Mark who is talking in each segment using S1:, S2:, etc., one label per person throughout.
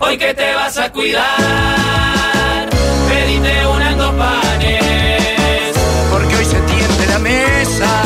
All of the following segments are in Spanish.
S1: Hoy que te vas a cuidar, pedite unas dos panes.
S2: Porque hoy se tiende la mesa.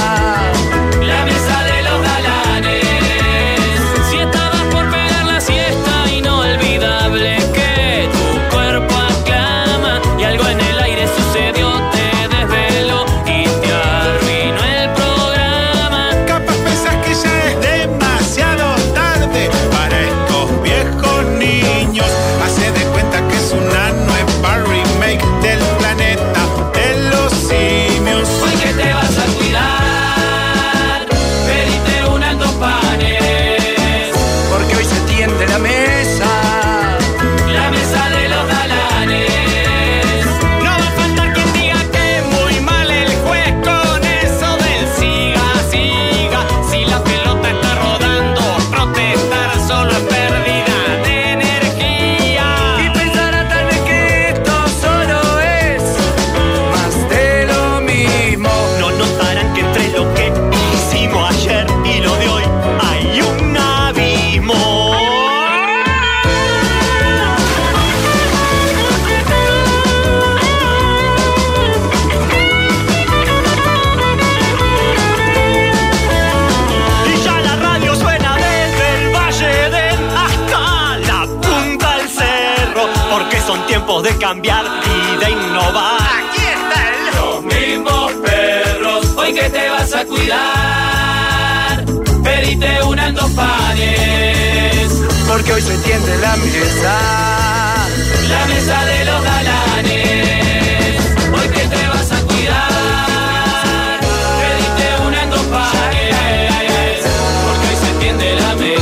S1: La mesa de los galanes. Si estabas por pegar la siesta, inolvidable que tu cuerpo aclama. Y algo en el aire sucedió, te desveló y te arruinó el programa.
S3: Capaz pensás que ya es demasiado tarde para estos viejos niños. Hace de cuenta que es una nueva remake del planeta de los simios.
S1: Hoy que te vas a cuidar, pedite unas dos panes.
S2: Porque hoy se tiende la mesa.
S1: La mesa de los galanes.
S3: No va a faltar quien diga que muy mal el juez con eso del siga, siga. Si la pelota está rodando, protestar solo es pérdida de
S2: Y
S3: energía.
S2: pensará tal vez que esto solo es más de lo mismo.
S3: No notarán que entre lo que hicimos ayer y lo de hoy hay un abismo. Y ya la radio suena desde el Valle del hasta la punta del cerro, porque son tiempos de cambiar y de innovar.
S1: Los mismos perros, hoy que te vas a cuidar, pedite unas dos panes.
S2: Porque hoy se tiende la mesa.
S1: La mesa de los galanes, hoy que te vas a cuidar, pedite unas dos panes, porque hoy se tiende la mesa.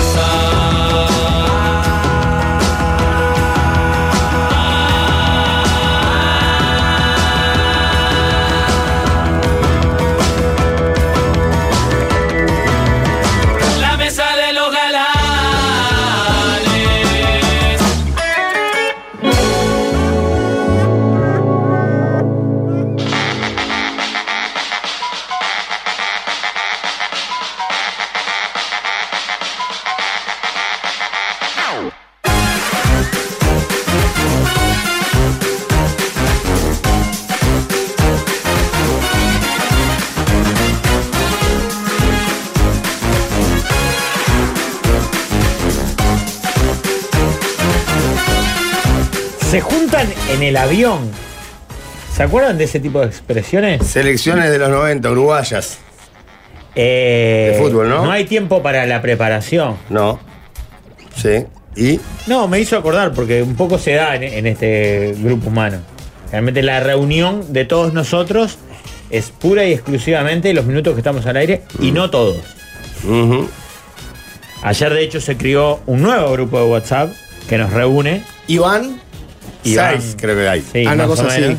S1: La mesa de los galanes.
S4: Se juntan en el avión. ¿Se acuerdan de ese tipo de expresiones?
S5: Selecciones de los 90, uruguayas.
S4: Eh,
S5: De fútbol, ¿no?
S4: No hay tiempo para la preparación.
S5: No. Sí. Y
S4: No, me hizo acordar porque un poco se da en, en este grupo humano. Realmente la reunión de todos nosotros es pura y exclusivamente los minutos que estamos al aire
S5: Mm.
S4: y no todos.
S5: ujú,
S4: Ayer de hecho se crió un nuevo grupo de WhatsApp que nos reúne
S6: Iván,
S4: Iván.
S5: seis, creo que hay.
S4: Sí,
S6: Ah, una
S4: más
S6: cosa
S4: o menos.
S6: así.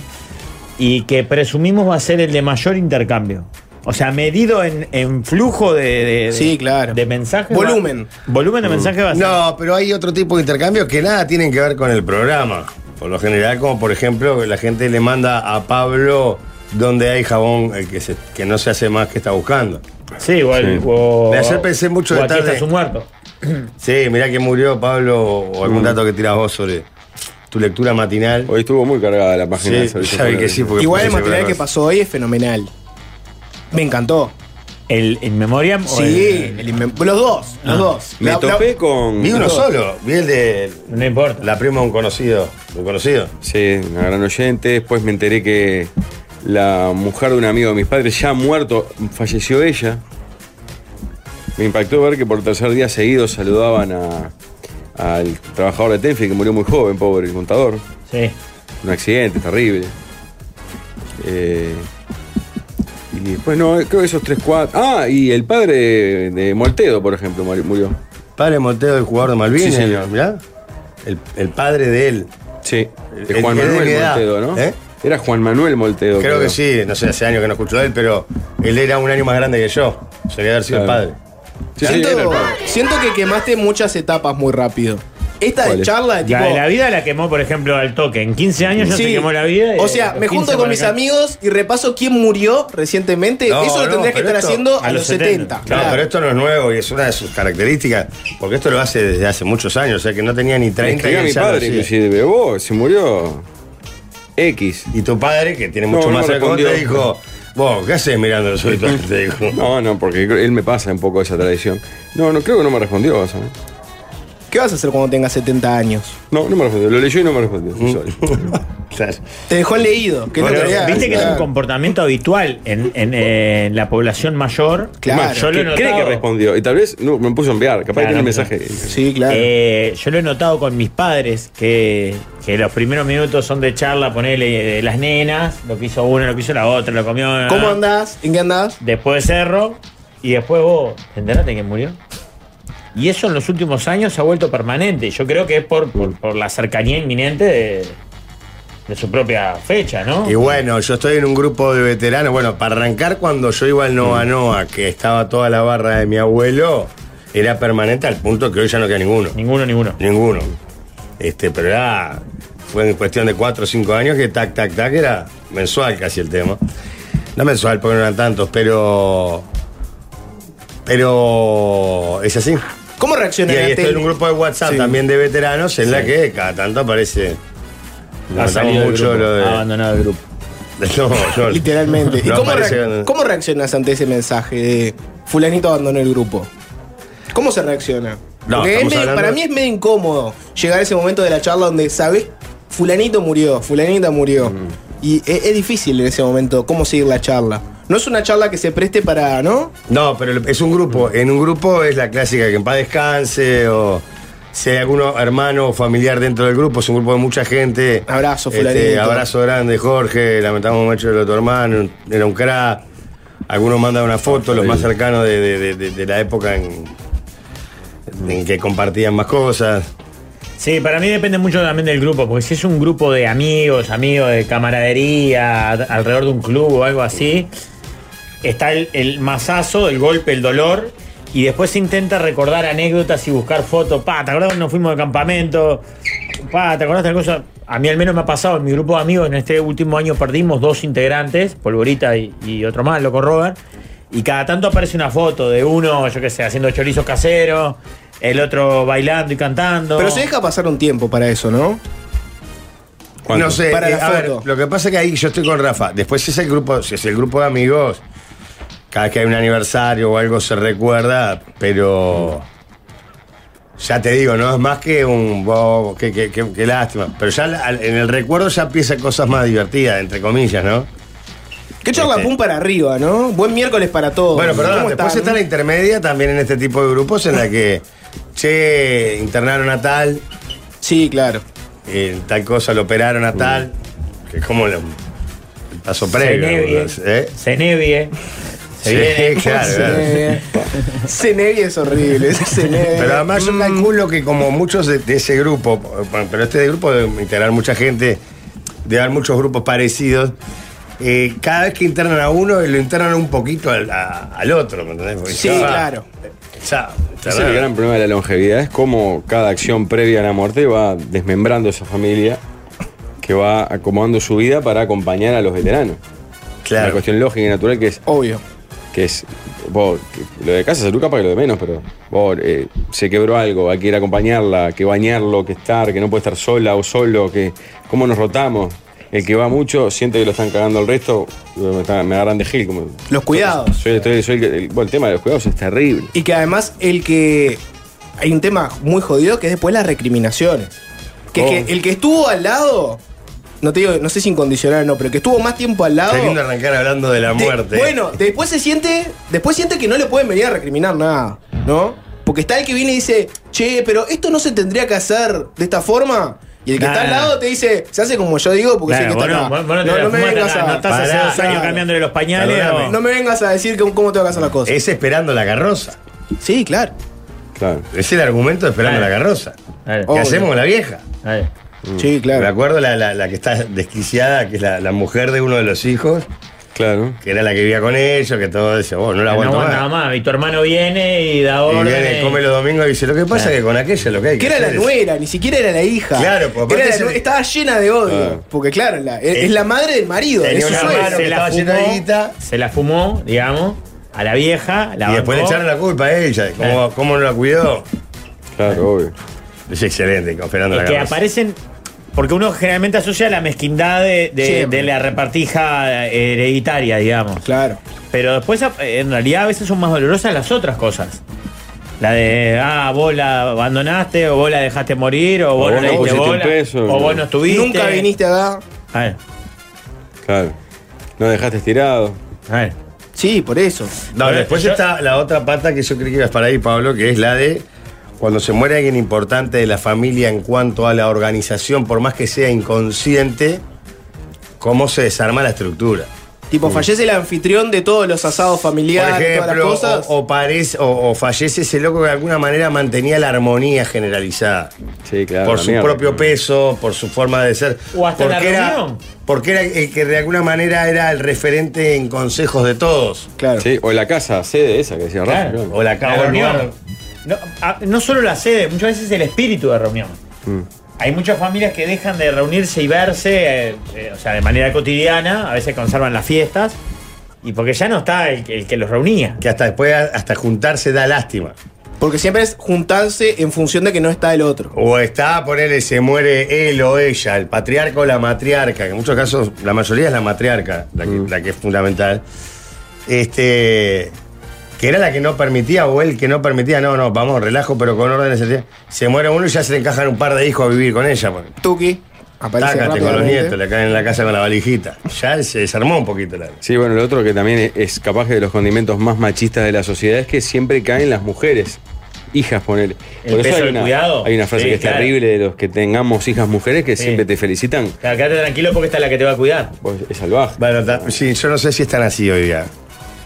S4: Y que presumimos va a ser el de mayor intercambio. O sea, medido en, en flujo de, de- de-
S6: Sí, claro.
S4: de mensajes.
S6: Volumen.
S4: va- volumen de mensajes va a ser.
S5: No, pero hay otro tipo de intercambios que nada tienen que ver con el programa. Por lo general, como por ejemplo, la gente le manda a Pablo donde hay jabón eh, que, se- que no se hace más que está buscando.
S4: Sí, igual.
S5: Sí.
S4: O,
S5: De ayer pensé mucho
S4: o
S5: de
S4: aquí
S5: tarde.
S4: está su muerto.
S5: Sí, mirá que murió Pablo o
S4: Mm.
S5: algún dato que tirás vos sobre tu lectura matinal.
S7: Hoy estuvo muy cargada la página
S5: Sí,
S7: del servicio
S5: ya vi que
S7: funeral.
S5: sí, porque
S6: igual el
S5: puse
S6: material que
S5: ese
S6: pasó hoy es fenomenal. Me encantó.
S4: ¿El In Memoriam? o
S6: Sí,
S4: el-
S6: el inmen- los dos, los dos.
S7: Ah. Me
S6: La- la-
S7: topé con.
S5: Vi uno solo, vi el de
S4: no importa.
S5: la prima de un conocido. ¿De ¿Un conocido?
S7: Sí, una gran oyente. Después me enteré que la mujer de un amigo de mis padres, ya muerto, falleció ella. Me impactó ver que por tercer día seguido saludaban a- al trabajador de Tenfi, que murió muy joven, pobre, el contador.
S4: Sí.
S7: Un accidente terrible. Eh, y después, no, creo que esos tres, cuatro. Ah, y el padre de Moltedo, por ejemplo, murió- murió.
S5: Padre Monteo, el jugador de Malvinas.
S7: Sí, señor.
S5: Mirá. El, el padre de él.
S7: Sí, de
S5: El-
S7: Juan
S5: el de
S7: Manuel
S5: qué edad,
S7: Moltedo, ¿no?
S5: ¿eh?
S7: Era Juan Manuel Moltedo.
S5: Creo que sí, no sé, hace años que no escucho de él, pero él era un año más grande que yo. Sería haber sido el
S7: Claro.
S5: padre.
S7: Sí, sí,
S6: siento,
S7: era el padre.
S6: siento que quemaste muchas etapas muy rápido. Esta
S7: ¿Cuál
S6: de
S7: es?
S6: charla de tipo.
S4: La de la vida la quemó, por ejemplo, al toque. En 15 años ya
S6: Sí.
S4: se quemó la vida. y
S6: O
S4: de
S6: sea,
S4: los
S6: me
S4: 15
S6: junto
S4: para
S6: con mis
S4: acá.
S6: amigos y repaso quién murió recientemente.
S5: No,
S6: Eso lo
S5: no,
S6: tendrías que
S5: pero
S6: estar
S5: esto-
S6: haciendo
S4: a
S6: a
S4: los
S6: los 70.
S4: 70,
S5: Claro,
S6: claro.
S5: pero esto no es nuevo y es una de sus características, porque esto lo hace desde hace muchos años, o sea que no tenía ni
S7: Me
S5: 30
S7: escribió
S5: y
S7: mi
S5: ya lo
S7: padre,
S5: hacía.
S7: inclusive, vos, se murió X.
S5: Y tu padre, que tiene mucho
S7: No, no
S5: más
S7: me
S5: alcohol, te
S7: respondió.
S5: dijo, vos, ¿qué haces mirando el solito? Te dijo.
S7: No, no, porque él me pasa un poco esa tradición. No, no creo que no me respondió. ¿eh? ¿sabes?
S6: ¿Qué vas a hacer cuando tengas 70 años?
S7: No, no me respondió. Lo leyó y no me respondió.
S4: Mm.
S7: Sorry.
S5: Claro.
S6: Te dejó en leído. Que no
S5: Bueno,
S6: te veas.
S4: Viste que es un
S6: Claro.
S4: comportamiento habitual en, en, eh, la población mayor.
S6: Claro.
S4: Yo lo he
S7: Que cree que
S4: notado.
S7: respondió. Y tal vez no, me puso a enviar. Capaz
S4: Claro,
S7: que tiene un
S4: no.
S7: mensaje.
S6: Sí, claro.
S4: Eh, yo lo he notado con mis padres, que, que los primeros minutos son de charla, ponele de las nenas, lo que hizo una, lo que hizo la otra, lo comió. ah,
S6: ¿Cómo andás? ¿En qué andás?
S4: Después Cerro, y después vos, ¿te enteraste que murió? Y eso en los últimos años se ha vuelto permanente. Yo creo que es por, por, por la cercanía inminente de, de su propia fecha, ¿no?
S5: Y bueno, yo estoy en un grupo de veteranos. Bueno, para arrancar, cuando yo iba al
S4: Mm.
S5: Nova Noa, que estaba toda la barra de mi abuelo, era permanente al punto que hoy ya no queda ninguno.
S4: Ninguno, ninguno.
S5: Ninguno. Este, pero era. Fue en cuestión de 4 o 5 años que tac, tac, tac, era mensual casi el tema. No mensual porque no eran tantos, pero. Pero. Es así.
S6: ¿Cómo
S5: Y
S6: reacciona
S5: ahí
S6: la
S5: estoy
S6: tele?
S5: en un grupo de WhatsApp
S6: Sí.
S5: también de veteranos en la que cada tanto aparece.
S4: Ha
S5: Levantamos
S4: salido del grupo, Ah,
S5: lo de.
S4: ha abandonado el grupo.
S5: No, yo-
S6: Literalmente. ¿Y
S5: Pues, No
S6: cómo,
S5: aparece-
S6: reac- cómo reaccionas ante ese mensaje de fulanito abandonó el grupo? ¿Cómo se reacciona?
S5: No,
S6: Porque es
S5: estamos
S6: medio-
S5: hablando-
S6: para mí es medio incómodo llegar a ese momento de la charla donde sabes fulanito murió, fulanita murió.
S5: Mm.
S6: Y e-, es, es difícil en ese momento cómo seguir la charla. No es una charla que se preste para, ¿no?
S5: No, pero es un grupo. En un grupo es la clásica que en paz descanse o si hay alguno hermano o familiar dentro del grupo, es un grupo de mucha gente. Este,
S6: Abrazo, fulanito.
S5: abrazo grande, Jorge. Lamentamos mucho lo de tu hermano. Era un crack. Algunos mandan una foto, los más cercanos de, de- de- de- de la época en, en que compartían más cosas.
S4: Sí, para mí depende mucho también del grupo, porque si es un grupo de amigos, amigos de camaradería, a- alrededor de un club o algo así, está el, el masazo, el golpe, el dolor, y después se intenta recordar anécdotas y buscar fotos. Pa, ¿te acordás cuando nos fuimos de campamento? Pa, ¿te acordás de tal cosa? A mí al menos me ha pasado, en mi grupo de amigos en este último año perdimos dos integrantes, Polvorita y, y otro más, Loco Robert, y cada tanto aparece una foto de uno, yo qué sé, haciendo chorizos caseros, el otro bailando y cantando.
S6: Pero se deja pasar un tiempo para eso, ¿no?
S7: ¿Cuánto?
S5: No sé,
S6: Para
S5: eh,
S6: la
S5: a ver,
S6: foto.
S5: lo que pasa es que ahí yo estoy con Rafa. Después si es el grupo, si es el grupo de amigos, cada vez que hay un aniversario o algo se recuerda, pero ya te digo, no es más que un bobo, qué, qué- qué- qué lástima. Pero ya la- en el recuerdo ya empiezan cosas más divertidas, entre comillas, ¿no?
S6: Qué charla
S5: Este.
S6: pum para arriba, ¿no? Buen miércoles para todos.
S5: Bueno, perdón,
S6: Oh, ¿Cómo
S5: después
S6: están?
S5: está la intermedia también en este tipo de grupos en la que, che, internaron a tal,
S6: Sí, claro.
S5: eh, tal cosa lo operaron a tal, que es como lo- el paso previo.
S4: Cenevie.
S5: ¿eh?
S4: Cenevie. Se
S5: Sí,
S4: viene.
S5: claro. claro.
S6: Cenevi es horrible. Cenevi.
S5: Pero además yo calculo que como muchos de, de ese grupo, bueno, pero este grupo de integrar mucha gente, de dar muchos grupos parecidos, eh, cada vez que internan a uno, lo internan un poquito al, a- al otro, ¿me entendés? Porque
S6: Sí,
S5: ya va,
S6: claro.
S5: ya- ya
S7: Ese
S5: va.
S7: es el gran problema de la longevidad. Es como cada acción previa a la muerte va desmembrando esa familia que va acomodando su vida para acompañar a los veteranos. Una
S5: Claro.
S7: cuestión lógica y natural que es
S6: Obvio.
S7: que es vos, que lo de casa salud capaz que lo de menos, pero vos, eh, se quebró algo, hay que ir a acompañarla, que bañarlo, que estar, que no puede estar sola o solo, que cómo nos rotamos. El que va mucho siente que lo están cagando al resto, me, está- me agarran de gil. Como,
S6: Los cuidados.
S7: Soy, estoy- soy el, que- el- bueno, el tema de los cuidados es terrible.
S6: Y que además el que. Hay un tema muy jodido que es después las recriminaciones. Que, es
S7: Oh.
S6: que el que estuvo al lado. No te digo, no sé si incondicional o no, pero el que estuvo más tiempo al lado.
S5: Está lindo arrancar hablando de la
S6: te-
S5: muerte.
S6: bueno, después se siente. Después siente que no le pueden venir a recriminar nada, ¿no? Porque está el que viene y dice, che, pero esto no se tendría que hacer de esta forma. Y el que
S4: Nah,
S6: está al
S4: nah.
S6: lado te dice, se hace como yo digo porque sé
S4: Claro,
S6: que
S4: vos
S6: está
S4: no,
S6: acá.
S4: vos- vos no te la
S6: me
S4: fumás,
S6: vengas
S4: no-
S6: a-
S4: no estás hace
S5: Pará,
S4: dos años
S6: claro.
S4: cambiándole los pañales.
S5: Perdóname,
S4: o-
S6: No me vengas a decir que- cómo tengo que hacer las cosas.
S5: Es esperando la carroza.
S6: Sí, claro.
S7: Claro.
S5: Es el argumento de esperando
S4: Claro.
S5: la carroza.
S4: Dale,
S5: ¿Qué
S6: Obvio.
S5: hacemos con la vieja?
S4: dale.
S6: Sí,
S5: Me
S6: claro.
S5: acuerdo la, la- la que está desquiciada, que es la, la mujer de uno de los hijos,
S7: Claro.
S5: que era la que vivía con ellos, que todo eso, vos no la
S4: No
S5: aguanto
S4: aguanta
S5: más.
S4: más. Y tu hermano viene y da
S5: Y
S4: órdenes.
S5: viene, come los domingos y dice, lo que pasa es que con aquella lo que hay
S6: Que
S5: que
S6: era la
S5: hacer es-
S6: nuera, ni siquiera era la hija.
S5: Claro, pues, aparte
S6: Era la
S5: se- Eh,
S6: nue- estaba llena de odio.
S7: Ah.
S6: Porque claro, la- es, es la madre del marido.
S5: Tenía
S6: es su
S5: una
S6: suegra.
S5: mano
S4: se,
S5: que
S4: la
S5: estaba llena de
S4: fumó,
S5: guita.
S4: se la fumó, digamos, a la vieja. La
S5: Y después le
S4: bancó.
S5: echaron la culpa a ella, ¿cómo, cómo no la cuidó?
S7: Claro, obvio.
S5: Es excelente, con Fernando
S4: Es que
S5: Lagarde.
S4: aparecen. Porque uno generalmente asocia la mezquindad de, de-
S6: Siempre.
S4: de la repartija eh, hereditaria, digamos.
S6: Claro.
S4: Pero después, ap- en realidad, a veces son más dolorosas las otras cosas. La de, ah, vos la abandonaste, o vos la dejaste morir, o, vos
S7: vos
S4: no
S7: no
S4: le diste
S7: pusiste un
S4: bola,
S7: peso,
S4: o vos
S7: no.
S4: no estuviste.
S6: Nunca viniste acá.
S4: A ver,
S7: Claro. No dejaste estirado.
S4: a ver.
S6: Sí, por eso.
S5: No,
S4: Pero
S5: después
S4: yo-
S5: está la otra pata que yo creí que ibas para ahí, Pablo, que es la de cuando se muere alguien importante de la familia en cuanto a la organización, por más que sea inconsciente, cómo se desarma la estructura.
S6: Tipo, fallece el anfitrión de todos los asados
S5: Mm. Por
S6: familiares,
S5: ejemplo,
S6: todas las cosas.
S5: o, o parece, o, o fallece ese loco que de alguna manera mantenía la armonía generalizada.
S7: Sí, claro.
S5: por
S7: la
S5: su
S7: mierda.
S5: propio peso, por su forma de ser.
S4: O hasta
S5: porque
S4: la
S5: era,
S4: reunión.
S5: Porque era el que de alguna manera era el referente en consejos de todos.
S6: Claro.
S7: Sí, o la casa sede esa que decía Rafa.
S4: Claro.
S7: claro.
S5: O la
S4: La
S5: cabo, el
S4: reunión.
S5: lugar.
S4: No, a- no solo la sede, muchas veces el espíritu de reunión.
S7: Mm.
S4: Hay muchas familias que dejan de reunirse y verse, eh, eh, o sea, de manera cotidiana, a veces conservan las fiestas, y porque ya no está el, que- el que los reunía.
S5: Que hasta después, hasta juntarse da lástima.
S6: Porque siempre es juntarse en función de que no está el otro.
S5: O está, ponele, se muere él o ella, el patriarca o la matriarca, que en muchos casos, la mayoría es la matriarca, la que,
S7: Mm.
S5: la que es fundamental. Este. Que era la que no permitía, o él que no permitía, no, no, vamos, relajo, pero con órdenes. Se muere uno y ya se le encajan un par de hijos a vivir con ella. ponele.
S6: Tuki. Aparece
S5: Tácate con los
S6: rápidamente.
S5: nietos, le caen en la casa con la valijita. Ya se desarmó un poquito la.
S7: Sí, bueno, lo otro que también es- es capaz que de los condimentos más machistas de la sociedad es que siempre caen las mujeres, hijas, ponele.
S4: El peso
S7: hay
S4: del
S7: una,
S4: cuidado.
S7: hay una frase
S4: Sí,
S7: que es
S4: claro.
S7: terrible de los que tengamos hijas mujeres que
S4: Sí.
S7: siempre te felicitan.
S4: Claro, Quédate tranquilo porque esta es la que te va a cuidar.
S7: Vos, es salvaje.
S5: Bueno, ta- sí, yo no sé si están así hoy día.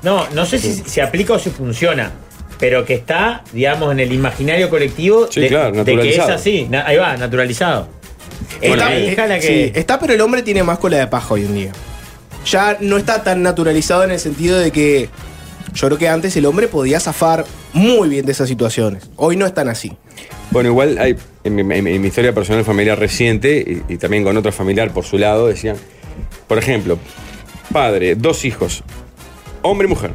S4: No, no sé si se aplica o si funciona, pero que está, digamos, en el imaginario colectivo
S7: Sí,
S4: de,
S7: claro,
S4: de que es
S7: naturalizado.
S4: así. Na- ahí va, naturalizado.
S7: Bueno,
S4: Esta
S6: está,
S7: ahí-
S4: hija la que.
S6: sí, está, pero el hombre tiene más cola de paja hoy en día. Ya no está tan naturalizado en el sentido de que yo creo que antes el hombre podía zafar muy bien de esas situaciones. Hoy no están así.
S7: Bueno, igual hay, en, mi, en mi- en mi historia personal familiar reciente y, y también con otro familiar por su lado, decían, por ejemplo, padre, dos hijos, hombre y mujer.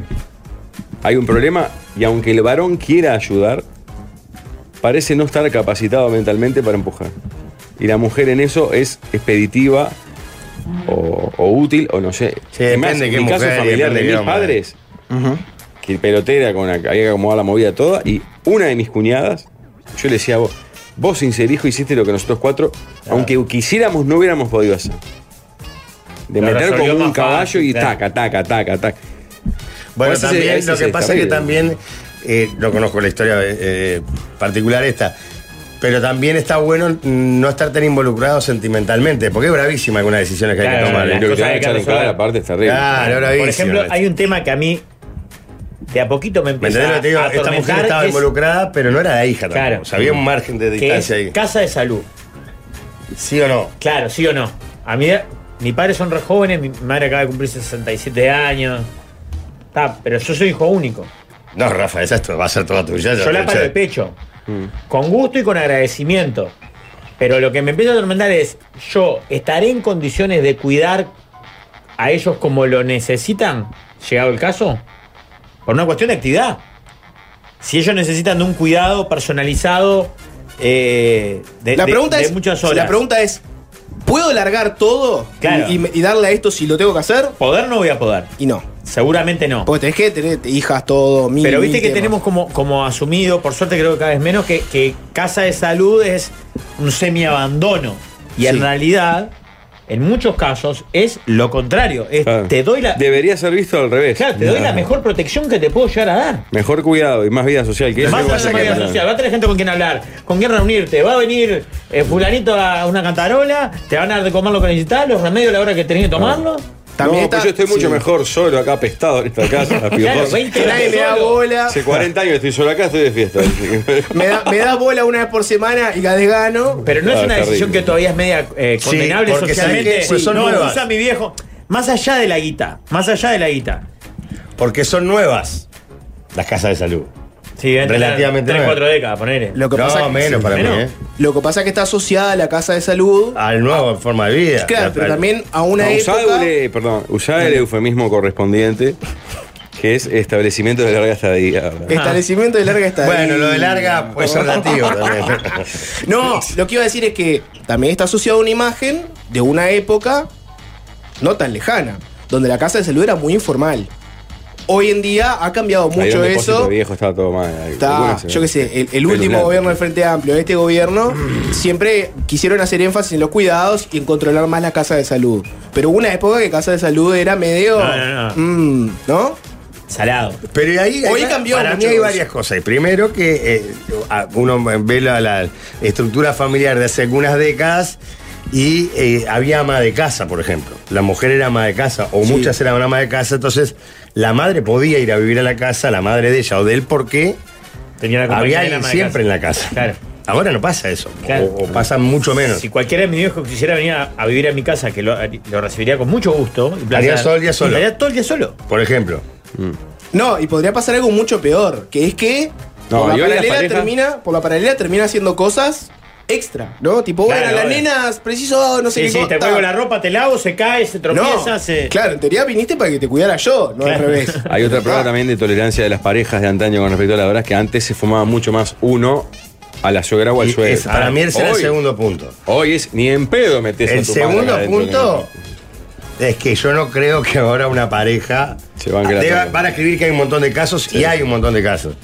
S7: Hay un problema y aunque el varón quiera ayudar, parece no estar capacitado mentalmente para empujar. Y la mujer en eso es expeditiva o, o útil o no sé.
S5: Sí,
S7: Es
S5: depende
S7: en
S5: qué
S7: mi caso
S5: mujer y
S7: familiar
S5: depende
S7: de
S5: qué
S7: mis
S5: hombre.
S7: padres, que pelotera con la había que acomodar la movida toda. Y una de mis cuñadas, yo le decía a vos, vos sin ser hijo hiciste lo que nosotros cuatro, aunque quisiéramos, no hubiéramos podido hacer. De
S4: Lo
S7: meter
S4: resolvió
S7: como un
S4: más
S7: caballo
S4: fácil,
S7: y
S4: claro.
S7: taca, taca, taca, taca.
S5: Bueno,
S7: Pues ese-
S5: también
S7: ese
S5: lo que
S7: es
S5: pasa es que
S7: terrible.
S5: también, eh, no conozco la historia eh, particular esta, pero también está bueno no estar tan involucrado sentimentalmente, porque es bravísima algunas decisiones que hay que
S4: Claro,
S5: tomar.
S4: las
S5: ¿eh?
S7: Y lo que
S4: cosas
S7: te van a
S4: de
S7: echar en
S4: Carlos
S7: cara
S4: Soler.
S7: aparte es terrible.
S5: Claro, bravísima.
S4: Por ejemplo, hay un tema que a mí de a poquito me
S5: ¿Me
S4: empieza
S5: entendés lo que te digo?
S4: a
S5: Esta mujer
S4: atormentar,
S5: estaba
S4: que es-
S5: involucrada, pero no era la hija tampoco.
S4: Claro.
S5: O sea, había un margen de
S4: que es
S5: distancia ahí.
S4: casa de salud.
S5: ¿Sí o no?
S4: Claro, sí o no. A mí, mis padres son re jóvenes, mi madre acaba de cumplir 67 años. Está, pero yo soy hijo único.
S5: No, Rafa, esa es tu- va a ser toda tuya. ya
S4: Yo la
S5: te-
S4: paro
S5: ya-
S4: de pecho.
S6: Mm.
S4: Con gusto y con agradecimiento. Pero lo que me empieza a atormentar es, yo estaré en condiciones de cuidar a ellos como lo necesitan, llegado el caso, por una cuestión de actividad. Si ellos necesitan de un cuidado personalizado eh, de,
S6: La
S4: de-
S6: pregunta
S4: de
S6: es,
S4: muchas horas.
S6: La pregunta es, ¿puedo largar todo y-
S4: Claro.
S6: y, y darle a esto si lo tengo que hacer?
S4: Poder no voy a poder,
S6: Y no.
S4: seguramente no.
S6: Porque tenés que tener hijas, todo, mil
S4: Pero viste
S6: mil
S4: que
S6: temas.
S4: tenemos como, como asumido, por suerte creo que cada vez menos, que, que casa de salud es un semiabandono. Y en
S6: Sí.
S4: realidad, en muchos casos, es lo contrario. Es,
S6: Ah.
S7: Claro.
S4: Te doy la.
S7: Ah. Debería ser visto al revés.
S4: claro, te doy la
S7: No.
S4: mejor protección que te puedo llegar a dar.
S7: Mejor cuidado y más vida social que eso.
S4: Más
S5: que pasa
S4: allá de la
S5: que-
S4: vida social, va a tener gente con quien hablar, con quien reunirte, va a venir eh, fulanito a una cantarola, te van a dar de comer lo que necesitas, los remedios a la hora que
S6: Ah.
S4: tenés que tomarlo.
S6: También
S7: no,
S6: está-
S7: pues yo estoy mucho
S6: sí.
S7: mejor solo acá apestado en esta casa.
S4: Claro,
S7: piojoso.
S4: 20
S6: Que nadie
S4: horas
S6: le da
S4: solo.
S6: bola.
S7: Hace 40 años estoy solo acá, estoy de fiesta.
S6: Me da, me da bola una vez por semana y la desgano.
S4: Pero no es
S7: Ah,
S4: una
S7: terrible.
S4: decisión que todavía es media eh,
S5: Sí,
S4: condenable
S5: porque
S4: socialmente.
S5: sabés que, pues, son
S4: no,
S5: nuevas.
S4: usa mi viejo. Más allá de la guita, más allá de la guita.
S5: Porque son nuevas las casas de salud.
S4: Sí, deben tener
S5: Relativamente
S4: tres,
S5: nuevas.
S4: cuatro décadas, ponele.
S6: Lo que
S5: no,
S6: pasa es que-
S5: menos para mí,
S4: menos.
S5: ¿eh?
S6: Lo que pasa es que está asociada a la casa de salud.
S5: Al nuevo forma de vida.
S6: Claro,
S5: Al-
S6: pero
S5: al-
S6: también a una
S7: No, usá
S6: época.
S7: el- perdón, usá el eufemismo correspondiente, que es establecimiento de larga estadía. ¿verdad?
S6: Establecimiento de larga estadía.
S5: Bueno, lo de larga puede ser relativo también.
S6: No, lo que iba a decir es que también está asociada a una imagen de una época no tan lejana, donde la casa de salud era muy informal. Hoy en día ha cambiado
S7: Ahí era
S6: mucho
S7: un depósito
S6: eso.
S7: viejo estaba todo mal. ahí,
S6: Está,
S7: algunas se
S6: yo
S7: ven.
S6: qué sé, el, el
S7: Pero
S6: último
S7: claro.
S6: gobierno del Frente Amplio, este gobierno, siempre quisieron hacer énfasis en los cuidados y en controlar más la casa de salud. Pero hubo una época que casa de salud era medio.
S4: No, no, no.
S6: mm, ¿no?
S4: Salado.
S5: Pero ahí,
S6: Hoy
S5: ahí-
S6: cambió
S5: para mí
S6: mucho
S5: hay
S6: eso.
S5: varias cosas. Primero que eh, a- uno ve la, la estructura familiar de hace algunas décadas y eh, había ama de casa, por ejemplo. La mujer era ama de casa o
S6: Sí.
S5: muchas eran ama de casa, entonces la madre podía ir a vivir a la casa, la madre de ella o de él, porque
S4: Tenía la compañía de
S5: había
S4: la
S5: alguien
S4: ama de
S5: siempre
S4: casa.
S5: en la casa.
S4: Claro.
S5: Ahora no pasa eso, o-
S4: Claro.
S5: o, pasa mucho menos.
S4: Si cualquiera de mis viejos quisiera venir a, a vivir a mi casa, que lo, lo recibiría con mucho gusto. y placer,
S5: Estaría todo el día solo.
S4: Estaría todo el día solo.
S5: Por ejemplo,
S6: No, y podría pasar algo mucho peor, que es que
S7: No,
S6: por, la
S7: y hoy las
S6: paralela
S7: parejas-
S6: termina, por la paralela termina haciendo cosas extra, ¿no? Tipo,
S4: Claro,
S6: bueno, las
S4: obvio.
S6: nenas, preciso, no sé
S4: Sí,
S6: qué
S4: sí, te
S6: cosa.
S4: cuelgo la ropa, te lavo, se cae, se
S6: no,
S4: tropieza, se.
S6: claro, en teoría viniste para que te cuidara yo, no al
S4: Claro.
S6: revés.
S7: Hay otra prueba
S6: Ah,
S7: también de tolerancia de las parejas de antaño con respecto a la verdad, es que antes se fumaba mucho más uno a la suegra o al
S5: y
S7: suegro.
S5: es-
S6: Ah,
S5: para mí ese era el
S7: Hoy-
S5: segundo punto.
S7: Hoy es ni en pedo metes
S5: El segundo punto es que yo no creo que ahora una pareja
S7: Se banque la
S5: Te va-
S7: tabla.
S5: van a escribir que hay un montón de casos y hay un montón de casos.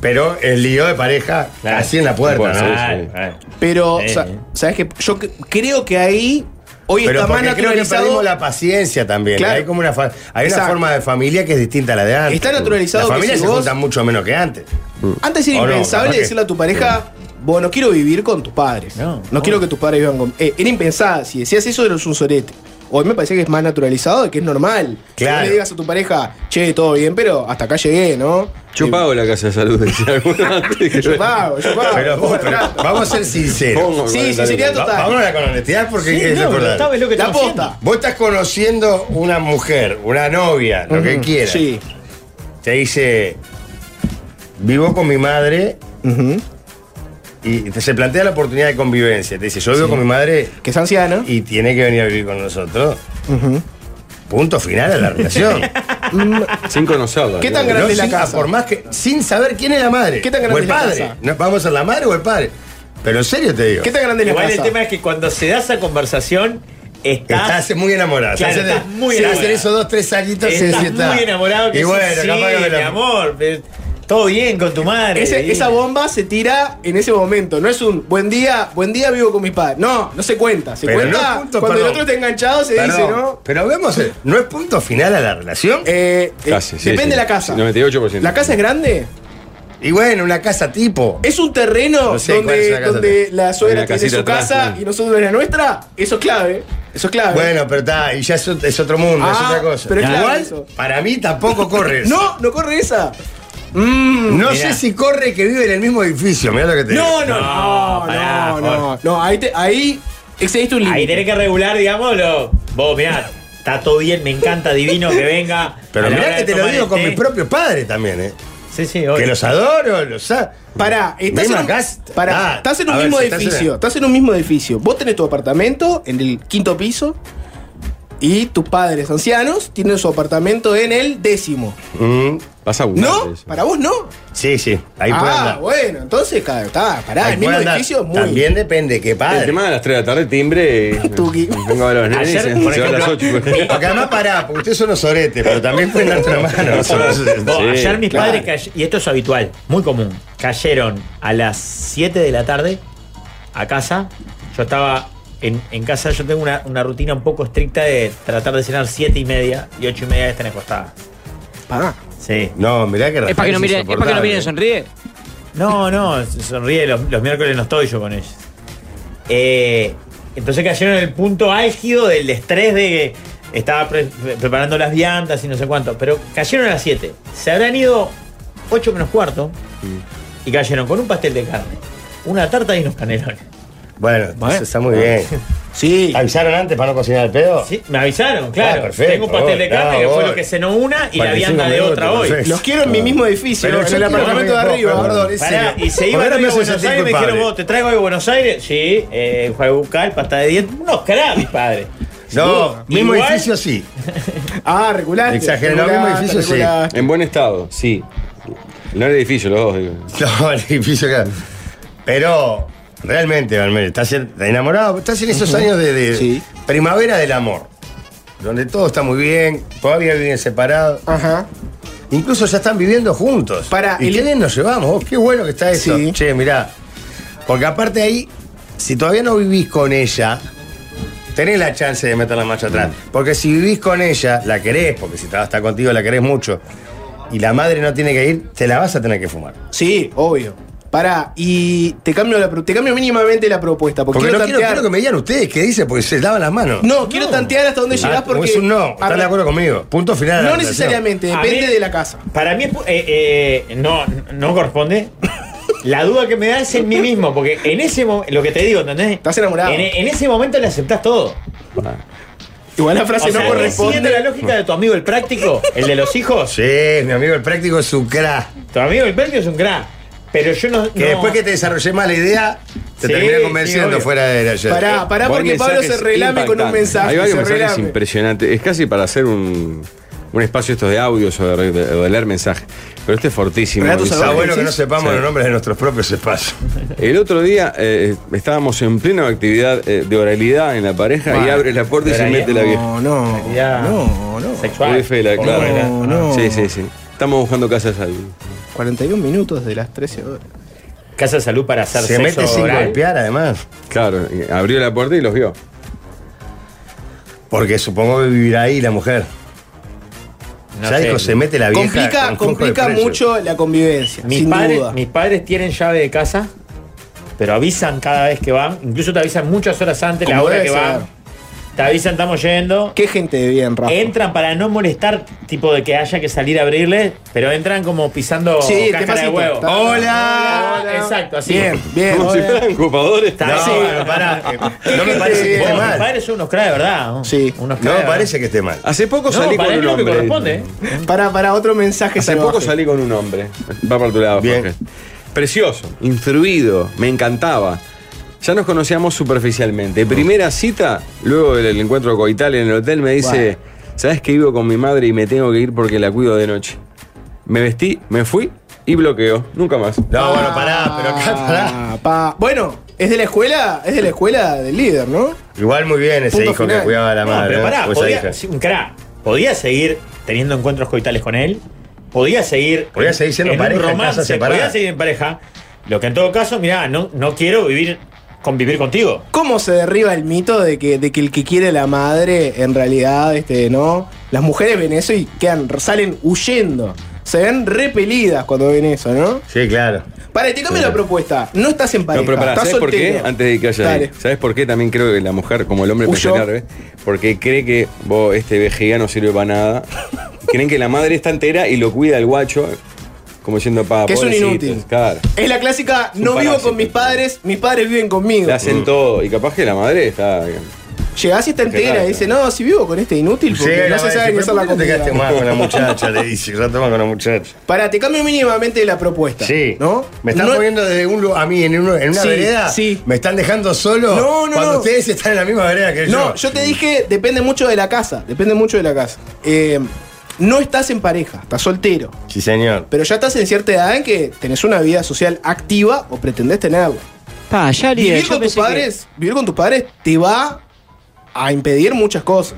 S5: Pero el lío de pareja
S4: Claro.
S5: así en la puerta,
S7: Bueno,
S5: ¿no?
S7: sí.
S4: Claro, claro.
S6: Pero,
S4: Eh.
S6: sa- ¿sabes qué? Yo c- creo que ahí hoy
S5: Pero
S6: está más
S5: porque creo que
S6: naturalizado.
S5: perdimos la paciencia también. ¿eh?
S6: Claro.
S5: Hay como una fa- hay una
S6: Exacto.
S5: forma de familia que es distinta a la de antes.
S6: Está naturalizado
S5: La
S6: que
S5: familia
S6: si
S5: se
S6: vos-
S5: juntan mucho menos que antes.
S6: Antes era
S5: O no,
S6: impensable
S5: capaz que-
S6: decirle a tu pareja, vos no quiero vivir con tus padres.
S4: No,
S6: No,
S4: no.
S6: quiero que tus padres vivan con. Eh, era impensable. Si decías eso, eres un sorete. Hoy me parece que es más naturalizado y que es normal. Que
S5: Claro.
S6: vos le digas a tu pareja, che, todo bien, pero hasta acá llegué, ¿no?
S7: Yo pago la casa de salud. decía alguno antes que-
S6: Yo pago, yo pago.
S5: Pero
S6: ¿Cómo
S5: otro,
S6: trato?
S5: vamos a ser sinceros.
S7: Pongo el
S6: Sí,
S7: 40
S6: sí, sería
S5: Va-
S6: total.
S5: Vámonos con honestidad porque
S4: Sí,
S5: es
S4: no, pero
S5: importante.
S4: esta vez lo que
S6: La
S4: estamos
S6: posta.
S4: haciendo.
S5: Vos estás conociendo una mujer, una novia, lo que
S6: Ujú.
S5: quieras.
S6: Sí.
S5: te dice, vivo con mi madre
S6: Ujú.
S5: y te- se plantea la oportunidad de convivencia. Te dice, yo vivo con mi madre
S6: Que es anciana.
S5: y tiene que venir a vivir con nosotros. Punto final a la relación.
S7: Sin conocerla.
S6: ¿Qué
S7: ¿no?
S6: tan grande
S5: No,
S6: es la
S5: sin-
S6: casa?
S5: Por más que, sin saber quién es la madre.
S6: ¿Qué tan grande
S5: o el
S6: es la
S5: padre.
S6: casa?
S5: No, Vamos a ser la madre o el padre. Pero en serio te digo.
S6: ¿Qué tan grande es la
S4: Igual el
S6: casa?
S4: tema es que cuando se da esa conversación, estás.
S5: Estás muy enamorado.
S4: Claro,
S5: Se hace-
S4: estás muy
S5: se
S4: enamorado.
S5: hacen esos dos, tres añitos se-
S4: estás
S5: se está.
S4: muy enamorado que
S5: Y
S4: sí,
S5: bueno,
S4: sí,
S5: capaz que me
S4: mi
S5: lo-
S4: amor. eh, Todo bien con tu madre.
S6: Ese-
S4: y-
S6: esa bomba se tira en ese momento. No es un buen día, buen día vivo con mis padres. No, no se cuenta. Se
S5: Pero
S6: cuenta
S5: no punto,
S6: cuando el
S5: perdón.
S6: otro está enganchado, se dice,
S5: Perdón,
S6: ¿no?
S5: Pero vemos, eh, ¿no es punto final a la relación?
S6: Eh, eh,
S7: Casi, sí,
S6: depende
S7: sí.
S6: de la casa.
S7: 98%.
S6: ¿La casa es grande?
S5: Y bueno, una casa tipo.
S6: ¿Es un terreno
S5: No sé, ¿cuál
S6: donde,
S5: es la casa?
S6: donde la
S7: Hay
S6: suegra
S7: una
S6: tiene su
S7: casita
S6: casa
S7: atrás, ¿no?
S6: y nosotros la nuestra? Eso es clave. Eso es clave.
S5: Bueno, pero está, y ya es, ot- es otro mundo, es
S6: Ah,
S5: otra cosa.
S6: pero es claro
S5: Igual,
S6: eso.
S5: para mí tampoco corre. eso.
S6: No, no corre esa.
S5: no
S4: Mirá.
S5: sé si corre que vive en el mismo edificio, mirá lo que te digo.
S6: No, no, no, no,
S4: pará,
S6: no. No, ahí, te- ahí excediste un
S4: Ahí
S6: límite.
S4: tenés que regular, digámoslo. Vos, mirá, está todo bien, me encanta, divino que venga.
S5: Pero
S4: a la
S5: mirá
S4: hora
S5: que
S4: de
S5: te lo
S4: tomar
S5: digo
S4: el
S5: con
S4: té.
S5: mi propio padre también, ¿eh?
S4: Sí, sí,
S5: Que
S4: obvio.
S5: los adoro, los a-
S6: Pará, estás en,
S5: Misma
S6: un,
S5: casa.
S6: pará,
S5: Ah,
S6: estás en
S5: a
S6: un
S5: ver,
S6: mismo
S5: si estás en-
S6: edificio. Estás en... un mismo edificio. Vos tenés tu apartamento en el quinto piso y tus padres ancianos tienen su apartamento en el décimo.
S5: Mm,
S7: Vas a abundar
S6: ¿No?
S7: de eso.
S6: Para vos no.
S5: sí, sí, ahí puede
S6: ah,
S5: andar.
S6: bueno, entonces, claro, está, pará,
S5: Ahí
S6: el mismo
S5: puede andar.
S6: edificio es muy.
S5: También depende qué
S7: El
S6: Ah,
S5: padre.
S7: tema de las 3 de la tarde, timbre. eh,
S6: Tuqui.
S7: Vengo a ver a los nenes.
S4: Ayer,
S7: eh,
S4: por
S7: se va a las
S4: ejemplo,
S7: 8. pues.
S5: Porque además pará, porque ustedes son los oretes, pero también pueden darte una mano. Son los-
S4: Vos,
S7: Sí,
S4: Oh, ayer mis
S6: claro.
S4: padres, cay- y esto es habitual, muy común, cayeron a las 7 de la tarde a casa. Yo estaba en, en casa, yo tengo una, una rutina un poco estricta de tratar de cenar 7 y media y 8 y media están acostada.
S6: Pará.
S4: Sí.
S5: No, mirá que
S8: Es para que no miren, es para que no miren, sonríe.
S4: No, no, sonríe, los, los miércoles no estoy yo con ellos. Eh, entonces cayeron en el punto álgido del estrés de que estaba pre- pre- preparando las viandas y no sé cuánto, pero cayeron a las 7. Se habrán ido 8 menos cuarto y cayeron con un pastel de carne, una tarta y unos canelones.
S5: Bueno, eso está muy bien.
S6: Sí.
S5: ¿Avisaron antes para no cocinar el pedo?
S4: Sí, me avisaron, claro.
S5: Ah, perfecto.
S4: Tengo un pastel de carne
S5: Ah,
S4: que fue
S5: bueno.
S4: lo que cenó una y la
S5: 45
S4: vianda de
S5: minutos,
S4: otra hoy.
S5: perfecto.
S6: Los quiero en mi mismo edificio,
S5: Pero
S6: en
S5: yo
S6: el
S5: quiero
S6: apartamento de
S5: comer
S6: arriba.
S5: poco,
S6: Gordon,
S5: perdón.
S6: en
S4: Pará,
S6: serio.
S4: y se iba
S5: Ahora
S4: a
S5: me hace
S4: Buenos
S5: sentir
S4: Aires y me
S5: culpable.
S4: dijeron, vos, ¿te traigo algo de Buenos Aires? Sí, eh, juego bucal, pasta de dientes, unos crabs, mis padres.
S5: No, mismo
S4: Igual-
S5: edificio sí.
S6: Ah, regulaste.
S5: Exageré, no, mismo
S6: regulaste,
S5: edificio, sí.
S6: regulaste.
S7: En buen estado, sí. No el edificio, los dos, digo.
S5: No, el edificio acá. Pero realmente, Valmere, estás en- enamorado, estás en esos años de, de
S6: Sí.
S5: primavera del amor, donde todo está muy bien, todavía viven separados,
S6: Ajá.
S5: incluso ya están viviendo juntos.
S6: Para,
S5: ¿Y
S6: el-
S5: qué bien nos llevamos? oh, qué bueno que está eso.
S6: Sí.
S5: Che, mirá. Porque aparte ahí, si todavía no vivís con ella, tenés la chance de meter la marcha atrás.
S6: Mm.
S5: Porque si vivís con ella, la querés, porque si está contigo la querés mucho, y la madre no tiene que ir, te la vas a tener que fumar.
S6: Sí, obvio. Pará, y te cambio, la, pro- te cambio mínimamente la propuesta. Porque,
S5: Porque no
S6: quiero
S5: quiero,
S6: tantear.
S5: quiero que me digan ustedes qué dicen, porque se lavan las manos.
S6: No, quiero tantear hasta dónde llegás
S5: Ah,
S6: porque.
S5: Es un no,
S6: Arre-
S5: están de acuerdo conmigo. Punto final. de la
S6: No
S5: relación.
S6: necesariamente,
S4: A
S6: depende
S4: mí-
S6: de la casa.
S4: Para mí es pu- eh, eh, no, no corresponde. La duda que me da es en mí mismo, porque en ese momento, lo que te digo, ¿entendés?
S6: Estás enamorado.
S4: En, en ese momento le aceptás todo.
S5: Ah,
S6: Igual la frase
S4: o sea,
S6: no
S4: siguiendo la
S6: corresponde.
S4: lógica de tu amigo el práctico, el de los hijos,
S5: Sí, mi amigo el práctico es su cra.
S4: tu amigo el práctico es un crack. Pero yo no.
S5: Que
S4: no-
S5: después que te desarrollé más la idea, te
S4: Sí,
S5: terminé
S4: sí,
S5: convenciendo
S4: obvio.
S5: fuera de ayer.
S6: Pará, pará,
S7: Vos hay
S6: porque Pablo se
S7: mensajes
S6: relame con un
S7: impactantes.
S6: mensaje.
S7: Hay
S6: se
S7: varios mensajes
S6: relame.
S7: impresionantes. Es casi para hacer un, un espacio estos de audios o de, de- o de leer mensajes. Pero este es fortísimo.
S6: Relatos
S7: Dice,
S5: Está bueno que no
S6: ¿decís?
S5: sepamos
S7: Sí.
S5: los nombres de nuestros propios espacios.
S7: El otro día eh, estábamos en plena actividad eh, de oralidad en la pareja y abre la puerta y se
S4: oralidad.
S7: mete la vieja.
S6: No, no.
S4: Ya.
S6: No, no.
S4: Sexual.
S7: Uy, Fela,
S4: Por
S7: claro.
S4: favor,
S6: No, no.
S7: Sí, sí, sí. Estamos buscando casas ahí.
S6: 41 minutos de las 13 horas.
S4: Casa de salud para hacer
S5: Se
S4: sexo
S5: mete sin
S4: oral.
S5: golpear, además.
S7: Claro, y abrió la puerta y los vio.
S5: Porque supongo que vivirá ahí la mujer.
S4: No
S5: ya
S4: sé.
S5: dijo, se mete la vieja.
S6: Complica,
S5: con flujo de
S6: complica
S5: precio.
S6: mucho la convivencia,
S4: Mis
S6: sin
S4: padres,
S6: duda.
S4: mis padres tienen llave de casa, pero avisan cada vez que van. Incluso te avisan muchas horas antes la
S6: Como
S4: hora
S6: debe
S4: que
S6: ser.
S4: van. Te avisan, estamos yendo.
S6: Qué gente de bien, Rafa.
S4: Entran para no molestar, tipo de que haya que salir a abrirle, pero entran como pisando
S6: Sí,
S4: cáscara de
S6: despacito.
S4: huevo.
S6: Ta-
S5: Hola.
S4: Hola, Exacto, así.
S6: Bien, bien.
S7: Como si fueran ocupadores.
S4: Está
S5: No,
S4: así.
S5: bueno, pará.
S6: Qué
S5: No me
S6: gente
S5: parece que
S6: bien.
S5: esté
S4: Vos, mis
S5: mal.
S4: padres son unos cra de verdad. ¿no?
S6: Sí.
S4: Unos cra
S5: No
S4: de
S5: me
S4: verdad.
S5: parece que esté mal.
S7: Hace poco
S4: No,
S7: salí
S4: para
S7: con
S4: mí
S7: un
S4: lo que
S7: hombre.
S4: corresponde. ¿eh?
S6: Para, para otro mensaje.
S7: Hace
S6: salvaje.
S7: poco salí con un hombre. Va para tu lado,
S5: Bien.
S7: Jorge. Precioso, instruido, me encantaba. Ya nos conocíamos superficialmente. Primera cita, luego del encuentro coital en el hotel, me dice: ¿Sabes que vivo con mi madre y me tengo que ir porque la cuido de noche? Me vestí, me fui y bloqueó. Nunca más.
S5: No, bueno, pará, pero acá pará.
S6: Ah, pa- Bueno, es de la escuela, es de la escuela del líder, ¿no?
S5: Igual muy bien ese
S6: Punto
S5: hijo
S6: final.
S5: que cuidaba a la
S4: No,
S5: madre. pues
S4: pero
S5: ¿no?
S4: pará,
S5: O esa
S4: podía,
S5: hija.
S4: sí, un cra, podía seguir teniendo encuentros coitales con él, podía seguir.
S5: Podía seguir siendo
S4: en un
S5: pareja en
S4: romance,
S5: casa separada.
S4: podía seguir en pareja. Lo que en todo caso, mirá, no, no quiero vivir, convivir contigo.
S6: ¿Cómo se derriba el mito de que, de que el que quiere a la madre, en realidad, este, no? Las mujeres ven eso y quedan, salen huyendo. Se ven repelidas cuando ven eso, ¿no?
S5: Sí, claro.
S6: Para, y te cambio la propuesta. No estás en pareja.
S7: No, pero pará,
S6: estás
S7: ¿sabes por qué?
S6: soltero.
S7: Antes de que haya.
S6: Dale.
S7: ¿Sabes por qué también creo que la mujer, como el hombre
S6: Huyó.
S7: pensionar, ¿ves? Porque cree que vos, este vejiga no sirve para nada. Creen que la madre está entera y lo cuida el guacho, como diciendo para.
S6: Que es un inútil.
S7: Claro.
S6: Es la clásica, no vivo
S7: parásito.
S6: con mis padres, mis padres viven conmigo.
S7: Le
S4: Mm.
S7: hacen todo. Y capaz que la madre está.
S6: Llegás y está entera
S7: Claro.
S6: y dice, no, si vivo con este inútil,
S5: Sí,
S6: porque
S5: la
S6: no se
S5: madre
S6: sabe
S5: dice,
S6: ni hacer
S5: "¿Pero
S6: la
S5: por qué no te quedaste
S6: comida.
S5: más con la muchacha, le dice, rato más con la muchacha.
S6: Pará, te cambio mínimamente la propuesta.
S5: Sí.
S6: ¿No?
S5: Me están
S6: No-
S5: poniendo desde un lu- a mí en, uno- en una
S6: Sí,
S5: vereda.
S6: sí.
S5: Me están dejando solo
S6: No, no,
S5: cuando
S6: no.
S5: ustedes están en la misma vereda que yo.
S6: No, yo te dije, depende mucho de la casa. Depende mucho de la casa. Eh, no estás en pareja, estás soltero.
S5: Sí, señor.
S6: Pero ya estás en cierta edad en que tenés una vida social activa o pretendés tenerla.
S8: Pa, ya líder,
S6: Vivir
S8: yo
S6: con tus
S8: pensé que-
S6: padres, vivir con tus padres te va a impedir muchas cosas.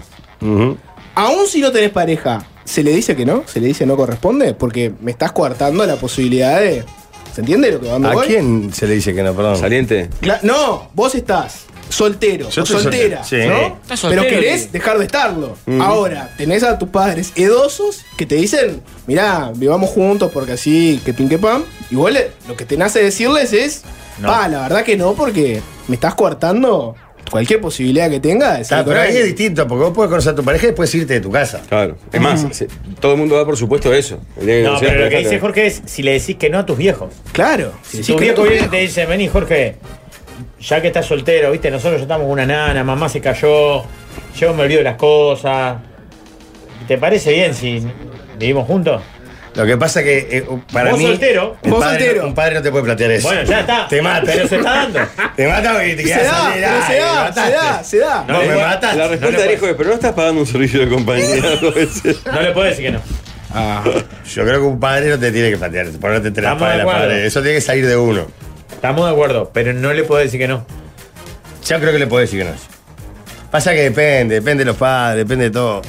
S6: Aún si no tenés pareja, ¿se le dice que no? ¿Se le dice no corresponde? Porque me estás coartando la posibilidad de. ¿Se entiende lo que dónde
S5: ¿A
S6: voy?
S5: quién se le dice que no, perdón?
S7: Saliente.
S6: Cla- no, vos estás soltero
S5: Yo
S6: o
S5: estoy
S6: soltera,
S5: soltero, sí.
S6: ¿no?
S8: Estás soltero,
S6: Pero querés
S8: sí.
S6: dejar de estarlo. Ahora, tenés a tus padres edosos que te dicen, mirá, vivamos juntos porque así, que pin que pam. Y vos le- lo que te nace decirles es,
S4: No.
S6: pa, la verdad que no, porque me estás coartando cualquier posibilidad que tenga de
S5: Está,
S6: salir
S5: pero
S6: con
S5: ahí es
S6: alguien.
S5: distinto, porque vos podés conocer a tu pareja y después irte de tu casa.
S7: Claro. Es
S6: Mm.
S7: más, se- todo el mundo da por supuesto eso. El día que
S4: No,
S7: conocés,
S4: pero lo que
S7: claro.
S4: dice Jorge es si le decís que no a tus viejos.
S6: Claro.
S4: Si
S6: Sí,
S4: tu
S6: creo
S4: viejo
S6: que-
S4: viene y te dice, vení Jorge, ya que estás soltero, viste, nosotros ya estamos con una nana, mamá se cayó, yo me olvido de las cosas. ¿Te parece bien si vivimos juntos?
S5: Lo que pasa que eh, para
S4: Vos
S5: mí.
S4: soltero.
S5: el
S6: Vos
S5: padre-
S6: soltero.
S5: Un padre no te puede plantear eso.
S4: Bueno, ya está.
S5: Te mata.
S4: Pero se está dando.
S5: Te mata porque te
S6: Se
S5: quedas
S6: da, pero
S5: salir, ay,
S6: se
S5: me
S6: da, se
S5: mataste.
S6: da, se da.
S5: Vos me
S4: le-
S5: matas.
S7: La
S4: No le
S7: respuesta
S4: puedo-
S7: de hijo es, pero no estás pagando un servicio de compañía. dos veces.
S4: No le puedo decir que no.
S5: Ah, Yo creo que un padre no te tiene que plantear, ponerte entre las
S4: Estamos de
S5: paredes.
S4: acuerdo.
S5: padre. Eso tiene que salir de uno.
S4: Estamos de acuerdo, pero no le puedo decir que no.
S5: Yo creo que le puedo decir que no. Pasa que depende, depende de los padres, depende de todo.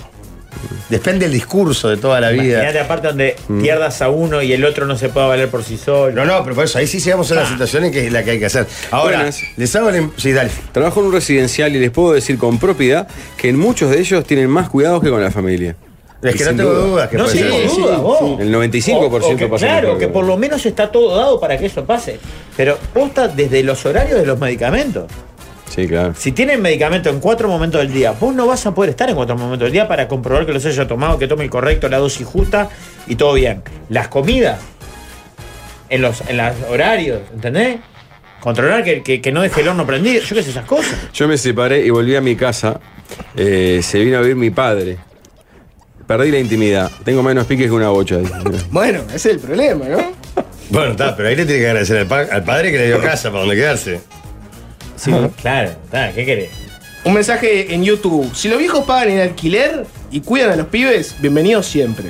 S5: Depende el discurso de toda la
S4: Imagínate
S5: vida.
S4: aparte donde pierdas a uno y el otro no se pueda valer por sí solo.
S5: No, no, pero por eso ahí sí llegamos a una
S4: Ah.
S5: situación en que es la que hay que hacer. Ahora,
S7: Buenas.
S5: les hago el. Sí, dale.
S7: Trabajo en un residencial y les puedo decir con propiedad que en muchos de ellos tienen más cuidados que con la familia.
S5: Es
S7: Y
S5: que no
S7: sin
S5: tengo
S7: duda.
S5: dudas que
S4: No,
S5: puede
S4: sí,
S5: ser.
S4: sí, sí. vos.
S7: El 95%
S4: O- o que-
S7: pasa
S4: Claro,
S7: mejor
S4: que
S7: que-
S4: por lo menos está todo dado para que eso pase. Pero posta desde los horarios de los medicamentos.
S7: Sí, claro.
S4: Si tienen medicamento en cuatro momentos del día, vos no vas a poder estar en cuatro momentos del día para comprobar que los haya tomado, que tome el correcto, la dosis justa y todo bien. Las comidas, en los, en los horarios, ¿entendés? Controlar que, que- que no deje el horno prendido, yo qué sé, esas cosas.
S7: Yo me separé y volví a mi casa. Eh, se vino a vivir mi padre. Perdí la intimidad. Tengo menos piques que una bocha. dice.
S6: Bueno, ese es el problema, ¿no?
S5: Bueno, está, pero ahí le tiene que agradecer al, pa- al padre que le dio casa para donde quedarse.
S4: Sí, claro, está, ¿qué querés?
S6: Un mensaje en YouTube. Si los viejos pagan el alquiler y cuidan a los pibes, bienvenidos siempre.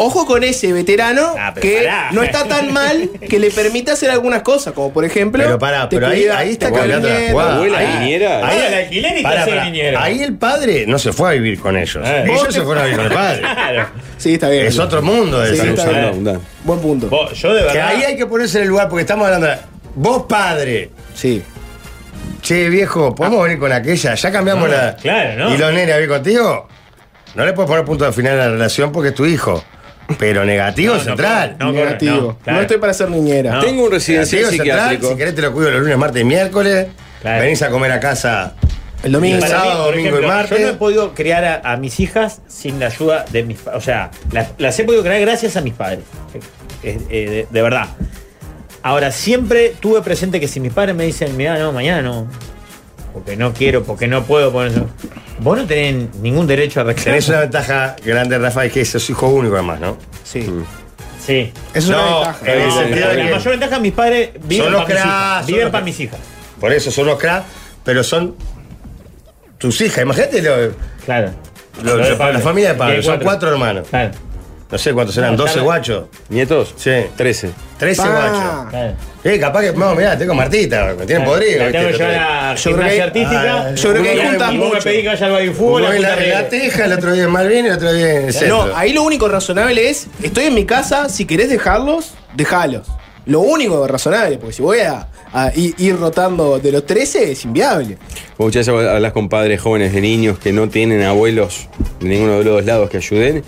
S6: Ojo con ese veterano
S4: Ah, pero
S6: que
S4: pará.
S6: no está tan mal que le permite hacer algunas cosas, como por ejemplo.
S5: Pero pará,
S6: te
S5: pero ahí,
S6: cuida,
S5: ahí está
S6: te cuida
S5: cambiando
S6: el
S5: la
S6: nieto.
S5: jugada.
S7: Abuela,
S5: Ahí-
S7: niñera.
S4: Ahí al alquiler y te
S5: Pará,
S4: hace
S5: pará.
S4: niñero.
S5: Ahí el padre no se fue a vivir con ellos.
S4: Eh.
S5: Ellos se fueron a vivir con el padre.
S4: Claro.
S6: Sí, está bien.
S5: Es otro mundo de
S6: Sí,
S5: salud.
S6: está
S7: Son
S6: bien.
S7: la onda.
S6: Buen punto.
S4: Vos, yo de
S5: Que
S4: verdad.
S5: ahí hay que ponerse en el lugar, porque estamos hablando de. Vos, padre.
S6: Sí.
S5: Che, viejo, ¿podemos venir con aquella? Ya cambiamos
S4: No,
S5: la.
S4: Ah. claro, ¿no?
S5: Y los nenes a venir contigo. No le puedes poner punto de final a la relación porque es tu hijo. Pero negativo
S4: No, no,
S5: central.
S4: no, corre,
S6: negativo. No,
S4: no, claro.
S6: estoy para ser niñera.
S4: No.
S7: Tengo un residencial
S5: negativo central.
S7: psiquiátrico.
S5: Si querés, te lo cuido los lunes, martes y miércoles.
S4: Claro.
S5: Venís a comer a casa.
S6: El domingo.
S5: Y para- sábado,
S4: por
S5: domingo y martes.
S4: Yo no he podido criar a, a mis hijas sin la ayuda de mis padres. O sea, las, las he podido crear gracias a mis padres. Eh, eh, de, de verdad. Ahora, siempre tuve presente que si mis padres me dicen, mira, no, mañana no. Porque no quiero, porque no puedo, por eso. Vos no tenés ningún derecho a reclamar.
S5: Tenés una ventaja grande, Rafa, es que sos hijo único además, ¿no?
S6: Sí.
S4: Sí.
S6: Es una
S5: No,
S6: ventaja.
S5: en el
S4: No,
S5: sentido de
S4: la
S5: que-
S4: mayor ventaja, mis padres viven
S5: Son los
S4: para mis
S5: cras,
S4: hijas.
S5: son
S4: Viven
S5: los
S4: para
S5: cras.
S4: mis hijas.
S5: Por eso son los cracks, pero son tus hijas. Imagínate lo,
S4: Claro.
S5: lo-
S4: Lo de Pablo.
S5: la familia de
S4: Y
S5: Pablo.
S4: hay
S5: Son
S4: cuatro.
S5: cuatro hermanos.
S4: Claro,
S5: No sé cuántos eran,
S4: No,
S5: 12
S4: claro.
S5: guachos.
S7: ¿Nietos?
S5: Sí.
S7: 13.
S5: 13
S6: Pa.
S5: guachos.
S4: claro.
S5: Eh, capaz que, no, mirá, tengo Martita, me tienen podrido.
S4: La
S5: ¿viste?
S4: tengo yo
S5: El otro
S4: a
S5: día.
S4: la
S6: Yo creo que-
S4: gimnasia artística.
S5: Ah,
S6: yo creo que
S4: Y vos
S6: juntas
S4: me- y vos me
S6: mucho.
S4: pedís que vaya al baby fútbol.
S5: Uno en
S4: puta
S5: la
S4: que-
S5: regateja, el otro día en Malvin, el otro día en el centro.
S6: No, ahí lo único razonable es, estoy en mi casa, si querés dejarlos, dejalos. Lo único razonable, porque si voy a, a i- ir rotando de los 13 es inviable.
S7: Vos muchas veces hablas con padres jóvenes de niños que no tienen abuelos de ninguno de los dos lados que ayuden.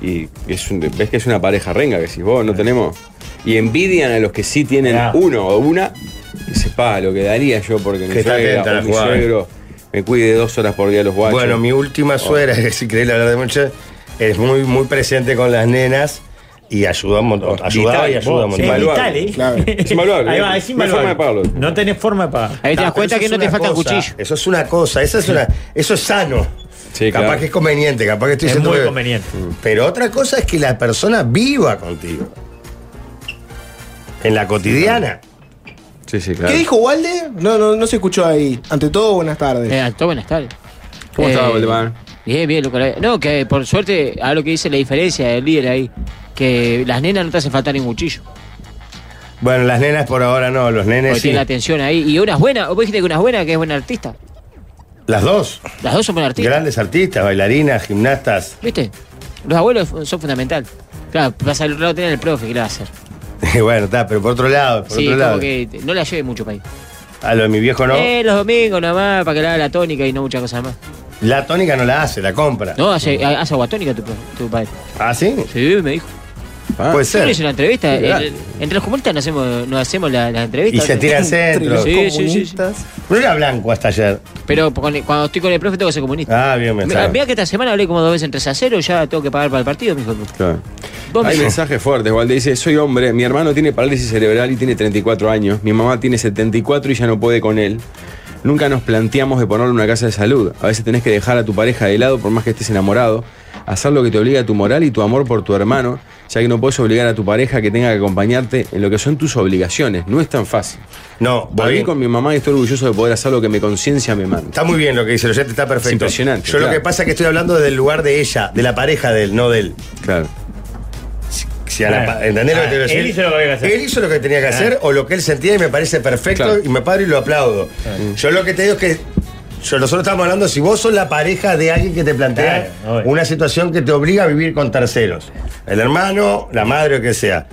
S7: Y es un- ves que es una pareja renga, que si vos no tenemos. Y envidian a los que sí tienen
S4: Claro.
S7: uno o una. Y dices, pa, lo que daría yo porque
S5: Que
S7: mi
S5: está
S7: suegra
S5: atenta a
S7: o
S5: la
S7: mi
S5: jugada.
S7: suegro me cuide dos horas por día a los guachos.
S5: Bueno, mi última suegra, que es increíble hablar de mucho, es muy, muy presente con las nenas y ayuda un montón. Ayudaba y
S7: Vital,
S5: ayuda un
S7: vos,
S4: Es
S5: montón.
S7: Invaluable.
S4: vital, ¿eh?
S6: Claro.
S7: Es invaluable.
S4: Ahí va, es
S7: No hay forma de
S4: invaluable.
S7: pagarlo.
S4: No tenés forma de pagar.
S8: Ahí te das
S5: Ah, pero
S8: cuenta
S5: eso
S8: que
S5: es
S8: no te
S5: una
S8: falta el
S5: cosa,
S8: cuchillo.
S5: Eso es una cosa, eso es una, eso es sano.
S7: Sí,
S5: Capaz
S7: claro.
S5: que es conveniente, capaz que estoy
S4: Es
S5: diciendo
S4: muy
S5: que-
S4: conveniente.
S5: Pero otra cosa es que la persona viva contigo. En la cotidiana.
S7: Sí, sí, claro.
S6: ¿Qué dijo Walde? No, no, no se escuchó ahí. Ante todo, buenas tardes.
S8: Eh, Antó, buenas tardes.
S7: ¿Cómo estás,
S5: Eh,
S7: Valdemar?
S8: Bien, bien, loco. No, que por suerte, a lo que dice la diferencia del líder ahí, que las nenas no te hacen faltar ningún cuchillo.
S5: Bueno, las nenas por ahora no, los nenes
S8: Porque
S5: sí.
S8: tiene la atención ahí. Y unas buenas, vos dijiste que unas buenas, que es buena artista.
S5: Las dos,
S8: Las dos son buenas artistas.
S5: grandes artistas, bailarinas, gimnastas.
S8: ¿Viste? Los abuelos fu- son fundamental. Claro, vas al otro lado tener el profe, ¿qué le va a hacer?
S5: bueno, está, pero por otro lado, por
S8: sí,
S5: otro
S8: como
S5: lado.
S8: que te- no la lleve mucho para ahí.
S5: A lo de mi viejo no.
S8: Eh, los domingos nomás, para que le haga la tónica y no muchas cosas más.
S5: La tónica no la hace, la compra.
S8: No, hace, ha- hace agua tónica tu, pro- tu padre.
S5: ¿Ah, sí?
S8: Sí, me dijo.
S7: Ah,
S5: Puede
S8: Yo
S5: ser.
S8: le hice una entrevista.
S7: Sí, dale.
S8: el- entre los comunistas nos hacemos, nos hacemos la- las
S5: Y
S8: entrevistas.
S5: se tira al
S6: Entre
S5: centro.
S6: los
S8: Sí, sí, sí.
S6: comunistas.
S5: No era blanco hasta ayer.
S8: Pero,
S9: Pero con- cuando estoy con el profe tengo que ser comunista.
S5: Ah, bien
S9: Mira,
S5: mensaje.
S9: Vea que esta semana hablé como dos veces en 3 a 0, ya tengo que pagar para el partido, mijo.
S7: Claro.
S9: Vos
S7: Hay
S9: me-
S7: mensajes fuertes, Walde dice, soy hombre, mi hermano tiene parálisis cerebral y tiene 34 años, mi mamá tiene 74 y ya no puede con él. Nunca nos planteamos de ponerle una casa de salud. A veces tenés que dejar a tu pareja de lado por más que estés enamorado, hacer lo que te obliga a tu moral y tu amor por tu hermano, ya que no puedes obligar a tu pareja que tenga que acompañarte en lo que son tus obligaciones. No es tan fácil.
S5: No,
S7: A mí
S5: bien.
S7: con mi mamá estoy orgulloso de poder hacer lo que mi conciencia me manda.
S5: Está muy bien lo que dice, el oyente está perfecto.
S7: Es impresionante,
S5: Yo lo
S7: claro.
S5: que pasa es que estoy hablando del lugar de ella, de la pareja de él, no de él.
S7: Claro.
S5: Si a la
S4: Claro.
S5: pa- ¿Entendés lo que te quiero
S4: Ah, él
S5: decir?
S4: hizo lo que había que hacer.
S5: Él hizo lo que tenía que hacer o lo que él sentía y me parece perfecto
S7: Claro.
S5: y me paro y lo aplaudo. Yo lo que te digo es que yo- nosotros estamos hablando, si vos sos la pareja de alguien que te plantea
S4: Claro, obvio.
S5: una situación que te obliga a vivir con terceros, el hermano, la madre o que sea,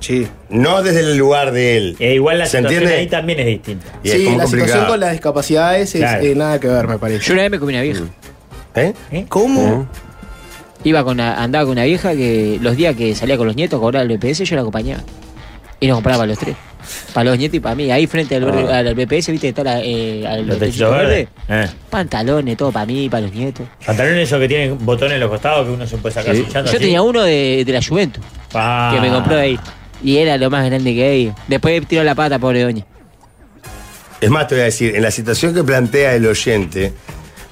S6: Sí.
S5: no desde el lugar de él.
S4: E igual la
S5: ¿Se
S4: situación
S5: entiende?
S4: ahí también es distinta.
S5: Y
S6: sí,
S5: es como
S6: la situación
S5: complicado.
S6: con las discapacidades es
S4: Claro.
S6: eh, nada que ver, me parece.
S9: Yo una vez me comí una vieja.
S5: ¿Eh?
S6: ¿Cómo?
S9: Iba con una- andaba con una vieja que los días que salía con los nietos, cobraba el BPS, yo la acompañaba. Y nos compraba para los tres. Para los nietos y para mí. Ahí frente
S5: Ah.
S9: al, verde- al BPS, viste, que está la, eh, al
S4: Los
S9: techito
S4: techitos verdes. Eh.
S9: Pantalones, todo para mí, para los nietos.
S4: Pantalones esos que tienen botones en los costados que uno se puede sacar
S9: Yo
S5: ¿Ah,
S9: tenía uno de, de la Juventus que me compró ahí. Y era lo más grande que hay. Después tiró la pata, pobre doña.
S5: Es más, te voy a decir, en la situación que plantea el oyente,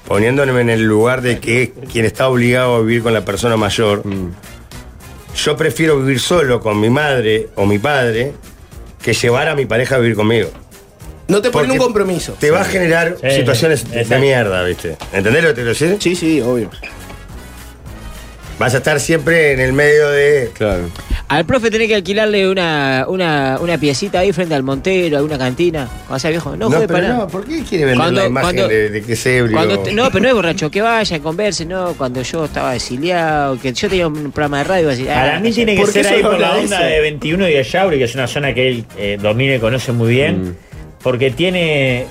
S5: poniéndome en el lugar de que es quien está obligado a vivir con la persona mayor,
S9: Mm.
S5: yo prefiero vivir solo con mi madre o mi padre que llevar a mi pareja a vivir conmigo.
S6: No te ponen
S5: Porque
S6: un compromiso.
S5: Te va a generar
S4: Sí,
S5: situaciones
S4: sí,
S5: de
S4: exacto.
S5: mierda, ¿viste? ¿Entendés lo que te quiero decir?
S6: Sí, sí, obvio.
S5: Vas a estar siempre en el medio de...
S7: Claro.
S9: Al profe tenés que alquilarle una, una, una piecita ahí frente al montero, a una cantina. O sea, viejo, no, jode
S5: pero
S9: para nada.
S5: no, ¿por qué quiere vender
S9: Cuando-
S5: la imagen
S9: cuando-
S5: de, de que es ebrio?
S9: Cuando te- no, pero no es borracho, que vayan, conversen, no, cuando yo estaba exiliado, que yo tenía un programa de radio así. ah,
S4: Para
S9: no
S4: mí
S9: sé.
S4: tiene que
S6: ¿Por qué
S4: ser ahí
S6: solo
S4: por la
S6: habla de
S4: onda
S6: eso?
S4: de 21 y de Yauri, que es una zona que él eh, domina y conoce muy
S9: Mm.
S4: bien, porque tiene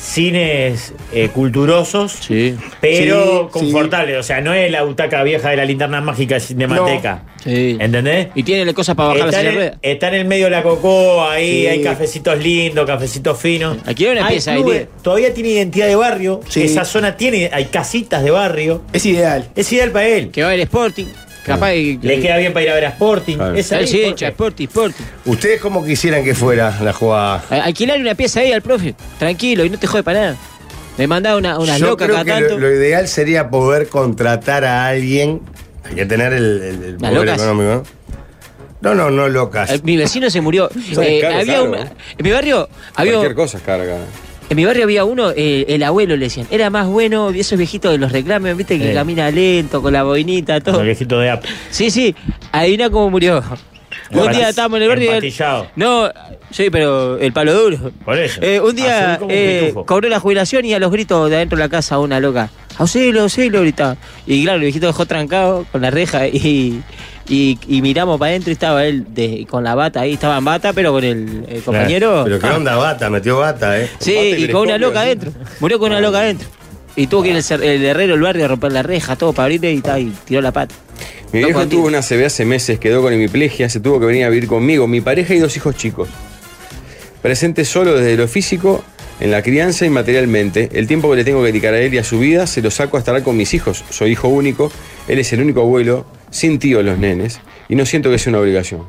S4: cines eh, culturosos,
S9: Sí.
S4: pero
S6: Sí,
S4: confortables. O sea, no es la butaca vieja de la linterna mágica de Manteca.
S9: Sí.
S4: ¿Entendés?
S9: Y tiene cosas para bajar la
S4: Está
S9: silla de
S4: en,
S9: ruedas.
S4: está en el medio de la cocó, ahí
S6: Sí.
S4: hay cafecitos lindos, cafecitos finos.
S9: Aquí hay una
S4: Hay
S9: pieza ahí,
S4: clubes,
S9: líder.
S4: Todavía tiene identidad de barrio.
S6: Sí.
S4: Esa zona tiene, hay casitas de barrio.
S6: Es ideal.
S4: Es ideal para él.
S9: Que va el Sporting, capaz que.
S4: Le queda bien para ir a ver a Sporting.
S7: Claro.
S4: Es ahí,
S9: Él sí,
S4: porque-
S9: hincha, Sporting, Sporting.
S5: ¿Ustedes cómo quisieran que fuera la jugada?
S9: A- Alquilarle una pieza ahí al profe, tranquilo, y no te jode para nada. Me mandaba una, unas
S5: Yo
S9: locas
S5: creo
S9: cada
S5: que lo-
S9: tanto.
S5: Lo, ideal sería poder contratar a alguien. Hay que tener el, el- el
S9: ¿Las
S5: poder
S9: locas?
S5: económico, ¿no? No, no, no locas.
S9: Eh, Mi vecino se murió.
S7: Son
S9: Eh,
S7: caros,
S9: había
S7: caros,
S9: una-
S7: ¿eh?
S9: en mi barrio había
S7: Cualquier cosa es cara acá.
S9: En mi barrio había uno, eh, el abuelo le decían, era más bueno, esos viejitos de los reclames, viste, que
S4: Sí.
S9: camina lento, con la boinita, todo.
S4: Los viejitos de app.
S9: Sí, sí, adivina cómo murió. Un día estábamos en el barrio. y él-
S4: Empatillado.
S9: No, sí, pero el palo duro.
S4: Por eso.
S9: Eh, un día
S4: Azul como un
S9: eh,
S4: pitufo.
S9: cobró la jubilación y a los gritos de adentro de la casa una loca. Auxilio, auxilio, gritaba. Y claro, el viejito dejó trancado con la reja y, y, y miramos para adentro y estaba él de- con la bata ahí, estaba en bata, pero con el, el compañero.
S5: Pero qué onda, bata, metió bata, ¿eh?
S9: Ah. Sí,
S7: Combate
S9: y con una
S7: telescopio,
S9: loca
S7: ¿sí?
S9: adentro. Murió con una loca adentro. Y tuvo que ir el, cer- el herrero del barrio a romper la reja, todo para abrirle y, ta, y tiró la pata.
S7: Mi
S9: No
S7: viejo
S9: contigo.
S7: tuvo una CB hace meses, quedó con hemiplegia, se tuvo que venir a vivir conmigo, mi pareja y dos hijos chicos. Presente solo desde lo físico, en la crianza y materialmente. El tiempo que le tengo que dedicar a él y a su vida se lo saco a estar con mis hijos. Soy hijo único, él es el único abuelo, sin tío los nenes, y no siento que sea una obligación.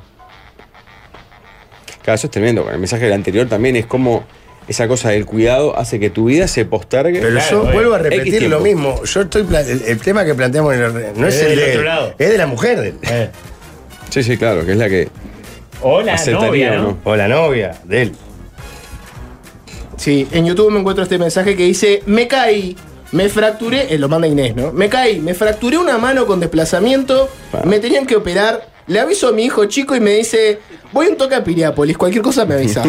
S7: Claro, eso es tremendo. Bueno, el mensaje del anterior también es como esa cosa del cuidado hace que tu vida se postergue.
S5: Pero yo
S4: obvio.
S5: vuelvo a
S7: X
S5: repetir
S7: tiempo.
S5: lo mismo. Yo estoy pla- el, el tema que planteamos en el- no es,
S4: Es
S5: el
S4: del
S5: de
S4: otro
S5: él,
S4: lado.
S5: es de la mujer de él.
S4: Eh.
S7: Sí, sí, claro, que es la que
S4: O la
S7: Aceptaría,
S4: novia, ¿no?
S7: ¿no?
S5: o la novia de él.
S6: Sí, en YouTube me encuentro este mensaje que dice, me caí, me fracturé, eh, lo manda Inés, ¿no? Me caí, me fracturé una mano con desplazamiento,
S7: Pa.
S6: me tenían que operar, le aviso a mi hijo chico y me dice, voy un toque a Piriápolis, cualquier cosa me avisas.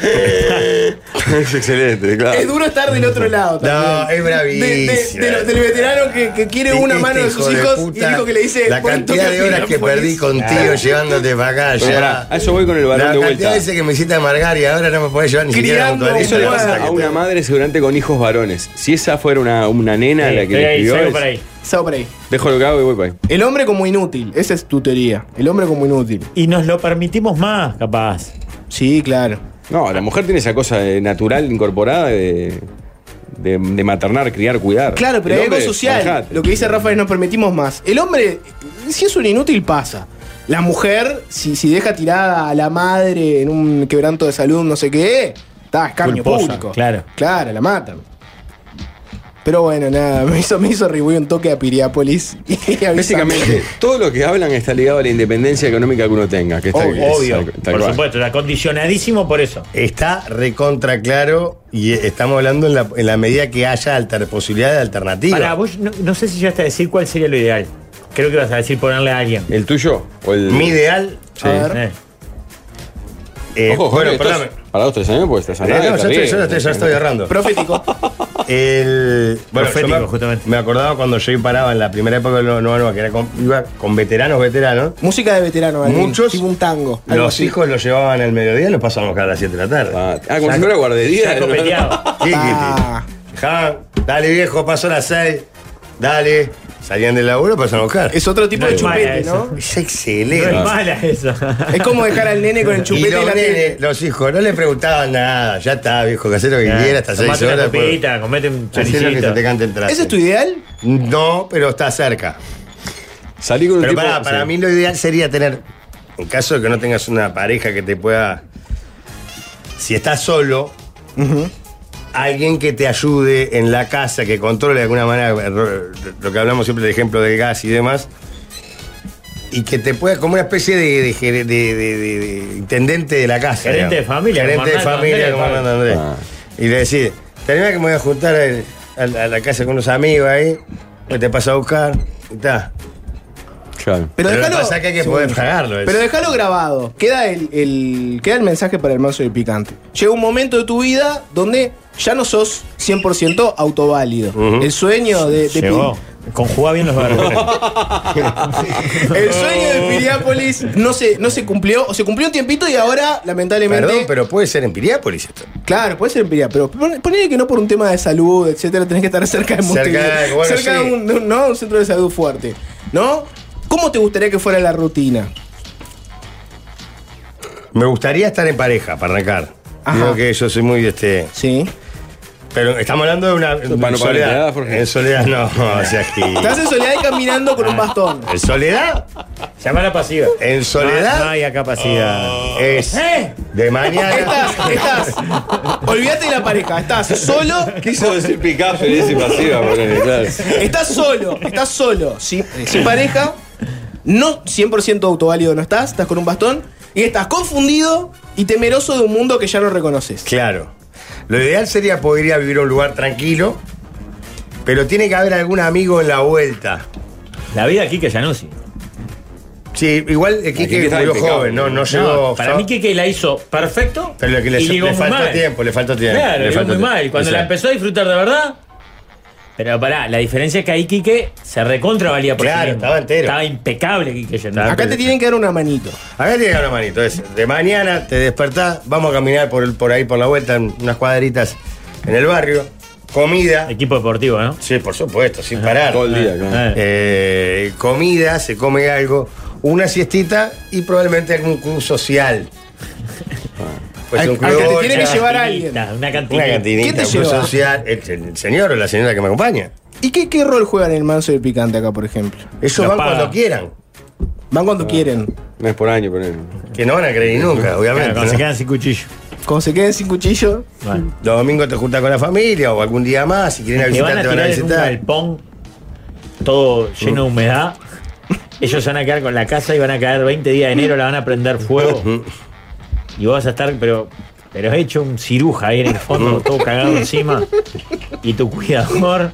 S7: es excelente, claro.
S6: es duro estar del otro lado.
S5: No,
S6: también.
S5: es
S6: De- de-
S5: bravísimo.
S6: de lo- del veterano que, que quiere una
S5: Este
S6: mano de
S5: hijo
S6: sus hijos y
S5: puta,
S6: el hijo que le dice,
S5: La
S6: "Voy un toque
S5: cantidad
S6: a
S5: de horas que
S6: Piriápolis".
S5: perdí contigo llevándote para acá.
S7: Pero
S5: ya.
S7: pará, a eso voy con el varón
S5: La
S7: de
S5: cantidad
S7: vuelta.
S5: de veces que me hiciste amargar y ahora no me podés llevar ni siquiera
S6: Criando
S5: a
S7: Eso le pasa
S5: que
S7: a Ah, una
S5: te-
S7: madre seguramente con hijos varones. Si esa fuera una, una nena
S4: Sí,
S7: la que
S4: estoy
S7: le
S4: ahí,
S7: escribió,
S4: salgo
S7: es-
S4: para ahí.
S6: Sao por ahí.
S7: dejo lo que hago y voy para ahí.
S6: El hombre como inútil, esa es tu teoría. El hombre como inútil.
S4: Y nos lo permitimos más, capaz.
S6: Sí, claro.
S7: No, la mujer tiene esa cosa de natural incorporada de de, de maternar, criar, cuidar.
S6: Claro, pero
S7: El
S6: hay algo
S7: hombre,
S6: social.
S7: manejate.
S6: Lo que dice Rafa es no permitimos más. El hombre, si es un inútil, pasa. La mujer, si, si deja tirada a la madre en un quebranto de salud, no sé qué, está escarnio
S4: Culposa,
S6: público.
S4: claro.
S6: Claro, la matan. Pero bueno, nada, me hizo, me hizo rebuir un toque a Piriápolis. Y a
S7: Básicamente, todo lo que hablan está ligado a la independencia económica que uno tenga. Que está,
S4: Obvio,
S7: es-
S4: obvio.
S7: tal- tal
S4: por
S7: cual.
S4: supuesto, está condicionadísimo por eso.
S5: Está recontra claro y estamos hablando en la, en la medida que haya alter, posibilidad de alternativa.
S4: Para vos, no, no sé si ya a decir cuál sería lo ideal. Creo que vas a decir ponerle a alguien.
S7: ¿El tuyo? ¿O el...
S5: Mi ideal.
S7: Sí.
S6: A ver.
S4: Eh.
S5: eh,
S7: Ojo,
S5: bueno,
S7: Jorge,
S5: perdóname.
S7: estás- para dos, tres años, pues estás
S5: Eh, no,
S7: andando,
S5: ya
S7: estás
S5: estoy,
S7: bien.
S5: yo ya estoy, ya estoy errando.
S6: Profético.
S5: El, bueno, yo
S4: Profético,
S5: me,
S4: justamente.
S5: me acordaba cuando yo paraba en la primera época de los 90, que era con, iba con veteranos, veteranos.
S6: Música de veterano, Alvin,
S5: Muchos-
S6: Tipo un tango. algo
S5: Los
S6: así.
S5: hijos los llevaban al mediodía y los pasaban a buscar a las 7 de la tarde.
S7: Ah, ah, como si fuera guardería.
S4: Ya
S7: ¿no?
S4: copeteado.
S5: Sí,
S6: Ah.
S5: Kitty. Ja, dale viejo, pasó las 6. Dale. Salían del laburo, pasan a buscar.
S6: Es otro tipo
S4: No
S6: de
S4: es mala
S6: chupete,
S4: esa.
S6: ¿no?
S5: es
S4: No
S5: excelente.
S4: es mala eso.
S6: Es como dejar al nene con el
S5: Y
S6: chupete y,
S5: los,
S6: la
S5: nenes,
S6: tele.
S5: los hijos no le preguntaban nada. Ya está, viejo, que hacé lo que quieras, hasta 6
S4: Tomate una
S5: horas. pues,
S4: copita, comete un
S5: Hacé lo que se
S4: choricito.
S5: te cante el traste.
S6: ¿Ese es tu ideal?
S5: No, pero está cerca.
S7: Salí con un
S5: Pero
S7: tipo-
S5: para, para
S7: sí.
S5: mí lo ideal sería tener, en caso de que no tengas una pareja que te pueda, si estás solo, alguien que te ayude en la casa, que controle de alguna manera ro- lo que hablamos siempre del ejemplo del gas y demás, y que te pueda como una especie de, de gere- de- de- de- de intendente de la casa.
S4: Gerente de familia,
S5: Gerente
S4: como
S5: de
S4: Hernando
S5: familia,
S4: Andrés,
S5: como
S4: claro.
S5: Hernando Andrés.
S7: Ah.
S5: Y le decís, termina que me voy a juntar al- al- a la casa con unos amigos ahí, que te paso a buscar, y está.
S7: Claro.
S6: Pero,
S5: Pero lo
S6: déjalo.
S5: que pasa es que hay que
S6: Segundo.
S5: poder pagarlo, eso.
S6: Pero déjalo grabado. Queda el, el- queda el mensaje para el manso y el picante. Llega un momento de tu vida donde ya no sos 100% autoválido. El sueño de, de
S4: Llegó. Conjuga bien los verbos.
S6: Pi- El sueño de Piriápolis no se, no se cumplió. O se cumplió un tiempito y ahora, lamentablemente.
S5: Perdón, pero puede ser en Piriápolis esto.
S6: Claro, puede ser en Piriápolis. Pero pon- ponele que no por un tema de salud, etcétera, tenés que estar cerca de Montevideo.
S5: de- bueno,
S6: cerca
S5: sí.
S6: de un, de un- ¿no? un centro de salud fuerte. ¿No? ¿Cómo te gustaría que fuera la rutina?
S5: Me gustaría estar en pareja, para arrancar.
S6: Ajá.
S5: Digo que yo soy muy este.
S6: Sí.
S5: Pero estamos hablando de una.
S7: para
S5: en
S7: no
S5: soledad.
S7: pagar, Jorge.
S5: en soledad no, o sea que.
S6: Estás en soledad y caminando con un bastón.
S5: ¿En soledad?
S4: Llamala pasiva.
S5: ¿En
S4: No, no
S5: soledad? Oh.
S4: hay acá pasividad.
S5: Es.
S4: ¿Eh?
S5: De mañana.
S6: Estás, estás. Olvídate de la pareja, estás solo.
S7: Quiso decir Picasso y dice pasiva, porque, claro.
S6: Estás solo, estás solo. Sin, sin pareja, no 100% autoválido no estás, estás con un bastón y estás confundido y temeroso de un mundo que ya no reconoces.
S5: Claro. Lo ideal sería poder ir a vivir a un lugar tranquilo, pero tiene que haber algún amigo en la vuelta.
S4: La vida aquí que Yanussi.
S5: Sí, igual eh,
S7: Aquí
S5: Kike
S7: está
S5: murió
S7: impecable.
S5: joven, no, no llegó.
S4: No, para mí Kike la hizo perfecto.
S5: Pero lo que le,
S4: y llegó
S5: le
S4: muy
S5: faltó
S4: mal.
S5: tiempo, le faltó tiempo.
S4: Claro,
S5: le
S4: llegó
S5: faltó
S4: muy
S5: tiempo.
S4: mal. Cuando
S5: Sí.
S4: la empezó a disfrutar de verdad. Pero pará, la diferencia es que ahí Quique se recontra valía por sí
S5: Claro,
S4: mismo.
S5: estaba entero.
S4: Estaba impecable Quique Yanussi.
S6: Acá te tienen que dar una manito.
S5: Acá tiene una manito. Es, de mañana te despertás, vamos a caminar por, el- por ahí, por la vuelta, en unas cuadritas en el barrio. Comida.
S4: Equipo deportivo, ¿no?
S5: Sí, por supuesto, sin parar.
S7: Todo el día, claro.
S4: Eh.
S5: Eh, comida, se come algo, una siestita y probablemente algún club social. Pues
S6: Al-
S5: un
S6: al
S5: club
S6: que te tiene que
S5: bocha,
S6: llevar a alguien.
S4: Cantinita, Una
S5: Una
S4: cantidad.
S5: cantinita,
S6: ¿Quién te
S5: un club
S6: lleva?
S5: social. El, el señor o la señora que me acompaña.
S6: ¿Y qué, qué rol juegan el manso y el picante acá, por ejemplo?
S5: Eso
S4: Lo
S5: van
S4: paga.
S5: cuando quieran.
S6: Van
S4: Ah.
S6: cuando quieren.
S7: No es por año, pero.
S5: Que no van a creer nunca,
S4: Claro,
S5: obviamente.
S4: cuando se
S5: ¿no?
S4: quedan sin cuchillo.
S6: Cuando se queden sin cuchillo,
S4: Bueno.
S5: Los domingos te juntas con la familia o algún día más. Si quieren ir a
S4: Te
S5: visitar,
S4: van a
S5: te van a
S4: tirar en un
S5: visitar.
S4: galpón todo lleno de humedad. Ellos van a quedar con la casa y van a caer 20 días de enero, la van a prender fuego. Y vos vas a estar, pero pero has hecho un ciruja ahí en el fondo, todo cagado encima. Y tu cuidador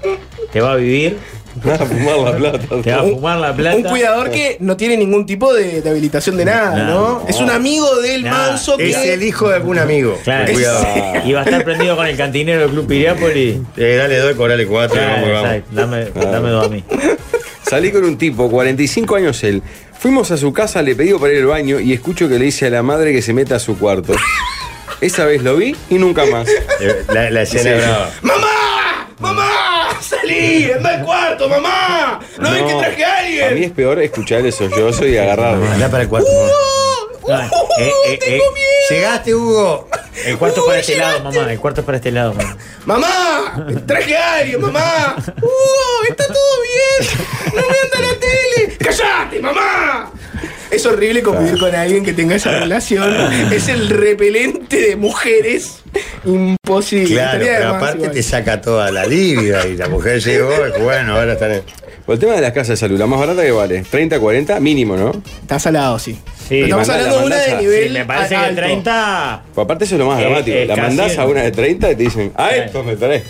S4: te va a vivir,
S7: Nada, fumar la plata.
S4: te va a fumar la plata.
S6: un cuidador que no tiene ningún tipo de, de habilitación de nada, ¿no?
S4: No.
S6: Es un amigo del
S4: Nada.
S6: manso que.
S5: Es el hijo de algún amigo.
S4: Claro.
S5: Cuidado.
S4: Y va a estar prendido con el cantinero del Club Piriápolis.
S5: Eh, dale dos, cobrale cuatro.
S4: Claro,
S5: vamos, vamos.
S4: exacto. Dame, dame dos a mí.
S7: Salí con un tipo, 45 años él. Fuimos a su casa, le pedí para ir al baño y escucho que le dice a la madre que se meta a su cuarto. Esa vez lo vi y nunca más.
S5: Eh, La, la escena
S7: Sí.
S5: es brava.
S6: ¡Mamá! ¡Mamá! ¡Salí! ¡Anda al cuarto, mamá! ¡No, ves que traje a
S7: A mí
S6: alguien!
S7: es peor escuchar el sollozo y agarrarlo.
S5: Andá para el cuarto.
S6: ¡Uh! ¡Uh!
S4: No, eh, eh, eh.
S6: ¡Tengo miedo!
S5: Llegaste, Hugo.
S4: El cuarto es
S6: ¡Uh,
S4: para este
S6: llegaste!
S4: lado, mamá. El cuarto es para este lado, mamá.
S6: ¡Mamá! ¡Traje aire, mamá! ¡Uh! ¡Está todo bien! ¡No me anda la tele! ¡Cállate, mamá! Es horrible convivir con alguien que tenga esa relación. Es el repelente de mujeres. Imposible.
S5: Claro,
S6: Estaría de
S5: pero
S6: más
S5: aparte
S6: igual.
S5: te saca toda la lidia y la mujer llegó, y bueno, ahora están en...
S7: Por el tema de las casas de salud, la más barata que vale, 30, 40 mínimo, ¿no? Pues
S6: Está salado, sí.
S4: Sí,
S6: Pero estamos
S7: mandala,
S6: hablando de una de
S7: mandala.
S6: nivel.
S4: Sí, me parece
S6: a-
S4: que
S6: alto.
S4: 30.
S7: Pues aparte eso es lo más
S4: Eh,
S7: dramático.
S4: eh,
S7: la
S4: casi Eh.
S7: mandás
S4: el-
S7: a una de 30 y te dicen, ah,
S4: Claro.
S7: esto me traes.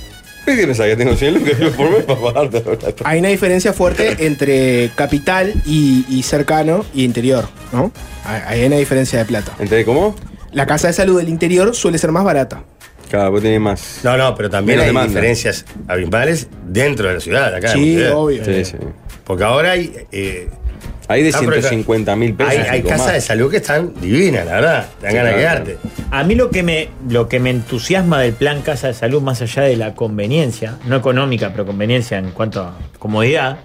S7: ¿Qué tienes ahí? Tengo 100 lucas yo por mes para pagarte la plata.
S6: Hay una diferencia fuerte entre capital y, y cercano y interior, ¿no? Hay hay una diferencia de plata.
S7: ¿Entendés cómo?
S6: La casa de salud del interior suele ser más barata.
S7: Cada vez tenés más.
S5: No, no, pero también
S7: Menos
S5: hay
S7: demanda.
S5: diferencias abismales dentro de la ciudad, acá en
S6: Sí,
S5: Montevideo.
S6: obvio.
S7: Sí, sí.
S5: Porque ahora hay... eh,
S7: Hay de
S5: Ah, pero acá-
S7: 150 mil pesos.
S5: hay, hay
S7: cinco
S5: casas
S7: más.
S5: de salud que están divinas, la verdad. Dan
S7: Sí,
S5: ganas de
S7: claro.
S5: quedarte.
S4: A mí lo que, me, lo que me entusiasma del plan Casa de Salud, más allá de la conveniencia, no económica, pero conveniencia en cuanto a comodidad,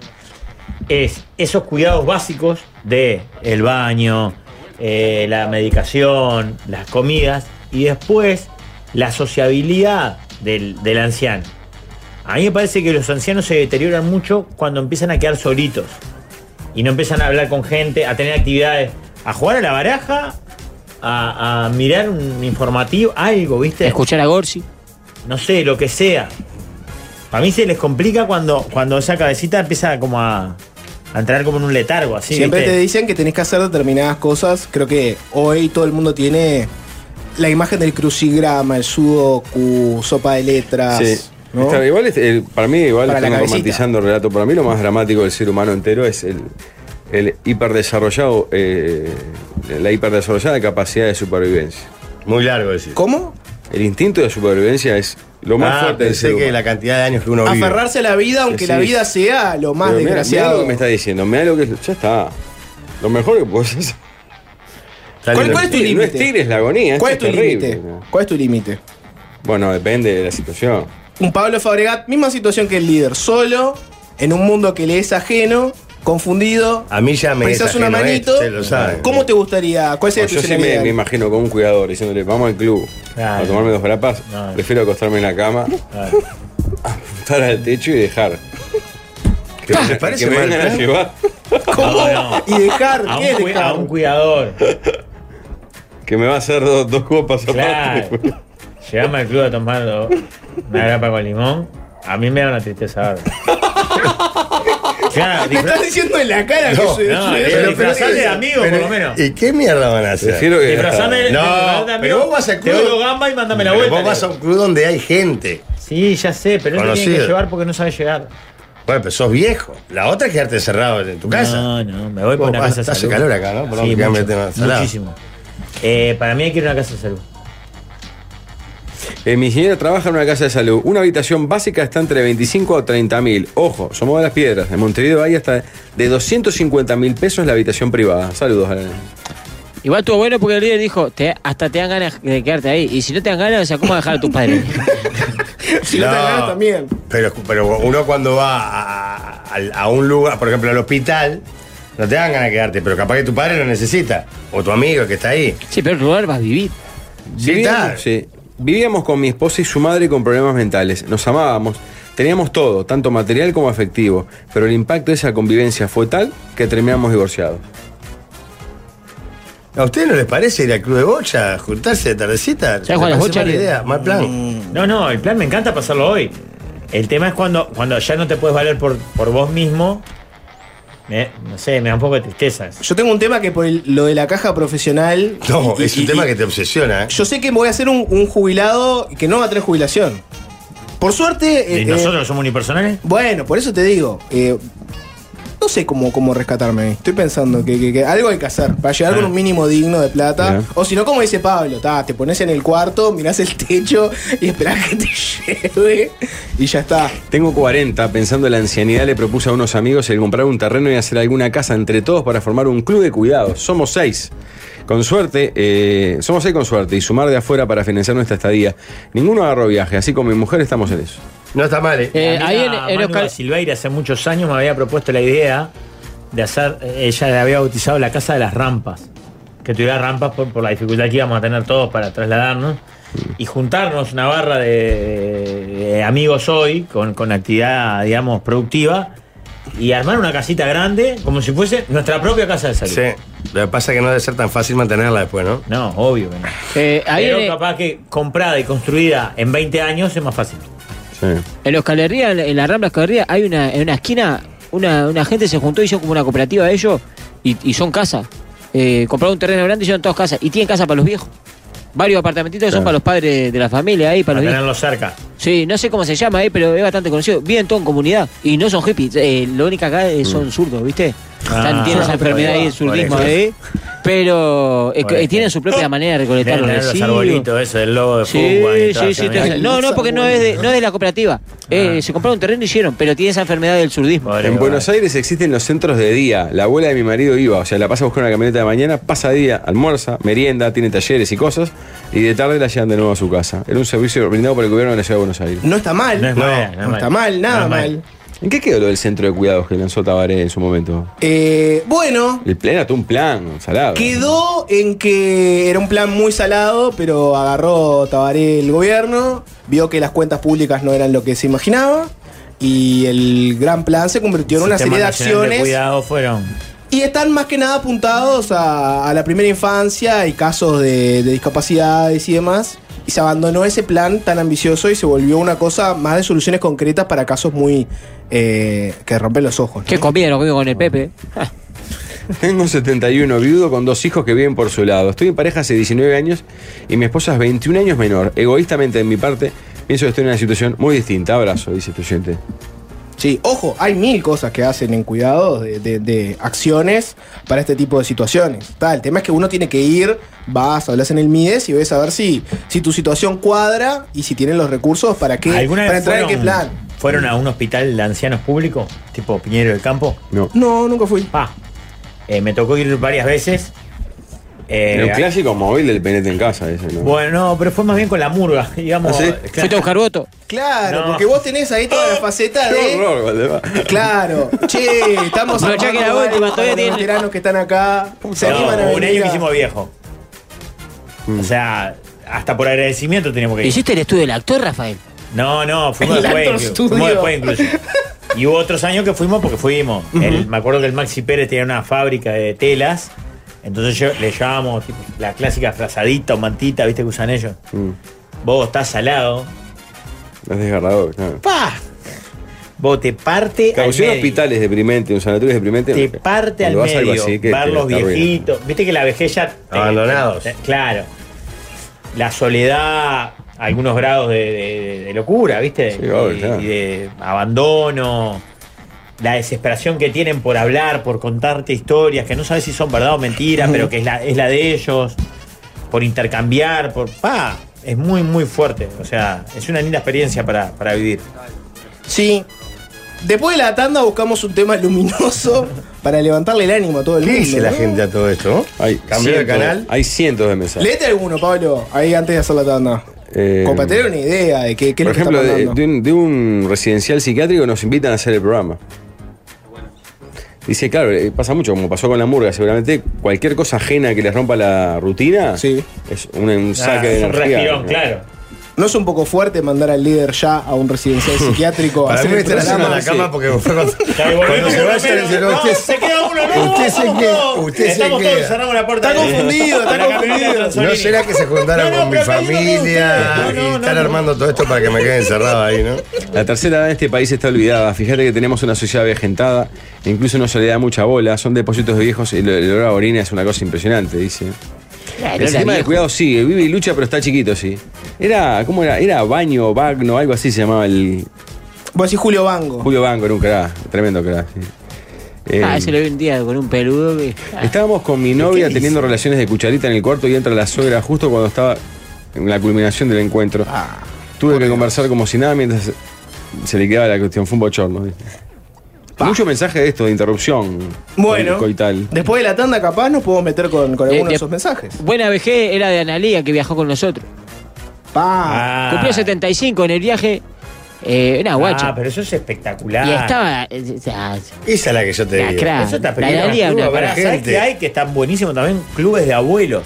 S4: es esos cuidados básicos de el baño, eh, la medicación, las comidas y después la sociabilidad del, del anciano. A mí me parece que los ancianos se deterioran mucho cuando empiezan a quedar solitos y no empiezan a hablar con gente, a tener actividades, a jugar a la baraja, a, a mirar un informativo, algo, ¿viste?
S8: Escuchar a Gorsi.
S4: No sé, lo que sea. A mí se les complica cuando, cuando esa cabecita empieza como a, a entrar como en un letargo, así.
S6: Siempre
S4: ¿viste?
S6: te dicen que tenés que hacer determinadas cosas. Creo que hoy todo el mundo tiene la imagen del crucigrama, el sudoku, sopa de letras.
S7: Sí.
S6: ¿no?
S7: Está- igual es- el- para mí, igual
S6: Para la
S7: estamos
S6: cabecita.
S7: romantizando el relato. Para mí, lo más dramático del ser humano entero es el, el hiperdesarrollado, eh, la hiperdesarrollada capacidad de supervivencia.
S5: Muy largo decir.
S6: ¿Cómo?
S7: El instinto de supervivencia es lo más
S5: Ah,
S7: fuerte del ser
S5: pensé que
S7: humano.
S5: la cantidad de años que uno vive.
S6: Aferrarse a la vida, aunque
S7: Sí.
S6: la vida sea lo más
S7: Pero mirá- mirá lo
S6: desgraciado.
S7: que me está diciendo, mira lo que es- ya está. Lo mejor que puedes hacer.
S5: Está
S6: ¿Cuál-
S5: lindo.
S6: cuál es tu
S7: Sí, No
S6: límite?
S7: es tigres la agonía,
S6: ¿Cuál es
S7: esto
S6: tu
S7: terrible.
S6: límite? ¿Cuál es tu límite?
S7: Bueno, depende de la situación.
S6: Un Pablo Fabregat, misma situación que el líder, solo, en un mundo que le es ajeno, confundido.
S5: A mí ya me
S6: Precisas
S5: es
S6: una
S5: ajeno
S6: manito.
S5: esto, se lo saben.
S6: ¿Cómo te gustaría? ¿Cuál sería
S7: yo
S6: tu
S7: sí me,
S6: escenario?
S7: me imagino con un cuidador diciéndole, vamos al club
S4: Claro.
S7: a tomarme dos grapas,
S4: Claro.
S7: prefiero acostarme en la cama,
S4: Claro.
S7: apuntar al techo y dejar.
S5: ¿Te parece
S7: que me
S5: mal
S7: vengan a
S5: plan?
S7: llevar.
S6: ¿Cómo?
S4: No,
S6: ¿Y dejar?
S4: A un,
S6: ¿Qué es
S4: cui-
S6: dejar?
S4: a un cuidador.
S7: Que me va a hacer dos, dos copas aparte.
S4: Claro. Llegamos al club a tomar do- una grapa con limón. A mí me da una tristeza ahora. Claro,
S6: Me estás
S4: disfra-
S6: diciendo en la cara que
S5: No,
S6: soy-
S4: no,
S6: soy-
S4: eh,
S6: soy-
S4: disfrazate de amigo, por lo
S5: Pero,
S4: menos.
S5: ¿Y qué mierda van a hacer?
S7: Prefiero que.
S4: Disfrazame
S5: No,
S4: disfrazate de
S5: pero
S4: amigo,
S5: vos vas al
S4: te
S5: club.
S4: doy gamba y mándame la
S5: Pero
S4: vuelta.
S5: vos vas a un club donde hay gente.
S4: Sí, ya sé, pero él te tiene que
S5: Conocido.
S4: llevar porque no sabe llegar.
S5: Bueno, pero sos viejo. La otra es quedarte encerrado en tu casa.
S4: No, no, me voy por
S5: Vos
S4: una
S5: vas-
S4: casa de
S5: hace
S4: salud.
S5: calor acá, ¿no? Perdón,
S4: Sí,
S5: que ya me
S4: mucho,
S5: tengo salado.
S4: muchísimo. Eh, para mí hay que ir a una casa de salud.
S7: Eh, mi ingeniero trabaja en una casa de salud. Una habitación básica está entre 25 a 30 mil. Ojo, somos de las piedras. En Montevideo hay hasta de 250 mil pesos la habitación privada. Saludos a la
S8: Igual estuvo bueno porque el líder dijo, te- hasta te dan ganas de quedarte ahí. Y si no te dan ganas, o sea, ¿cómo vas a dejar a tus padres?
S6: Si no te ganas también.
S5: Pero, pero uno cuando va a, a- a un lugar, por ejemplo, al hospital, no te dan ganas de quedarte, pero capaz que tu padre lo necesita. O tu amigo que está ahí.
S8: sí, pero el lugar vas a vivir.
S5: Sí, está.
S7: Vivíamos, sí. Vivíamos con mi esposa y su madre con problemas mentales. Nos amábamos. Teníamos todo, tanto material como afectivo. Pero el impacto de esa convivencia fue tal que terminamos divorciados.
S5: ¿A ustedes no les parece ir al club de bocha, juntarse de tardecita?
S8: ¿Sabes cuál es
S5: ¿Les parece
S8: bocha,
S5: mala
S8: Leo?
S5: idea, mal plan.
S4: No, no, el plan me encanta pasarlo hoy. El tema es cuando, cuando ya no te puedes valer por, por vos mismo. Me- no sé, me da un poco de tristeza. eso.
S6: Yo tengo un tema que por el- lo de la caja profesional.
S5: No,
S6: y-
S5: es un
S6: y-
S5: tema
S6: y-
S5: que te obsesiona. ¿eh?
S6: Yo sé que me voy a hacer un, un jubilado que no va a tener jubilación. Por suerte.
S4: ¿Y
S6: eh,
S4: nosotros
S6: eh,
S4: no somos unipersonales?
S6: bueno, por eso te digo. eh, no sé cómo, cómo rescatarme. ahí. Estoy pensando que, que- que algo hay que hacer para llegar con
S4: Ah.
S6: un mínimo digno de plata.
S7: Ya.
S6: O si no, como dice Pablo, ta, te pones en el cuarto, mirás el techo y esperás que te lleve y ya está.
S7: Tengo 40, pensando en la ancianidad, le propuse a unos amigos el comprar un terreno y hacer alguna casa entre todos para formar un club de cuidados. Somos seis. Con suerte, eh, somos seis con suerte y sumar de afuera para financiar nuestra estadía. Ninguno agarró viaje, así como mi mujer estamos en eso.
S5: No está mal, ¿eh?
S8: Eh,
S4: La
S8: ahí en,
S4: amiga
S8: en
S4: Manu
S8: Oscar-
S4: Silveira hace muchos años me había propuesto la idea de hacer, eh, ella le había bautizado la casa de las rampas, que tuviera rampas por, por la dificultad que íbamos a tener todos para trasladarnos. y juntarnos una barra de, de amigos hoy con, con actividad, digamos, productiva y armar una casita grande como si fuese nuestra propia casa de salud.
S5: Sí. Lo que pasa es que no debe ser tan fácil mantenerla después, ¿no?
S4: No, obvio que no.
S8: Eh, ahí
S4: Pero
S8: en,
S4: capaz que comprada y construida en 20 años es más fácil.
S7: Sí.
S8: en los Calerías, en la- en la Rambla Escalería, hay una, en una esquina, una, una gente se juntó y hizo como una cooperativa de ellos y, y son casas. Eh, compraron un terreno grande y hicieron todas casas. Y tienen casa para los viejos. Varios apartamentitos que son
S7: Claro.
S8: para los padres de la familia ahí, para los
S4: Para
S8: viejos.
S4: tenerlo cerca.
S8: Sí, no sé cómo se llama ahí, pero es bastante conocido. Viven todo en comunidad y no son hippies. Eh, lo único acá es- son zurdos, ¿viste? Están-
S4: Ah.
S8: tienen esa enfermedad ahí, el zurdismo
S5: Por
S8: ahí. Pero eh,
S4: Por eso.
S8: tienen su propia manera de
S4: Deben
S8: recolectar los
S4: tener los
S8: residuos.
S4: arbolitos, eso, del logo de
S8: Sí,
S4: fútbol. y todo
S8: sí,
S4: eso,
S8: sí.
S4: mira.
S8: te- No, no, porque no es de, no es de la cooperativa. Eh, Se compraron un terreno y hicieron, pero tiene esa enfermedad del zurdismo.
S4: Pobre
S7: En
S4: lugar.
S7: Buenos Aires existen los centros de día. La abuela de mi marido iba, o sea, la pasa a buscar una camioneta de mañana, pasa día, almuerza, merienda, tiene talleres y cosas, y de tarde la llevan de nuevo a su casa. Era un servicio brindado por el gobierno de la ciudad de Buenos Aires.
S6: No está mal.
S4: No es mal, no es
S6: está
S4: mal.
S6: mal, nada
S4: No es mal.
S6: mal.
S7: ¿En qué quedó lo del centro de cuidados que lanzó Tabaré en su momento?
S6: Eh, bueno,
S7: El plan era todo un plan, salado.
S6: Quedó en que era un plan muy salado, pero agarró Tabaré el gobierno, vio que las cuentas públicas no eran lo que se imaginaba y el gran plan se convirtió en una
S4: Sistema
S6: serie de
S4: Nacional de
S6: acciones
S4: cuidado fueron.
S6: y están más que nada apuntados a, a la primera infancia y casos de, de discapacidades y demás. Y se abandonó ese plan tan ambicioso y se volvió una cosa más de soluciones concretas para casos muy eh, que rompen los ojos. ¿no?
S8: Qué comida lo comió con el Pepe.
S7: Tengo 71, viudo con dos hijos que viven por su lado. Estoy en pareja hace 19 años y mi esposa es 21 años menor. Egoístamente, en mi parte, pienso que estoy en una situación muy distinta. Abrazo, dice tu oyente.
S6: Sí, ojo, hay mil cosas que hacen en cuidados de, de- de acciones para este tipo de situaciones. Tal, el tema es que uno tiene que ir, vas, hablas en el MIDES y ves a ver si, si tu situación cuadra y si tienen los recursos para qué,
S4: ¿Alguna
S6: para
S4: vez
S6: entrar
S4: fueron,
S6: en qué plan.
S4: fueron a un hospital de ancianos público, tipo Piñero del Campo?
S7: No.
S6: No, nunca fui.
S4: Pa. Eh, me tocó ir varias veces. Eh,
S7: Era un clásico móvil del penete en casa, ese, ¿no?
S4: bueno, no, pero fue más bien con la murga, digamos.
S7: ¿Ah, sí?
S4: Claro.
S8: Fuiste a buscar voto.
S6: Claro,
S4: No.
S6: porque vos tenés ahí toda la faceta
S4: ¿Eh?
S7: Qué
S6: de.
S7: horror, Valdemar.
S6: Claro, che, estamos
S8: No, ya que
S6: armando
S8: la
S6: algo
S8: última,
S6: para
S8: todavía
S6: los
S8: tiene-
S6: veteranos que están acá. Se
S4: No,
S6: animan a Mm.
S4: un
S6: venir
S4: año que
S6: a-
S4: hicimos viejo. O sea, hasta por agradecimiento teníamos que ir.
S8: ¿Hiciste el estudio del actor, Rafael?
S4: No, no, fuimos
S6: El
S4: después.
S6: Actor
S4: incluso.
S6: Studio.
S4: Fuimos después incluso. Y hubo otros años que fuimos porque fuimos. El- me acuerdo que el Maxi Pérez tenía una fábrica de telas. Entonces yo- le llevábamos tipo, la clásica frazadita o mantita, ¿viste que usan ellos?
S7: Mm.
S4: Vos estás salado.
S7: Es desgarrador, claro.
S4: ¡Pah! Vos te parte. al
S7: Causó un
S4: medio.
S7: hospital es deprimente, un sanatorio es deprimente.
S4: Te parte al
S7: Cuando vas a algo
S4: medio.
S7: así, que-
S4: ver
S7: que
S4: los
S7: está ruina.
S4: viejitos. Viste que la vejez ya. te-
S5: Abandonados.
S4: te- claro. La soledad, algunos grados de, de- de locura, ¿viste?
S7: Sí, obvio,
S4: y,
S7: claro.
S4: y de abandono. La desesperación que tienen por hablar, por contarte historias que no sabes si son verdad o mentira, pero que es la, es la de ellos. Por intercambiar, por. ¡Pa! Es muy, muy fuerte. O sea, es una linda experiencia para, para vivir.
S6: Sí. Después de la tanda buscamos un tema luminoso para levantarle el ánimo a todo el
S5: ¿Qué
S6: mundo.
S5: dice la
S6: ¿no?
S5: gente a todo esto?
S7: Hay
S5: ¿Cambió de
S7: cientos-
S5: canal?
S7: Hay cientos de mensajes.
S6: Léete alguno, Pablo, ahí antes de hacer la tanda.
S7: Eh,
S6: Como para tener una idea de qué, qué es
S7: Por
S6: lo que está
S7: ejemplo, de,
S6: mandando.
S7: de un, de un residencial psiquiátrico nos invitan a hacer el programa. Dice, claro, eh, pasa mucho, como pasó con la murga, seguramente cualquier cosa ajena que les rompa la rutina
S6: Sí.
S7: es un, un
S4: Ah,
S7: saque de
S4: es un
S7: energía.
S4: respirón,
S7: ¿no?
S4: claro.
S6: ¿No es un poco fuerte mandar al líder ya a un residencial psiquiátrico a
S5: Para mí
S6: hacer
S5: me
S6: un
S5: están haciendo
S6: programa?
S5: la cama porque fue cuando,
S4: Ya, y
S5: cuando
S4: volvemos
S5: se
S4: uno
S5: vaya
S4: menos.
S5: dice, no,
S4: No,
S5: usted
S4: se queda uno, no,
S5: usted se
S4: vamos
S5: queda,
S4: todos.
S5: usted se
S4: Estamos
S5: queda.
S4: todos, cerramos la puerta.
S6: Está confundido, está
S4: De la camioneta
S6: confundido.
S4: Transolini.
S5: ¿No será que se juntaron
S4: No, no,
S5: con mi
S4: pero acá hay uno de
S5: familia
S4: ustedes. No, no,
S5: y
S4: no,
S5: están
S4: no.
S5: armando todo esto para que me quede encerrado ahí, no?
S7: La tercera edad en este país está olvidada. Fíjate que tenemos una sociedad vejentada, incluso no se le da mucha bola, son depósitos de viejos y el el olor a orina es una cosa impresionante, dice.
S8: Claro,
S7: El
S8: era
S7: sistema de
S8: viejo.
S7: cuidado sigue, vive y lucha, pero está chiquito, sí. Era, ¿cómo era? Era Baño, Bagno, algo así se llamaba el
S6: Vos decís Julio Bango.
S7: Julio Banco, era un crack, tremendo crack, sí. Eh,
S8: Ah, se lo vi un día con un peludo. que- Ah,
S7: Estábamos con mi novia teniendo relaciones de cucharita en el cuarto y entra la suegra justo cuando estaba en la culminación del encuentro.
S4: Ah,
S7: Tuve que conversar como si nada mientras se le quedaba la cuestión. Fue un bochorno. ¿viste? Mucho mensaje de esto, de interrupción.
S6: Bueno,
S7: Coital.
S6: después de la tanda capaz nos podemos meter con, con
S8: Eh,
S6: alguno de
S8: de-
S6: esos mensajes.
S8: Buena vejez era de Analía que viajó con nosotros.
S6: Pa.
S4: Ah,
S8: Cumplió 75 en el viaje. Eh, una guacha.
S4: Ah, pero eso es espectacular.
S8: Y estaba. eh, o sea,
S5: Esa es la que yo te
S8: La
S5: digo.
S8: crack.
S4: Eso está
S8: La Analía,
S4: Clubes,
S8: una
S4: pará,
S5: para
S4: ¿Sabés
S5: gente.
S4: que hay que están buenísimos también? Clubes de abuelos.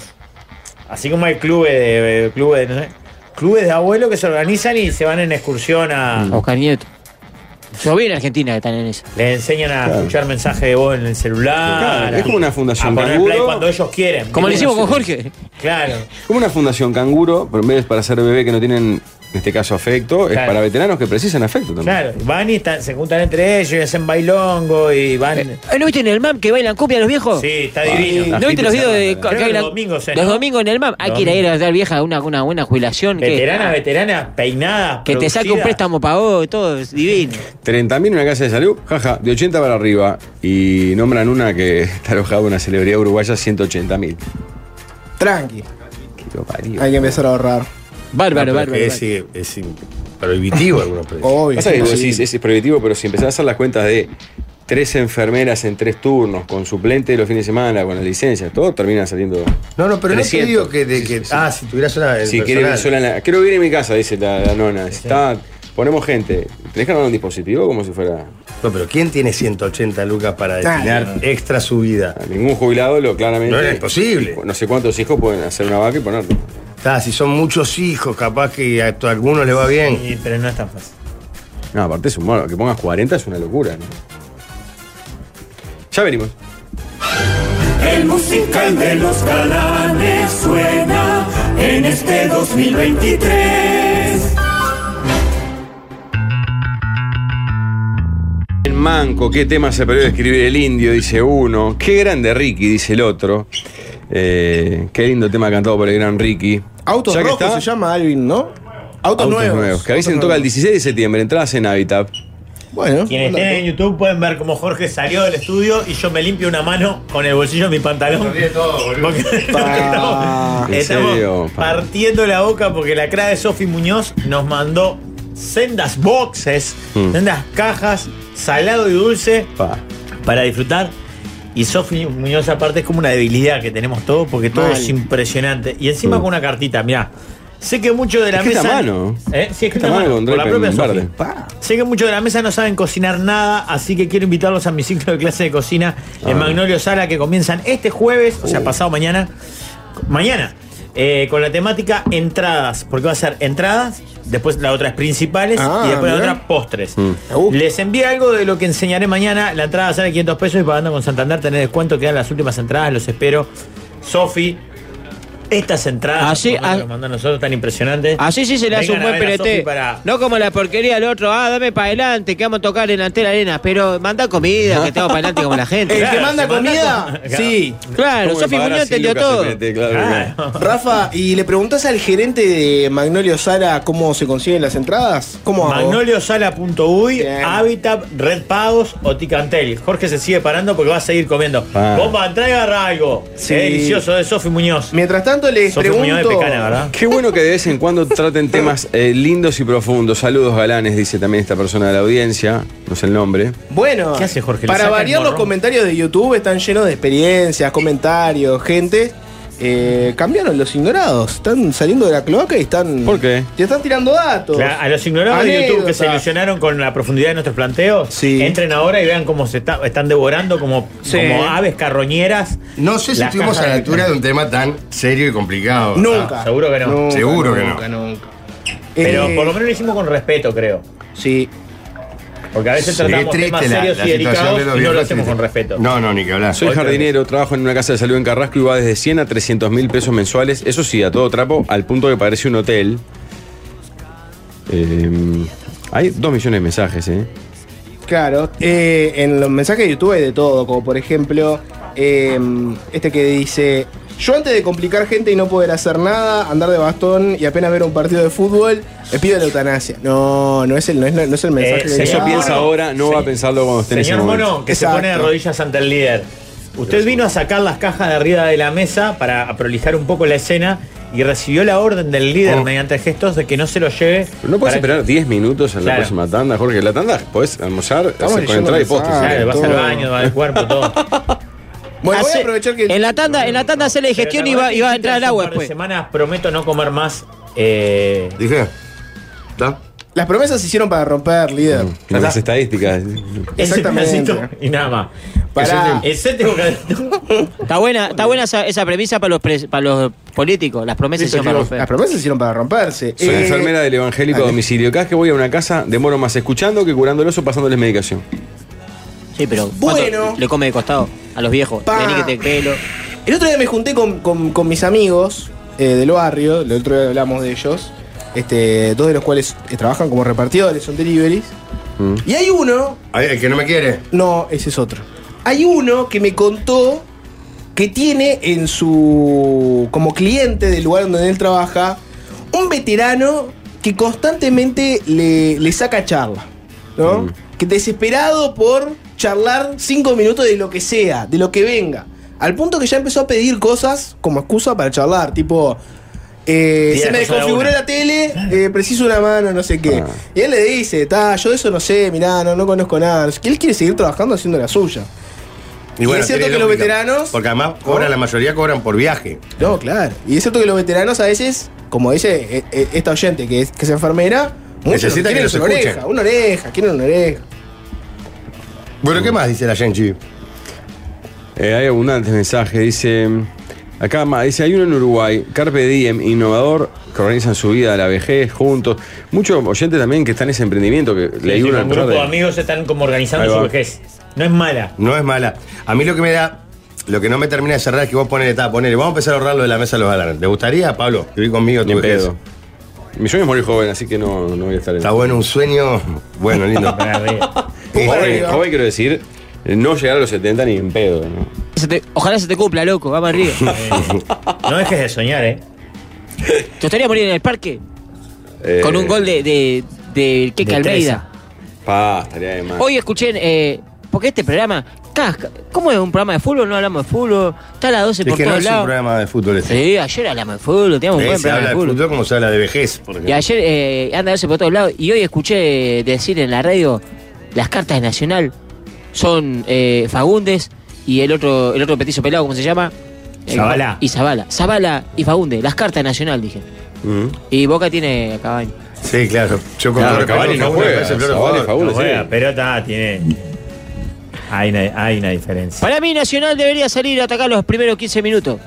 S4: Así como hay clubes de. de- clubes de no sé, clubes de abuelos que se organizan y se van en excursión a.
S8: Oscar Nieto. Yo vi en Argentina que están en eso.
S4: Le enseñan a escuchar mensaje de voz en el celular.
S7: Claro, es como una fundación
S4: A poner
S7: canguro.
S4: play cuando ellos quieren.
S8: Como lo hicimos con
S4: Claro.
S8: Jorge.
S4: Claro.
S7: Como una fundación canguro, pero en vez de para ser bebé que no tienen, en este caso, afecto, es
S4: Claro.
S7: para veteranos que precisan afecto también.
S4: Claro. Van y están- se juntan entre ellos y hacen bailongo y van.
S8: ¿Eh, ¿No viste en el MAM que bailan cumbia los viejos?
S4: Sí, está divino.
S8: ¿No viste los videos de
S4: Creo que
S8: que bailan-
S4: los domingos es,
S8: los
S4: ¿no?
S8: domingos en el MAM? Hay que ir a ir a dar vieja una, una buena jubilación. Que, Ah.
S4: Veteranas, veteranas, peinadas.
S8: que te saque un
S4: producidas.
S8: préstamo pago y todo, es divino.
S7: 30.000 en una casa de salud, jaja, de 80 para arriba. Y nombran una que está alojada una celebridad uruguaya, 180.000.
S6: Tranqui.
S7: Qué lo parió.
S6: Hay que empezar a ahorrar.
S8: Bárbaro,
S5: No, pero
S8: bárbaro.
S5: es
S8: bárbaro.
S5: que Es, es in- prohibitivo algunos precios.
S6: Obvio.
S7: Pasa que vos
S6: sí.
S7: decís, eh, es prohibitivo, pero si empezás a hacer las cuentas de tres enfermeras en tres turnos, con suplente los fines de semana, con las licencias, todo termina saliendo.
S5: No, no, pero no
S7: 300.
S5: te digo que. de que- Ah, si tuvieras una.
S7: Si
S5: personal.
S7: quiere vivir sola en la- Quiero vivir en mi casa, dice la, la nona. Está, ponemos gente. ¿Tenés que armar un dispositivo como si fuera.
S5: No, pero ¿quién tiene 180 lucas para
S6: Claro.
S5: destinar extra su vida?
S7: Ningún jubilado lo claramente.
S5: No era imposible.
S7: No sé cuántos hijos pueden hacer una vaca y ponerlo.
S5: Está, si son muchos hijos, capaz que a, a algunos le va bien.
S4: Sí, pero no es tan fácil.
S7: No, aparte es un mono. Que pongas 40 es una locura, ¿no? Ya venimos.
S10: El musical de los galanes suena en este 2023.
S7: El manco, qué tema se perdió de escribir el indio, dice uno. Qué grande Ricky, dice el otro. Eh, qué lindo tema cantado por el gran Ricky.
S6: Autos
S7: Ya que
S6: rojos
S7: está,
S6: se llama Alvin, ¿no? Autos,
S7: Autos nuevos.
S6: nuevos.
S7: Que avisen
S6: Autos
S7: toca el
S6: nuevos.
S7: 16 de septiembre. Entradas en Habitat.
S6: Bueno.
S4: Quienes estén en YouTube pueden ver cómo Jorge salió del estudio y yo me limpio una mano con el bolsillo de mi pantalón. Porque
S6: Pa.
S4: estamos,
S7: En
S4: estamos
S7: serio, pa.
S4: partiendo la boca porque la cra de Sofi Muñoz nos mandó sendas boxes,
S7: Mm.
S4: sendas cajas, salado y dulce
S7: Pa.
S4: para disfrutar. Y Sofi Muñoz aparte es como una debilidad que tenemos todos porque todo
S6: Mal.
S4: es impresionante. Y encima
S7: Mm.
S4: con una cartita, mirá. Sé que mucho de la
S7: Escrita a
S4: mesa...
S7: mano.
S4: ¿Eh? Sí, escrita
S7: Escrita a mano con
S4: por la
S7: Draper
S4: propia Sofi.
S7: Verde. Pa.
S4: Sé que muchos de la mesa no saben cocinar nada, así que quiero invitarlos a mi ciclo de clase de cocina en Magnolio Sala que comienzan este jueves, o sea, pasado mañana. Mañana. eh, con la temática entradas, porque va a ser entradas, después la otra es principales
S6: Ah,
S4: y después la
S6: mirá.
S4: otra postres. Uh.
S6: Me gusta.
S4: Les envié algo de lo que enseñaré mañana. La entrada sale 500 pesos y pagando con Santander tenés descuento. Quedan las últimas entradas, los espero. Sofi, estas entradas
S8: Así-
S4: por lo
S8: a-
S4: menos que nos mandó a nosotros tan impresionantes.
S8: Así ah. sí se le hace un
S4: Vengan a
S8: buen
S4: ver a Sofi
S8: PLT.
S4: para-
S8: No como la porquería del otro, ah, dame para adelante, que vamos a tocar en la antena arena, pero manda comida, que estamos para adelante como la gente.
S6: El que
S4: Claro,
S6: manda
S4: se manda
S6: comida.
S4: con-
S6: Sí.
S8: Claro,
S7: ¿Cómo me
S8: Sofi
S7: pagará
S8: Muñoz
S7: cien
S8: entendió
S7: lucas
S8: todo.
S7: el PNT? Claro,
S4: Claro.
S7: claro.
S6: Rafa, ¿y le preguntás al gerente de Magnolio Sara cómo se consiguen las entradas? ¿Cómo hago?
S4: Magnoliosala.uy,
S6: Bien.
S4: Habitat, Red Pagos o Ticantel. Jorge se sigue parando porque va a seguir comiendo.
S7: Ah.
S4: Bomba, entrega algo.
S6: Sí.
S4: Qué delicioso de Sofi Muñoz.
S6: Mientras tanto les
S4: Sofi
S6: pregunto...
S4: Muñoz de Pecana, ¿verdad?
S7: Qué bueno que de vez en cuando traten temas eh, lindos y profundos. Saludos galanes, dice también esta persona de la audiencia. No sé el nombre.
S6: Bueno,
S4: ¿Qué hace Jorge? ¿Le
S6: para
S4: saca el
S6: variar los
S4: morrón?
S6: comentarios de YouTube están llenos de experiencias, comentarios, gente. Eh, cambiaron los ignorados, están saliendo de la cloaca y están.
S7: ¿Por qué?
S6: Te están tirando datos.
S4: Claro, a los ignorados de YouTube que se
S6: Anécdotas.
S4: ilusionaron con la profundidad de nuestros planteos,
S6: Sí.
S4: entren ahora y vean cómo se está- están devorando como,
S6: Sí.
S4: como aves carroñeras.
S5: No sé si
S4: Las
S5: estuvimos
S4: cajas
S5: a la
S4: de-
S5: altura de un tema tan serio y complicado.
S6: Nunca.
S4: Seguro que no.
S6: Nunca,
S5: Seguro que no.
S6: Nunca, nunca.
S4: Pero
S6: Eh,
S4: por lo menos lo hicimos con respeto, creo.
S6: Sí.
S4: Porque a veces
S5: Sí,
S4: tratamos
S5: qué
S4: temas
S5: triste la,
S4: serios
S5: la
S4: y
S5: situación
S4: delicados
S5: de los
S4: y no lo
S5: viejos,
S4: hacemos
S5: triste.
S4: con respeto.
S5: No, no, ni que hablar.
S7: Soy
S4: Otra
S7: jardinero, trabajo en una casa de salud en Carrasco y va desde 100 a 300 mil pesos mensuales. Eso sí, a todo trapo, al punto que parece un hotel. Eh, hay dos millones de mensajes, ¿eh?
S6: Claro, eh, en los mensajes de YouTube hay de todo, como por ejemplo eh, este que dice, yo antes de complicar gente y no poder hacer nada, andar de bastón y apenas ver un partido de fútbol, me pido la eutanasia. No, no es el, no es, la- no es el mensaje.
S4: Eh,
S6: que
S4: señor
S7: Eso
S6: da.
S7: piensa ahora, no va a pensarlo cuando esté en ese
S4: Señor
S7: momento.
S4: Mono, que
S6: Exacto.
S4: se pone de rodillas ante el líder. Usted vino a sacar las cajas de arriba de la mesa para prolijar un poco la escena y recibió la orden del líder
S5: Oh.
S4: mediante gestos de que no se lo lleve.
S7: Pero No puedes
S4: para-
S7: esperar 10 minutos en la
S4: Claro.
S7: próxima tanda, Jorge. La tanda podés almorzar hacer con
S6: leyendo
S7: entrada y
S6: mensajes.
S7: postre. si
S4: Claro,
S7: querés.
S4: vas al
S6: todo.
S4: baño, vas al cuerpo, todo.
S6: Bueno, voy
S8: Hace-
S6: a aprovechar que...
S8: En la tanda, en la tanda hace la digestión y va, y va a entrar al agua
S4: Hace un par de
S8: después.
S9: pues.
S4: semanas prometo no comer más. eh,
S5: Dije. ¿Está?
S6: Las
S7: Mm,
S6: promesas se hicieron para romper, líder.
S7: Con Las estadísticas.
S4: ese
S6: Exactamente.
S4: pedacito y nada más.
S6: Pará.
S4: El séptimo cadenazo.
S9: Está buena, está buena esa, esa premisa para los, pres- para los políticos. Las promesas
S5: Listo,
S9: hicieron para
S5: chicos.
S9: romper.
S6: Las promesas se hicieron para romperse.
S7: Soy
S6: Eh,
S7: enfermera del evangélico a
S6: dale.
S7: domicilio. Cada vez que voy a una casa, demoro más escuchando que curando el oso pasándoles medicación.
S9: Sí, pero ¿cuánto
S6: Bueno.
S9: le come de costado a los viejos.
S6: Pa.
S9: Vení que te pelo.
S6: El otro día me junté con, con- con mis amigos eh, del barrio, el otro día hablamos de ellos, este, dos de los cuales eh, trabajan como repartidores, son deliveries.
S5: Mm.
S6: Y hay uno,
S5: Ay, El que no me quiere.
S6: no, ese es otro. Hay uno que me contó que tiene en su. como cliente del lugar donde él trabaja, un veterano que constantemente le, le saca charla, ¿no?
S4: Mm.
S6: Que desesperado por charlar cinco minutos de lo que sea, de lo que venga. Al punto que ya empezó a pedir cosas como excusa para charlar, tipo. eh,
S4: Diez
S6: se me
S4: cosas de
S6: desconfiguró
S4: una.
S6: la tele, eh, preciso una mano, no sé qué.
S7: Ah.
S6: Y él le dice, ta, yo de eso no sé, mirá, no, no conozco nada. no sé qué. Él quiere seguir trabajando haciendo la suya. Y es cierto
S5: tiene
S6: que los
S5: lógica,
S6: veteranos-
S5: Porque además cobran,
S6: ¿No?
S5: la mayoría cobran por viaje.
S6: No, claro. Y es cierto que los veteranos a veces, como dice eh, eh, esta oyente que es, que es enfermera, muchos
S5: Necesita que
S6: quieren
S5: los
S6: una
S5: escuchen.
S6: oreja, una oreja, quieren una oreja.
S5: Bueno, ¿qué más dice la Genchi?
S7: Eh, hay abundantes mensajes. Dice. Acá ma- dice, hay uno en Uruguay, Carpe Diem, innovador, que organizan su vida a la vejez, juntos. Muchos oyentes también que están en ese emprendimiento, que leí uno
S4: Un
S7: al
S4: grupo
S7: otro
S4: de
S7: día.
S4: amigos están como organizando
S7: Ahí
S4: su
S7: va.
S4: vejez. No es mala.
S5: No es mala. A mí lo que me da, lo que no me termina de cerrar es que vos ponele, ta, ponele, vamos a empezar a ahorrar lo de la mesa de los galanes. ¿Te gustaría, Pablo, vivir conmigo
S7: Ni
S5: tu
S7: en
S5: vejez?
S7: pedo. Mi sueño es morir joven, así que no, no voy a estar en
S5: Está bueno, un sueño. Bueno, lindo.
S4: Para arriba.
S7: Joven,
S5: Este,
S7: joven quiero decir, no llegar a los 70 ni en pedo. ¿no?
S9: Se te- ojalá se te cumpla, loco. Vamos arriba.
S4: No dejes de soñar, ¿eh?
S9: ¿Te gustaría morir en el parque?
S7: Eh,
S9: Con un gol de, de, de Keke
S4: de
S9: Almeida.
S7: Pa, estaría de más.
S9: Hoy escuché, eh, porque este programa, casca, ¿cómo es un programa de fútbol? No hablamos de fútbol, está a las 12
S5: es
S9: por
S5: que no
S9: todos
S5: es un
S9: lados.
S5: programa de fútbol este.
S9: Sí, ayer hablamos de fútbol, teníamos un
S5: Eh,
S9: buen
S5: se
S9: programa
S5: habla
S9: de
S5: de
S9: fútbol.
S5: fútbol como se habla de vejez. por
S9: Y
S5: ejemplo.
S9: ayer eh, anda a verse por todos lados y hoy escuché decir en la radio las cartas de Nacional son eh, Fagundes y el otro el otro petizo pelado, ¿cómo se llama? Eh,
S4: Zabala.
S9: Y Zabala. Zabala y Fagundes, las cartas de Nacional, dije.
S7: Mm.
S9: Y Boca tiene a Cabaño.
S5: Sí, claro. Yo con
S7: Claro, Cavani no juega. Cavani,
S5: Cavani
S7: Faúl,
S4: No juega,
S7: sí.
S4: pero está, tiene. Hay una, hay una diferencia.
S9: Para mí Nacional debería salir a atacar los primeros 15 minutos.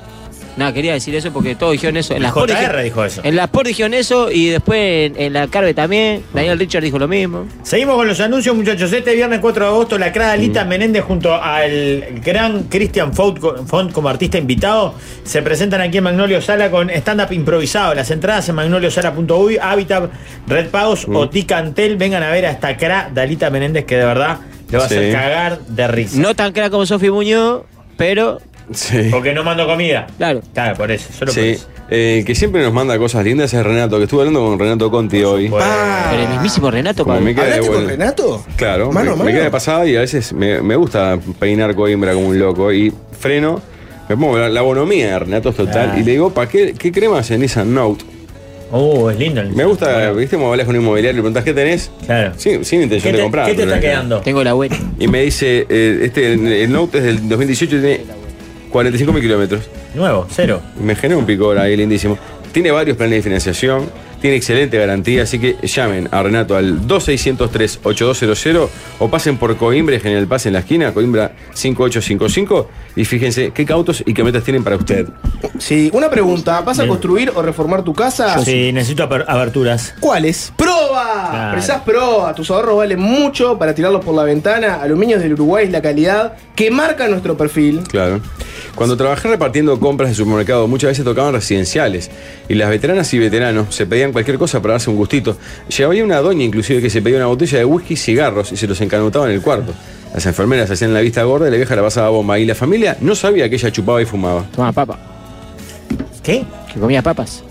S9: Nada, quería decir eso porque todos dijeron eso. En las Sport
S4: JR
S9: dijeron,
S4: dijo eso.
S9: en la Sport dijeron eso y después en, en la Carve también. Daniel Richard dijo lo mismo.
S4: Seguimos con los anuncios, muchachos. Este viernes 4 de agosto, la crada
S7: Mm.
S4: Lita Menéndez junto al gran Christian Font, Font como artista invitado se presentan aquí en Magnolio Sala con stand-up improvisado. Las entradas en magnoliosala.uy, Habitat, Red Pagos
S7: Mm.
S4: o Ticantel. Vengan a ver a esta crada Lita Menéndez que de verdad le va a hacer
S7: Sí.
S4: cagar de risa.
S9: No tan clara como Sofi Muñoz, pero
S7: Sí.
S4: Porque no mando comida.
S9: Claro.
S4: Claro, por eso. Solo por
S7: Sí.
S4: eso.
S7: Eh, el que siempre nos manda cosas lindas es Renato, que estuve hablando con Renato Conti hoy.
S4: Bueno,
S7: Ah.
S9: Pero el mismísimo Renato
S7: Como
S9: Pablo.
S7: me queda de
S6: ¿Hablaste con
S7: vuelta.
S6: Renato?
S7: Claro,
S6: Mano a
S7: me,
S6: mano.
S7: me queda de pasada y a veces me, me gusta peinar coimbra como un loco y freno. Me pongo la, la bonomía de Renato es total
S4: Ah.
S7: y le digo, ¿para qué, qué crema hacen esa Note?
S4: Uh, es lindo. el-
S7: Me gusta,
S4: Bueno,
S7: viste, como hablas con un inmobiliario y preguntas, ¿qué tenés?
S4: Claro.
S7: Sí, sin
S4: ¿Qué
S7: intención de
S4: te,
S7: comprar.
S4: qué te
S7: pero
S4: está
S7: no-
S4: quedando?
S9: ah, Tengo la buena.
S7: Y me dice, eh, este, el, el Note es del 2018 y tiene 45.000 kilómetros.
S4: Nuevo, cero.
S7: Me genera un picor ahí lindísimo. Tiene varios planes de financiación, tiene excelente garantía, así que llamen a Renato al 2603-8200 o pasen por Coimbra, General Paz en la esquina, Coimbra 5855 y fíjense qué autos y qué metas tienen para usted.
S6: Sí, una pregunta, ¿vas a
S4: Bien.
S6: construir o reformar tu casa?
S4: Sí, necesito aper- aberturas.
S6: ¿Cuáles? ¡Proba!
S4: Claro.
S6: Presás proba. Tus ahorros valen mucho para tirarlos por la ventana. Aluminios del Uruguay es la calidad que marca nuestro perfil.
S7: Claro. Cuando trabajé repartiendo compras en supermercado, muchas veces tocaban residenciales y las veteranas y veteranos se pedían cualquier cosa para darse un gustito. Llevaba una doña inclusive que se pedía una botella de whisky y cigarros y se los encanutaba en el cuarto. Las enfermeras hacían la vista gorda y la vieja la pasaba bomba y la familia no sabía que ella chupaba y fumaba.
S9: Toma papa.
S4: ¿Qué?
S9: Que comía papas.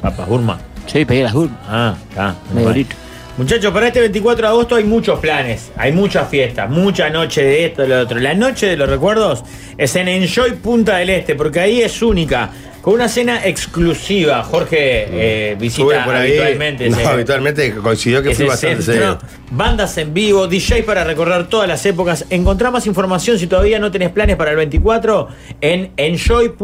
S4: Papas Burma.
S9: Sí, pedí las gur.
S4: Ah, está.
S9: Medio
S4: Bueno.
S9: litro.
S4: Muchachos, para este 24 de agosto hay muchos planes, hay muchas fiestas, mucha noche de esto, de lo otro. La noche de los recuerdos es en Enjoy Punta del Este, porque ahí es única. Con una cena exclusiva, Jorge eh,
S5: Estuve
S4: visita
S5: por ahí.
S4: habitualmente.
S5: No,
S4: ese-
S5: habitualmente coincidió que
S4: ese
S5: fui bastante
S4: centro.
S5: seguido.
S4: Bandas en vivo, DJ para recorrer todas las épocas. Encontrá más información si todavía no tenés planes para el 24 en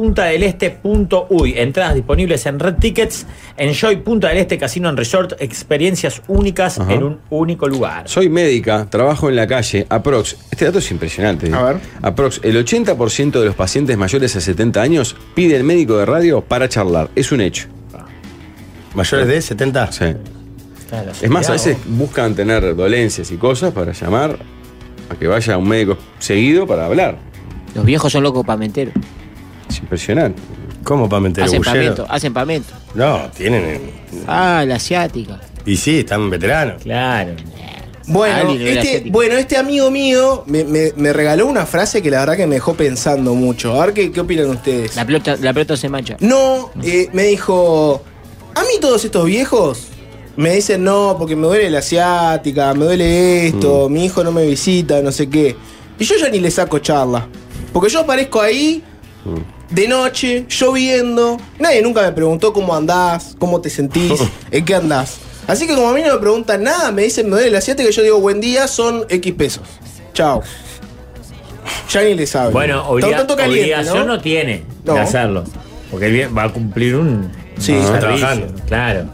S4: enjoypuntadeleste.uy. este Entradas disponibles en Red Tickets, Enjoy Punta del Este Casino and Resort, experiencias únicas
S7: Ajá.
S4: en un único lugar.
S7: Soy médica, trabajo en la calle, aprox. Este dato es impresionante. ¿eh?
S6: A ver.
S7: Aprox, el 80% de los pacientes mayores a 70 años pide el médico de radio para charlar. Es un hecho.
S5: ¿Mayores de 70?
S7: Sí. Es más, a veces buscan tener dolencias y cosas para llamar a que vaya un médico seguido para hablar.
S8: Los viejos son locos pamenteros.
S7: Es impresionante.
S5: ¿Cómo para meter
S8: Hacen
S5: bullero?
S8: pamento, hacen pamento.
S5: No, tienen.
S8: Ah, la asiática.
S5: Y sí, están veteranos.
S4: Claro.
S6: Bueno,
S8: Ali, no era
S6: este,
S8: asiático.
S6: bueno, este amigo mío me, me- me regaló una frase que la verdad que me dejó pensando mucho. A ver qué, qué opinan ustedes.
S8: La pelota, la pelota se mancha.
S6: No, eh, me dijo, a mí todos estos viejos me dicen no, porque me duele la asiática, me duele esto, mi hijo no me visita, no sé qué. Y yo ya ni le saco charla. Porque yo aparezco ahí de noche, lloviendo. Nadie nunca me preguntó cómo andás, cómo te sentís, en qué andás. Así que como a mí no me preguntan nada, me dicen me duele la asiática, yo digo buen día, son X pesos. Chao. Ya ni le saben.
S4: Bueno,
S6: Está un
S4: obliga-
S6: tanto caliente,
S4: obligación ¿no? tiene
S6: No.
S4: de hacerlo. Porque él bien- va a cumplir un
S6: Sí,
S4: un
S6: está
S4: servicio,
S5: trabajando.
S4: Claro.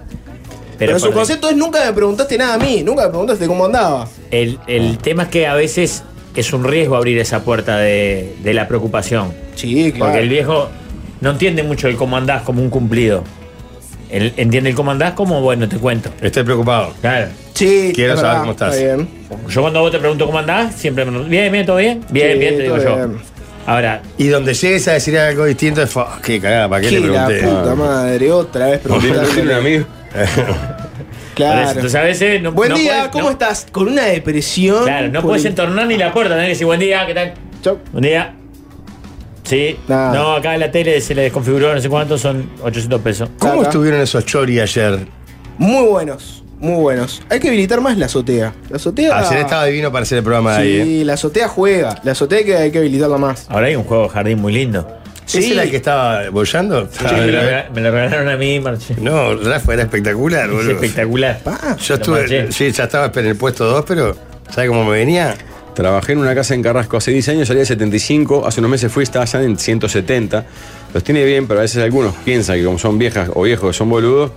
S6: Pero, su
S4: por-
S6: concepto es nunca me preguntaste nada a mí, nunca me preguntaste cómo andaba.
S4: El,
S6: Ah.
S4: el tema es que a veces es un riesgo abrir esa puerta de, de la preocupación.
S6: Sí,
S4: Porque el viejo no entiende mucho el cómo andás como un cumplido. Él entiende el cómo andás como, bueno, te cuento.
S5: Estoy preocupado.
S4: Claro.
S6: Sí,
S5: Quiero
S6: es
S5: saber
S6: verdad,
S5: cómo estás.
S6: Está bien.
S4: Yo cuando vos te pregunto cómo andás, siempre me... Bien, bien, todo bien. Bien,
S6: Sí,
S4: bien, te digo
S6: todo
S4: yo.
S6: bien.
S4: Ahora,
S5: Y donde llegues a decir algo distinto es. fa- Qué cagada, ¿para qué
S6: Sí,
S5: le
S6: la
S5: pregunté? Ah.
S6: puta madre, otra vez
S7: Tiene tiene un
S6: preguntaste.
S7: amigo.
S4: por eso,
S6: claro.
S4: entonces a veces... No,
S6: Buen
S4: no
S6: día,
S4: podés-
S6: ¿cómo
S4: no-
S6: estás? Con una depresión.
S4: Claro, no
S6: por
S4: puedes
S6: el-
S4: entornar ni la puerta. Tenés que decir, buen día, ¿qué tal?
S6: Chau.
S4: Buen día. Sí.
S6: Nada.
S4: No, acá en la tele se le desconfiguró, no sé cuánto, son 800 pesos.
S5: ¿Cómo
S6: Acá.
S5: estuvieron esos chori ayer?
S6: Muy buenos, muy buenos. Hay que habilitar más la azotea. La azotea.
S5: Ayer Ah, estaba divino para hacer el programa de ahí. ¿eh?
S6: Sí, la azotea juega. La azotea hay que, hay que habilitarla más.
S4: Ahora hay un juego de jardín muy lindo.
S5: ¿Esa es la que estaba bollando? Ah, eh,
S4: Sí, me, lo, rega- me lo regalaron a mí, Marche.
S5: No, Rafa era espectacular,
S4: Es
S5: boludo. Ah,
S4: espectacular.
S6: Pa.
S5: Yo
S4: Lo manché.
S5: estuve, sí, ya estaba en el puesto 2, pero ¿sabes cómo me venía?
S7: Trabajé en una casa en Carrasco hace 10 años, salía de 75, hace unos meses fui, estaba ya en 170. Los tiene bien, pero a veces algunos piensan que como son viejas o viejos que son boludos,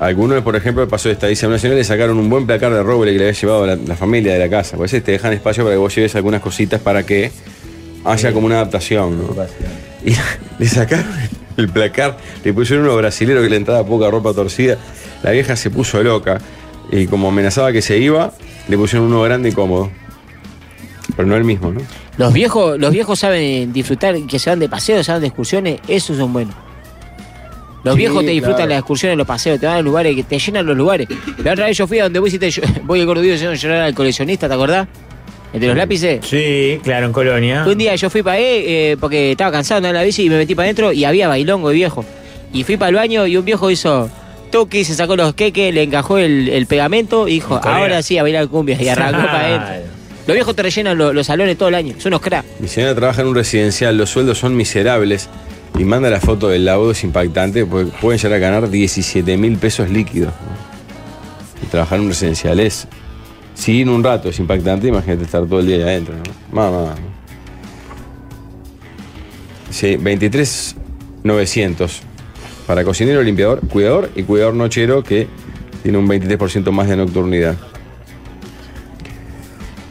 S7: algunos, por ejemplo, pasó de Estadística Nacional le sacaron un buen placar de roble que le había llevado la, la familia de la casa. A veces te dejan espacio para que vos lleves algunas cositas para que haya como una adaptación. ¿no? Y le sacaron el placar, le pusieron uno brasilero que le entraba poca ropa torcida. La vieja se puso loca y como amenazaba que se iba, le pusieron uno grande y cómodo. Pero no el mismo, ¿no?
S8: Los viejos, los viejos saben disfrutar, que se van de paseos, se van de excursiones, esos son buenos. Los
S6: Sí,
S8: viejos te disfrutan
S6: claro.
S8: las excursiones, los paseos, te van a lugares que te llenan los lugares. La otra vez yo fui a donde vos hiciste, yo- voy el gordillo hicieron llorar al coleccionista, ¿te acordás? Entre los lápices.
S4: Sí, claro, en Colonia.
S8: Un día yo fui para ahí eh, porque estaba cansado de andar en la bici y me metí para adentro y había bailongo de viejo. Y fui para el baño y un viejo hizo toque, se sacó los queques, le encajó el, el pegamento y dijo,
S4: Correa.
S8: ahora sí a bailar cumbia y arrancó para adentro.
S4: Ah, Claro.
S8: Los viejos te rellenan lo- los salones todo el año, son unos cracks.
S7: Mi señora trabaja en un residencial, los sueldos son miserables y manda la foto del laudo, es impactante, porque pueden llegar a ganar 17 mil pesos líquidos. ¿no? Y trabajar en un residencial es, si en un rato es impactante, imagínate estar todo el día ahí adentro. ¿no? Mamá. ¿no? Sí, 23,900 para cocinero, limpiador, cuidador y cuidador nochero que tiene un 23% más de nocturnidad.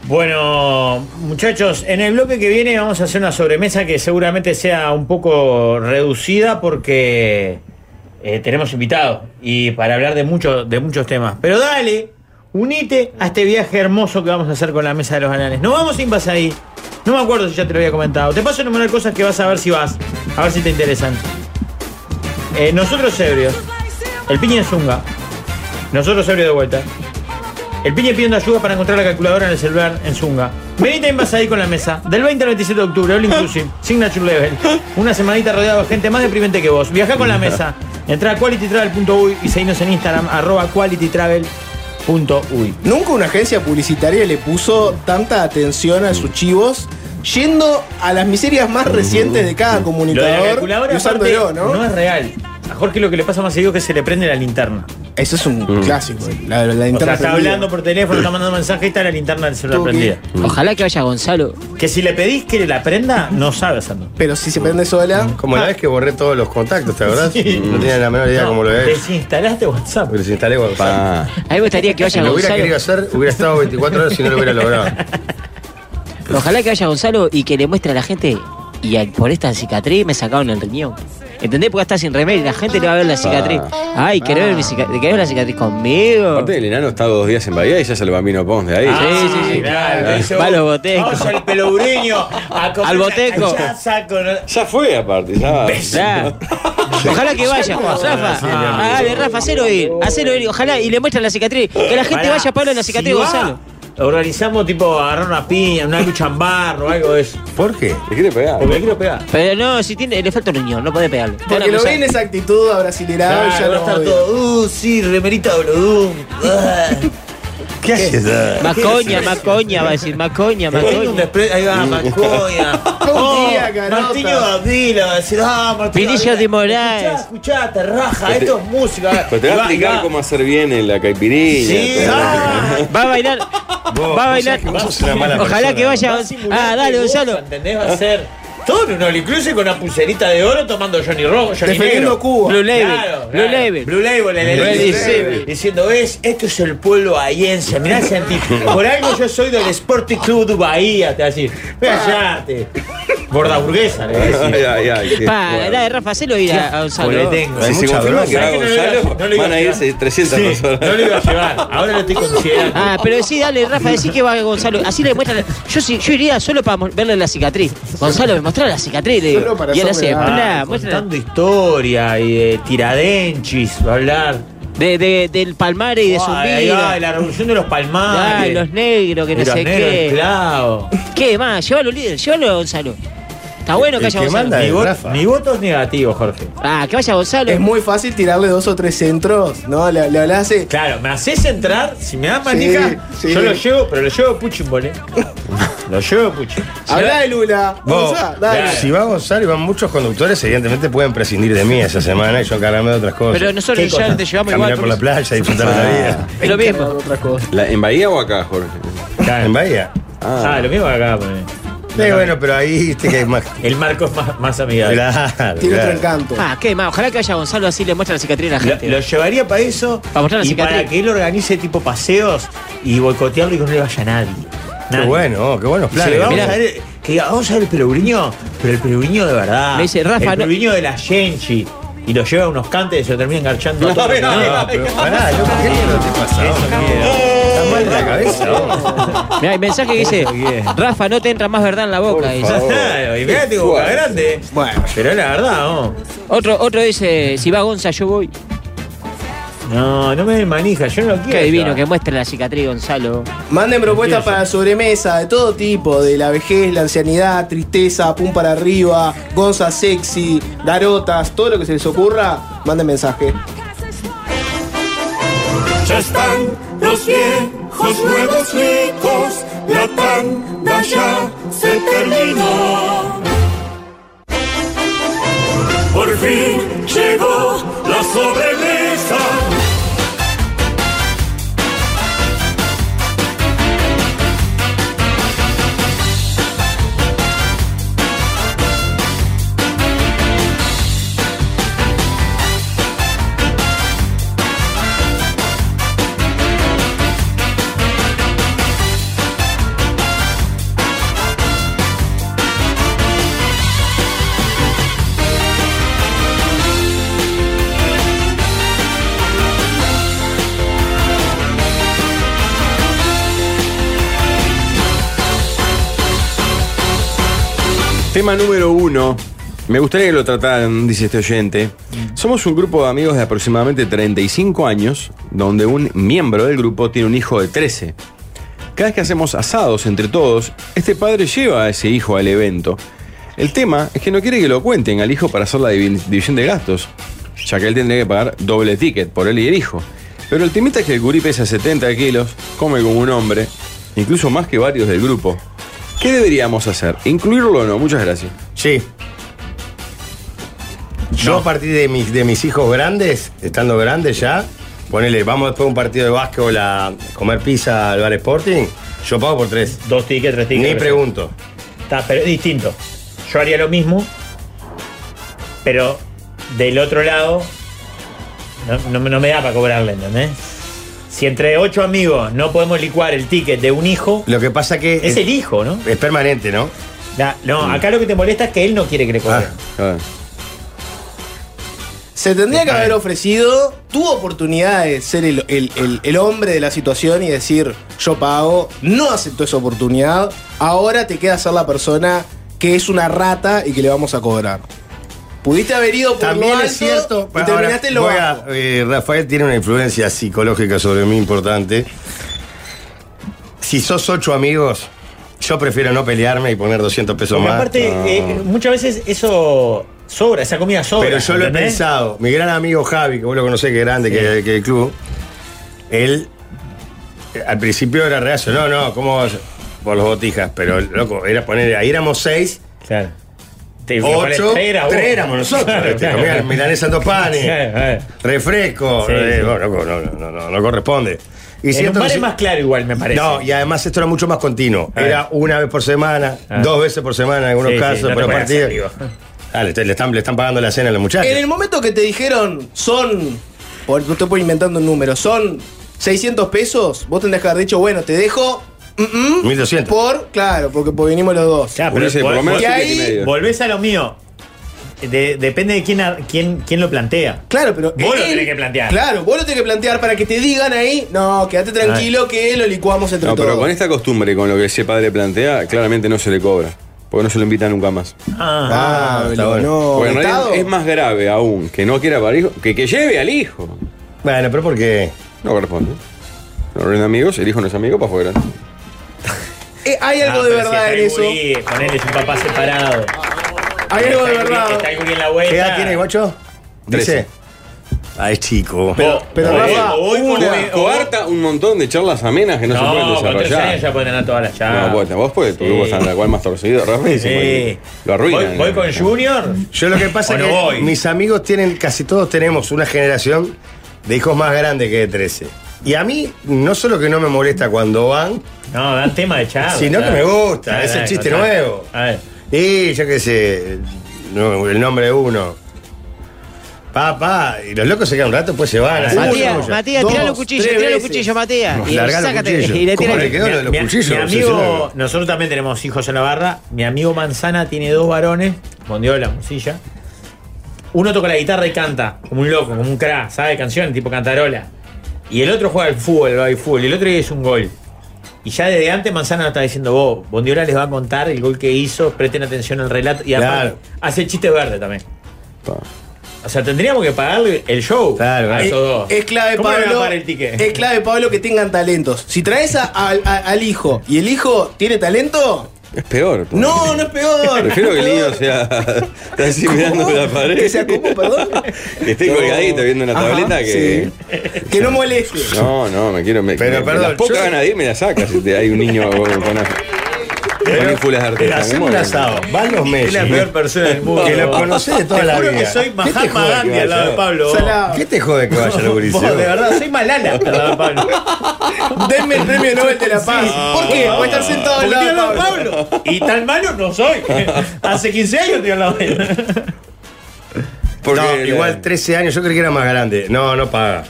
S4: Bueno, muchachos, en el bloque que viene vamos a hacer una sobremesa que seguramente sea un poco reducida porque eh, tenemos invitados y para hablar de, mucho- de muchos temas. Pero dale, unite a este viaje hermoso que vamos a hacer con la mesa de los banales. No vamos sin ahí. No me acuerdo si ya te lo había comentado. Te paso a enumerar cosas que vas a ver si vas, a ver si te interesan. Eh, nosotros ebrios, el piña en zunga, nosotros ebrios de vuelta. El piñe pidiendo ayuda para encontrar la calculadora en el celular en Zunga. Venite en ahí con la mesa. Del 20 al 27 de octubre, All Inclusive, Signature Level. Una semanita rodeado de gente más deprimente que vos. Viajá con la mesa. Entrá a qualitytravel.uy y seguinos en Instagram, arroba qualitytravel.uy.
S6: Nunca una agencia publicitaria le puso tanta atención a sus chivos yendo a las miserias más recientes de cada
S4: Lo de la
S6: comunicador
S4: calculadora
S6: y
S4: aparte,
S6: usándolo, ¿no?
S4: ¿no? es real. A Jorge lo que le pasa más seguido es que se le prende la linterna.
S6: Eso es un clásico, la, la
S4: O sea,
S6: interna
S4: está
S6: prendida.
S4: hablando por teléfono, está mandando mensaje y está la linterna del celular
S6: Tuki.
S4: prendida.
S5: Mm.
S9: Ojalá que vaya Gonzalo.
S4: Que si le pedís que la prenda, no sabe hacerlo.
S6: Pero si se prende sola,
S4: Mm.
S5: Como la vez que borré todos los contactos, ¿te acordás? No tenía la menor idea cómo lo es.
S4: Desinstalaste WhatsApp.
S5: Porque les instalé WhatsApp.
S7: Pa.
S9: A mí me gustaría que
S5: Si
S9: vaya
S5: lo hubiera
S9: Gonzalo.
S5: querido hacer, hubiera estado 24 horas y no lo hubiera logrado.
S9: Ojalá que vaya Gonzalo y que le muestre a la gente. Y al- por esta cicatriz me sacaron el riñón. ¿Entendés? Porque está sin remedio y la gente le va a ver la cicatriz.
S5: Ah.
S9: Ay, ¿querés ver, mi cica- querés ver la cicatriz conmigo?
S7: Aparte, el enano está dos días en Bahía y ya se el bambino Pons de ahí.
S9: Ah, sí, sí, sí.
S4: claro. dice,
S9: Va a los botecos.
S4: Vamos al peloureño. A comer
S9: Al
S4: una
S9: boteco.
S4: cachaza con-
S7: Ya fue, aparte. Ya.
S9: Ya. Ojalá que vaya, Rafa. Ah, Dale, Rafa, hacelo ir, hacelo ir, ojalá, y le muestran la cicatriz. Que la gente
S4: Pará,
S9: vaya a Pablo en la cicatriz
S4: si
S9: de
S4: va,
S9: Gonzalo.
S4: Organizamos tipo agarrar una piña, una lucha en barro, algo de eso.
S5: ¿Por qué?
S7: ¿Le quiere pegar?
S4: Porque le quiero pegar.
S9: Pero no, si tiene, le falta un riñón, no puede pegarle. Te van a
S6: porque lo
S9: acusar.
S6: ven esa actitud abrasilerada
S4: Claro,
S6: y Ah, ya
S4: va a
S6: lo
S4: estar
S6: odia.
S4: todo. Uh, sí, remerita Brodum. Ah.
S5: ¿Qué haces?
S9: Macoña, macoña, va a decir, macoña,
S4: Tengo un
S9: macoña.
S4: despre- Ahí va, Oh, Macoña.
S6: Un día, garota.
S4: Martiño Gabriela va a decir, ah, Martiño.
S9: Pinillo
S4: Gabriela,
S9: de Moraes.
S4: Escuchá, escuchá, te raja,
S7: Pero te-
S4: esto es música.
S7: Pues te
S4: Y
S7: va a
S4: y
S7: explicar
S4: va.
S7: cómo hacer bien en la caipirinha.
S4: Sí,
S7: todo.
S4: ah.
S9: Va a bailar, va a bailar.
S5: Vos sos una mala
S9: Ojalá
S5: persona.
S9: que vaya.
S4: Va a simular
S9: Ah,
S4: que
S9: dale,
S4: vos,
S9: Gonzalo.
S4: ¿Entendés? Va a ser todo en un incluye con una pulserita de oro tomando Johnny Rojo, Johnny
S6: Defendiendo
S4: Negro.
S6: Cuba.
S9: Blue Label,
S4: Claro,
S9: Blue
S4: claro.
S9: Label.
S4: Blue Label en el
S9: Blue Label.
S4: LCD, Diciendo, ves, esto es el pueblo bahiense. Mirá, Santi, por algo yo soy del Sporting Club de Bahía. Te va a decir, ve
S7: Ah.
S4: allá, te. Gorda burguesa, le va a decir.
S7: Ay, ay, ay, qué
S9: Pa,
S7: fuerte.
S9: dale, Rafa, hacelo ir a, a Gonzalo.
S4: Porque le tengo.
S5: Hay
S7: Si se
S5: mucha
S7: confirma
S5: bronca.
S7: que va
S4: ¿Sabés que no lo iba-
S7: Gonzalo,
S4: no lo iba
S7: van a
S4: a
S7: irse
S4: llevar?
S7: 300
S4: Sí,
S7: personas.
S4: No lo iba a llevar, ahora lo estoy considerando.
S9: Ah, pero sí, dale, Rafa, decí que va Gonzalo. Así le muestran. Yo, sí, yo iría solo para mo- verle la cicatriz. Gonzalo, me mostró la cicatriz. Le digo.
S6: Solo para
S9: Y él
S6: hacerme
S9: hace,
S6: la-
S9: bla, muestra.
S4: Ah, contando historia y de tiradenchis, va a hablar.
S9: De, de- del Palmare y de
S4: Ah, ahí va, de
S9: Zumbido.
S4: la revolución de los palmares.
S9: Ay, los negros, que
S4: Y
S9: no
S4: los
S9: sé
S4: negros,
S9: qué.
S4: claro.
S9: ¿Qué más? Llévalo, líder, llévalo, Gonzalo. Está bueno que
S5: El
S9: haya
S5: que
S9: Gonzalo.
S5: manda
S4: Mi,
S5: es
S4: vo-
S5: Rafa.
S4: mi voto es negativo, Jorge.
S9: Ah, que vaya Gonzalo.
S6: Es muy fácil tirarle dos o tres centros, ¿no? Le, le hablás de-
S4: Claro, me haces entrar, si me das manica,
S6: sí.
S4: yo lo llevo, pero lo llevo puchimbole. lo llevo puchi.
S6: Hablá de Lula.
S5: Vos,
S6: Gonzá, dale.
S4: claro.
S5: Si va Gonzalo y van muchos conductores, evidentemente pueden prescindir de mí esa semana y yo encargarme de otras cosas.
S9: Pero nosotros
S4: ¿Qué
S9: ya
S4: cosa?
S9: te llevamos
S5: Caminar
S9: igual.
S5: por la playa, disfrutar de la vida.
S9: porque es lo mismo.
S6: Otras cosas.
S7: La- ¿En Bahía o acá, Jorge?
S5: En Bahía.
S4: Ah, lo mismo acá, poné.
S5: Sí, bueno, pero ahí viste que hay más.
S4: El marco es más, más amigable.
S5: Claro,
S6: Tiene otro
S5: claro.
S6: encanto.
S9: Ah, qué más. Ojalá que vaya Gonzalo así le muestra la cicatriz a la
S4: Lo,
S9: gente.
S4: lo llevaría para eso
S9: Para mostrar la
S4: y
S9: cicatriz.
S4: para que él organice tipo paseos y boicotearlo y que no le vaya a nadie.
S5: Qué
S4: Nadie.
S5: bueno, qué
S4: Y
S5: buenos
S4: se
S5: planes.
S4: lo vamos
S5: mirá.
S4: a ver, que diga, vamos a ver el pelubriño, pero el pelubriño de verdad.
S9: Me dice, Rafa,
S4: el
S9: no-
S4: pelubriño de la Genchi. Y lo lleva a unos cantes y se lo termina engarchando a todos.
S5: No, pero pará, loco, ¿qué mierda te pasa? ¿Estás mal de la cabeza? vos?
S9: Mirá, el mensaje que dice: Rafa, no te entra más verdad en la boca. dice.
S4: Claro, y mirá, tengo boca grande.
S6: Bueno.
S4: Pero es la verdad, ¿no?
S9: Otro, otro dice: Si va Gonza, yo voy.
S4: No, no me den manija, yo no lo quiero.
S9: Qué divino
S4: ya.
S9: que muestre la cicatriz, Gonzalo.
S6: Manden propuestas
S4: Empiezo.
S6: para sobremesa de todo tipo, de la vejez, la ancianidad, tristeza, pum para arriba, gonza sexy, garotas, todo lo que se les ocurra, manden mensaje.
S11: Ya están los viejos nuevos ricos, la tanda ya se terminó. Por fin llegó la sobremesa.
S7: Tema número uno. Me gustaría que lo trataran, dice este oyente. Somos un grupo de amigos de aproximadamente 35 años, donde un miembro del grupo tiene un hijo de 13. Cada vez que hacemos asados entre todos, este padre lleva a ese hijo al evento. El tema es que no quiere que lo cuenten al hijo para hacer la divi- división de gastos, ya que él tendría que pagar doble ticket por él y el hijo. Pero el temita es que el gurí pesa 70 kilos, come como un hombre, incluso más que varios del grupo. ¿Qué deberíamos hacer? ¿Incluirlo o no? Muchas gracias.
S5: Sí. Yo a partir de mis, de mis hijos grandes, estando grandes ya, ponele, vamos después de un partido de básquetbol a comer pizza al bar Sporting, yo pago por tres.
S4: Dos tickets, tres tickets.
S5: Ni pregunto.
S4: Está, pero es distinto. Yo haría lo mismo, pero del otro lado no, no me- no me da para cobrarle, ¿entendés? Si entre ocho amigos no podemos licuar el ticket de un hijo,
S5: Lo que pasa que.
S4: es el hijo, ¿no?
S5: Es permanente, ¿no?
S4: La- no, acá lo que te molesta es que él no quiere que le cobre.
S5: Ah,
S6: Se tendría que haber ofrecido tu oportunidad de ser el, el- el- el hombre de la situación y decir, yo pago, no acepto esa oportunidad, ahora te queda ser la persona que es una rata y que le vamos a cobrar. Pudiste haber ido por
S5: También
S6: lo alto
S5: es cierto.
S6: y
S5: ahora
S6: terminaste en lo
S5: voy a-
S6: bajo.
S5: eh, Rafael tiene una influencia psicológica sobre mí importante. Si sos ocho amigos, yo prefiero no pelearme y poner 200 pesos
S4: Porque
S5: más.
S4: aparte, eh, muchas veces eso sobra, esa comida sobra.
S5: Pero yo lo he
S4: ¿entendés?
S5: pensado. Mi gran amigo Javi, que vos lo conocés, que es grande, que, que el club, él eh, al principio era reacio. No, no, ¿cómo vas? Por las botijas, pero loco, era poner, ahí éramos seis,
S4: Claro. Te-
S5: ocho,
S4: tres eras vos.
S5: tres éramos nosotros.
S4: Claro,
S5: te
S4: claro.
S5: comían milanesa en dos panes,
S4: Claro, claro.
S5: refresco,
S4: Sí,
S5: eh,
S4: sí.
S5: no, loco, no, no, no, no corresponde.
S4: En
S5: Y
S4: un
S5: siento
S4: bar
S5: que
S4: es
S5: sí-
S4: más claro igual, me parece.
S5: no, y además esto era mucho más continuo.
S4: Ah.
S5: Era una vez por semana,
S4: Ah.
S5: dos veces por semana en algunos
S4: Sí, sí,
S5: casos,
S4: no te
S5: pero
S4: puedes
S5: partidos.
S4: hacer, digo.
S5: Ah, le, le están, le están pagando la cena a los muchachos.
S6: En el momento que te dijeron, son, por te estoy inventando un número, son 600 pesos, vos tendrías que haber dicho, bueno, te dejo mm, mm,
S5: 1200.
S6: por, claro, porque, porque vinimos los dos.
S4: Ya, Ah, pero
S7: Ulises, por lo
S4: vol-
S7: menos
S6: y
S4: vol-
S7: ticket y
S6: ahí
S7: medio.
S4: volvés a lo mío. De- depende de quién, ar- quién, quién lo plantea.
S6: Claro, pero.
S4: Vos lo tenés que plantear.
S6: Claro, vos lo tenés que plantear para que te digan ahí, no, quédate tranquilo que lo licuamos entre
S7: No,
S6: todos.
S7: pero con este- esta costumbre, con lo que ese padre plantea, claramente no se le cobra. Porque no se lo invita nunca más.
S4: Ah,
S6: Ah,
S5: está bueno.
S6: no.
S7: Porque en realidad
S6: Estado.
S7: es más grave aún que no quiera para el hijo, que que lleve al hijo.
S5: Bueno, pero porque.
S7: No corresponde. No reúnen amigos, el hijo no es amigo, para fuera.
S6: Eh, hay algo
S4: Ah,
S6: de
S4: pero si
S6: verdad
S4: está
S6: en
S4: el
S6: eso.
S4: gurí, Ponele es un papá separado.
S6: Hay algo de
S4: Está el gurí-
S6: verdad.
S4: Está el gurí en la
S5: ¿Qué
S4: vuelta.
S5: edad tiene, guacho? Dice.
S7: Trece.
S5: Ah, es chico.
S4: Pero,
S6: pero Rafa,
S7: Una, coarta un montón de charlas amenas que no, se
S4: No,
S7: pueden
S4: con tres años
S7: desarrollar.
S4: ya pueden tener todas las
S7: No, vos,
S4: llaves.
S7: vos porque tu
S4: Sí.
S7: grupo está en la cual más torcido, rapidísimo.
S4: Sí.
S7: Lo arruinan.
S4: Voy, voy con Junior.
S5: Yo lo que pasa es
S4: Bueno,
S5: que
S4: voy.
S5: mis amigos tienen, casi todos tenemos una generación de hijos más grandes que de 13. Y a mí, no solo que no me molesta cuando van,
S4: No, dan tema de charla.
S5: Si no,
S4: claro.
S5: que me gusta,
S4: Claro,
S5: es el
S4: claro,
S5: chiste
S4: claro.
S5: nuevo.
S4: A ver.
S5: y yo qué sé, no, el nombre de uno. Papá, y los locos se quedan un rato, pues se
S4: Ah,
S5: van. hacen
S8: Matías,
S5: cosas.
S8: Matías,
S6: dos,
S8: tirá los cuchillos,
S6: tres
S8: tirá los
S6: veces.
S8: cuchillos, Matías. Y
S5: Largá los
S8: sácate.
S5: cuchillos.
S8: Y le
S5: ¿Cómo
S8: tirá-
S5: le quedó lo de los
S4: Mi- mi-
S5: cuchillos?
S4: mi amigo,
S5: obsesionado?
S4: nosotros también tenemos hijos en la barra. Mi amigo Manzana tiene dos varones, Mondiola, Musilla. Uno toca la guitarra y canta, como un loco, como un cra, sabe canción, tipo cantarola. Y el otro juega al fútbol, va al fútbol, y el otro es un gol. Y ya desde antes Manzana nos está diciendo, vos, Bondiola les va a contar el gol que hizo, presten atención al relato. Y además
S5: Claro.
S4: hace chiste verde también. O sea, tendríamos que pagarle el show
S5: Claro,
S4: a
S5: claro.
S4: esos dos.
S6: Eh, Es clave,
S4: ¿Cómo le van a
S6: Pablo.
S4: pagar el ticket?
S6: Es clave, Pablo, que tengan talentos. Si traes a- al- a- al hijo y el hijo tiene talento,
S7: Es peor. po.
S6: no, no es peor.
S7: Prefiero que el niño sea. Está así mirando la pared.
S6: Que sea como, perdón.
S7: Que esté
S6: No.
S7: colgadito viendo una
S6: Ajá,
S7: tableta que.
S6: sí. Que no moleste.
S7: No, no, me quiero. Me,
S5: Pero,
S7: me-
S5: perdón,
S7: Las pocas
S5: yo-
S7: ganas de ir me las sacas si te- hay un niño con, con, ínfulas de
S5: Pero
S7: artista.
S5: hacemos un asado, van los
S4: Es la peor
S5: meses.
S4: persona del mundo.
S5: Que lo conocés de toda
S4: Te
S5: la
S4: juro
S5: vida. Este
S4: que soy
S5: ¿Qué te
S4: Mahatma
S5: jode
S4: Gandhi
S5: que
S4: al lado de
S5: vaya?
S4: Pablo.
S6: Salado.
S5: ¿Qué te jode que vaya a
S4: Vos, de verdad, soy Malala al lado de Pablo.
S6: Denme el premio Nobel de la Paz. ¿Por qué?
S4: No,
S6: Voy a estar sentado al
S4: porque
S6: lado de
S4: estoy al lado de
S6: Pablo.
S4: Pablo. Y tan malo no soy. Hace 15 años estoy al lado de él.
S7: Porque
S5: no,
S7: la-
S5: igual 13 años, yo creí que era más grande. No, no paga.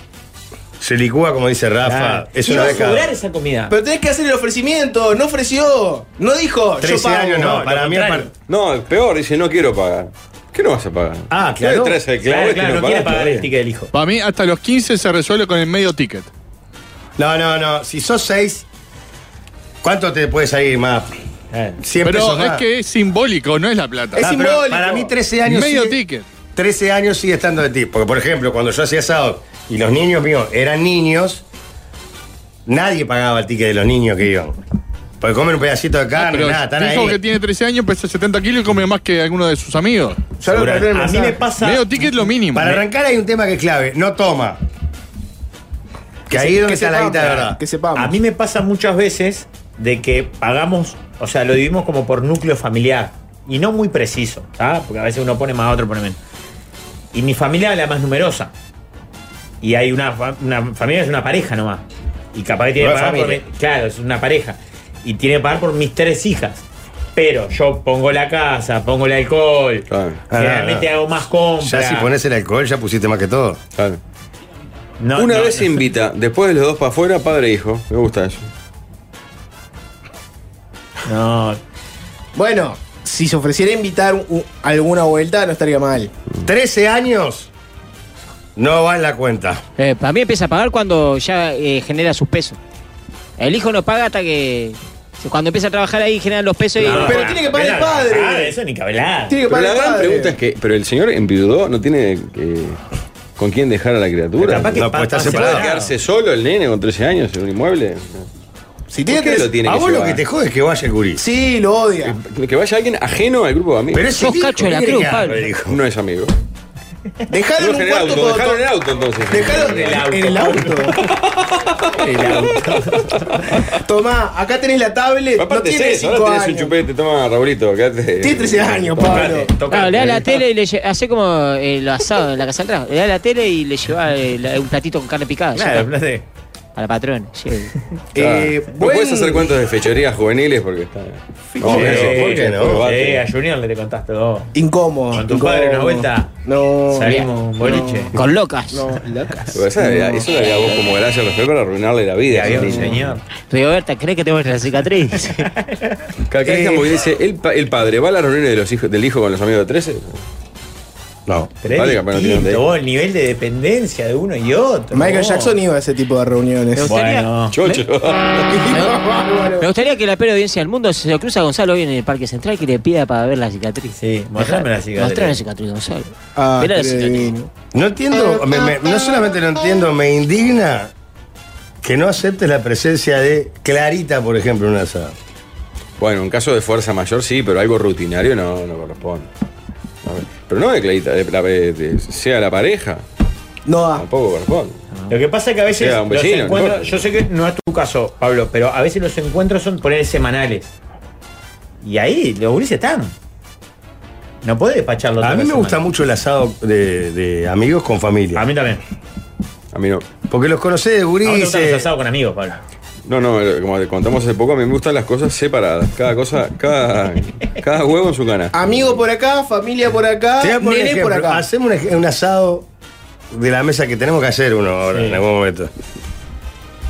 S5: Se licúa, como dice Rafa. Es
S4: Iba
S5: una
S4: Ah, a
S5: década.
S4: cobrar esa comida.
S6: Pero tenés que hacer el ofrecimiento. No ofreció. No dijo. yo
S5: 13
S6: pago.
S5: años no,
S4: lo
S5: para mí es
S4: contrario.
S5: par-
S7: No, es peor, dice, no quiero pagar. ¿Qué no vas a pagar?
S5: Ah, claro.
S7: No, traes el clavo
S4: Claro,
S7: este
S4: claro, no
S7: pagás
S4: quiere pagar el
S7: todavía.
S4: ticket del hijo.
S12: Para mí, hasta los 15 se resuelve con el medio ticket.
S5: No, no, no. Si sos 6, ¿cuánto te puede salir más?
S4: Eh.
S5: 100 pesos
S12: Pero es
S5: más.
S12: que es simbólico, no es la plata.
S6: Es
S5: Ah, pero
S6: simbólico.
S5: Para mí 13 años
S12: medio
S5: sigue-
S12: ticket.
S5: 13 años sigue estando de ti. Porque, por ejemplo, cuando yo hacía asado y los niños míos eran niños, nadie pagaba el ticket de los niños que iban. Porque comen un pedacito de
S12: Ah,
S5: carne,
S12: pero
S5: nada, están
S12: tu hijo
S5: ahí.
S12: que tiene 13 años pesa 70 kilos y come más que alguno de sus amigos.
S6: Ya lo
S5: Seguro.
S6: traté de
S4: A mí
S6: pensar.
S4: me pasa.
S12: Medio ticket lo mínimo.
S5: Para arrancar hay un tema que es clave. No toma. Que ahí es donde
S6: que
S5: está la
S6: sepamos,
S5: guita de verdad.
S6: Que sepamos.
S4: A mí me pasa muchas veces de que pagamos, o sea, lo dividimos como por núcleo familiar y no muy preciso, ¿tá? Porque a veces uno pone más, otro pone menos. Y mi familia es la más numerosa. Y hay una, fa- una familia, es una pareja nomás. Y capaz que tiene
S5: No
S4: que
S5: es
S4: pagar por
S5: familia.
S4: mi- Claro, es una pareja. Y tiene que pagar por mis tres hijas. Pero yo pongo la casa, pongo el alcohol,
S7: Claro,
S5: Ah,
S4: generalmente
S5: no, no.
S4: hago más compras.
S5: Ya si pones el alcohol, ya pusiste más que todo.
S6: Mm.
S7: claro.
S4: No,
S7: Una
S4: no,
S7: vez se
S4: no.
S7: invita, después de los dos para afuera, padre e hijo. Me gusta eso.
S4: No,
S6: Bueno, si se ofreciera invitar u- alguna vuelta, no estaría mal.
S5: 13 años no va en la cuenta.
S8: Eh, para mí empieza a pagar cuando ya eh, genera sus pesos. El hijo no paga hasta que. Cuando empieza a trabajar ahí generan los pesos
S4: No,
S8: y.
S6: pero tiene que pagar el
S4: eso no
S6: padre.
S4: sabe, Ah, eso ni que hablar.
S6: Tiene que
S7: Pero
S6: pagar
S7: la
S6: el
S7: gran
S6: padre.
S7: pregunta es que, pero el señor enviudó, no tiene eh, con quién dejar a la criatura.
S4: Capaz que
S5: No, pues está
S4: pa- pa-
S5: separado.
S7: ¿Puede quedarse solo el nene con 13 años en un inmueble?
S6: Si
S7: ¿Por
S6: tiene
S7: qué
S6: tres-
S7: lo tiene
S5: A
S7: que
S5: vos lo que
S7: llevar?
S5: te jode es que vaya el gurí.
S6: Sí, lo odia.
S7: Que- Que vaya alguien ajeno al grupo de amigos.
S5: Pero es
S8: Sos
S5: el hijo,
S8: cacho de
S5: ¿qué
S8: la
S5: querés
S8: cruz,
S5: que haga
S8: Pablo.
S5: el hijo?
S7: No es amigo.
S6: Dejalo en
S7: Dejaron
S6: un
S7: en el
S6: cuarto
S7: auto,
S6: con
S7: dejaron en
S6: otro-
S7: el auto entonces.
S6: Dejalo
S4: el auto.
S6: en el auto. Tomá, acá tenés la tablet. No
S7: Aparte es
S6: tiene
S7: eso, ahora
S6: 5
S7: tenés un
S6: años.
S7: chupete, toma Raulito, quédate.
S6: Tiene 13 años, Pablo.
S4: Tocate, tocate.
S8: Claro, le da la tele y le lle- hace como el asado en la casa del trabajo. Le da la tele y le lleva eh, la- un platito con carne picada.
S4: Claro,
S8: ya,
S4: no sé.
S8: para patrón. sí.
S6: Eh,
S7: no
S6: buen-
S7: puedes hacer cuentos de fechorías juveniles porque está. No,
S5: Sí.
S7: eso,
S5: ¿por qué no?
S4: Sí,
S7: Probate.
S4: a Junior le te contaste dos.
S6: Incómodo.
S4: Con tu padre
S6: incómodo.
S4: una vuelta.
S6: No.
S4: Salimos un boliche.
S8: Con locas.
S6: No, locas.
S7: Pero esa había- Eso le había vos como gracia al para arruinarle la vida.
S4: Había un
S7: Sí.
S4: señor.
S8: Rigoberta, ¿crees que tengo la cicatriz?
S7: Cada vez que estamos
S6: Eh.
S7: bien, dice, el, pa- el padre va a las reuniones de los hijos, del hijo con los amigos de 13.
S5: No.
S4: Pero es
S7: Vale, capaz no tiene
S4: distinto,
S7: dónde
S4: vos,
S7: ir.
S4: el nivel de dependencia de uno y otro.
S6: Michael
S4: vos.
S6: Jackson iba a ese tipo de reuniones.
S8: Pero-
S4: Bueno,
S7: Chocho.
S8: Me gustaría que la peor audiencia del mundo se lo cruza a Gonzalo hoy en el Parque Central que le pida para ver la cicatriz.
S4: sí, mostrame la cicatriz.
S8: Mostrame la cicatriz, Gonzalo.
S6: Ah,
S8: Mirá la
S6: qué
S8: cicatriz.
S6: divino.
S5: No entiendo, me- me- no solamente no entiendo, me indigna que no aceptes la presencia de Clarita, por ejemplo, en una asado.
S7: Bueno, en caso de fuerza mayor sí, pero algo rutinario no, no corresponde. A ver, Pero no de Clarita, de- la- de- de- sea la pareja,
S6: No ah. da.
S7: tampoco corresponde.
S4: Lo que pasa es que a veces
S7: Era un vecino,
S4: los encuentros,
S7: no importa.
S4: yo sé que no es tu caso, Pablo, pero a veces los encuentros son poner semanales. Y ahí los gurises están. No podés despacharlo
S5: A
S4: toda
S5: mí
S4: la
S5: me gusta
S4: semana.
S5: mucho el asado de, de amigos con
S4: A
S5: familia.
S4: mí también.
S7: A mí no.
S5: Porque los conocés de
S4: A vos te gustan los
S5: gurises.
S4: asados con amigos, Pablo.
S7: No, no, eh, como te contamos hace poco, a mí me gustan las cosas separadas. Cada cosa, cada, cada huevo en su cana.
S6: Amigo por acá, familia por acá,
S5: Te voy a poner un
S6: nene por
S5: ejemplo. Ah,
S6: acá.
S5: Hacemos un, ej- un asado de la mesa que tenemos que hacer uno ahora,
S4: Sí.
S5: en algún momento.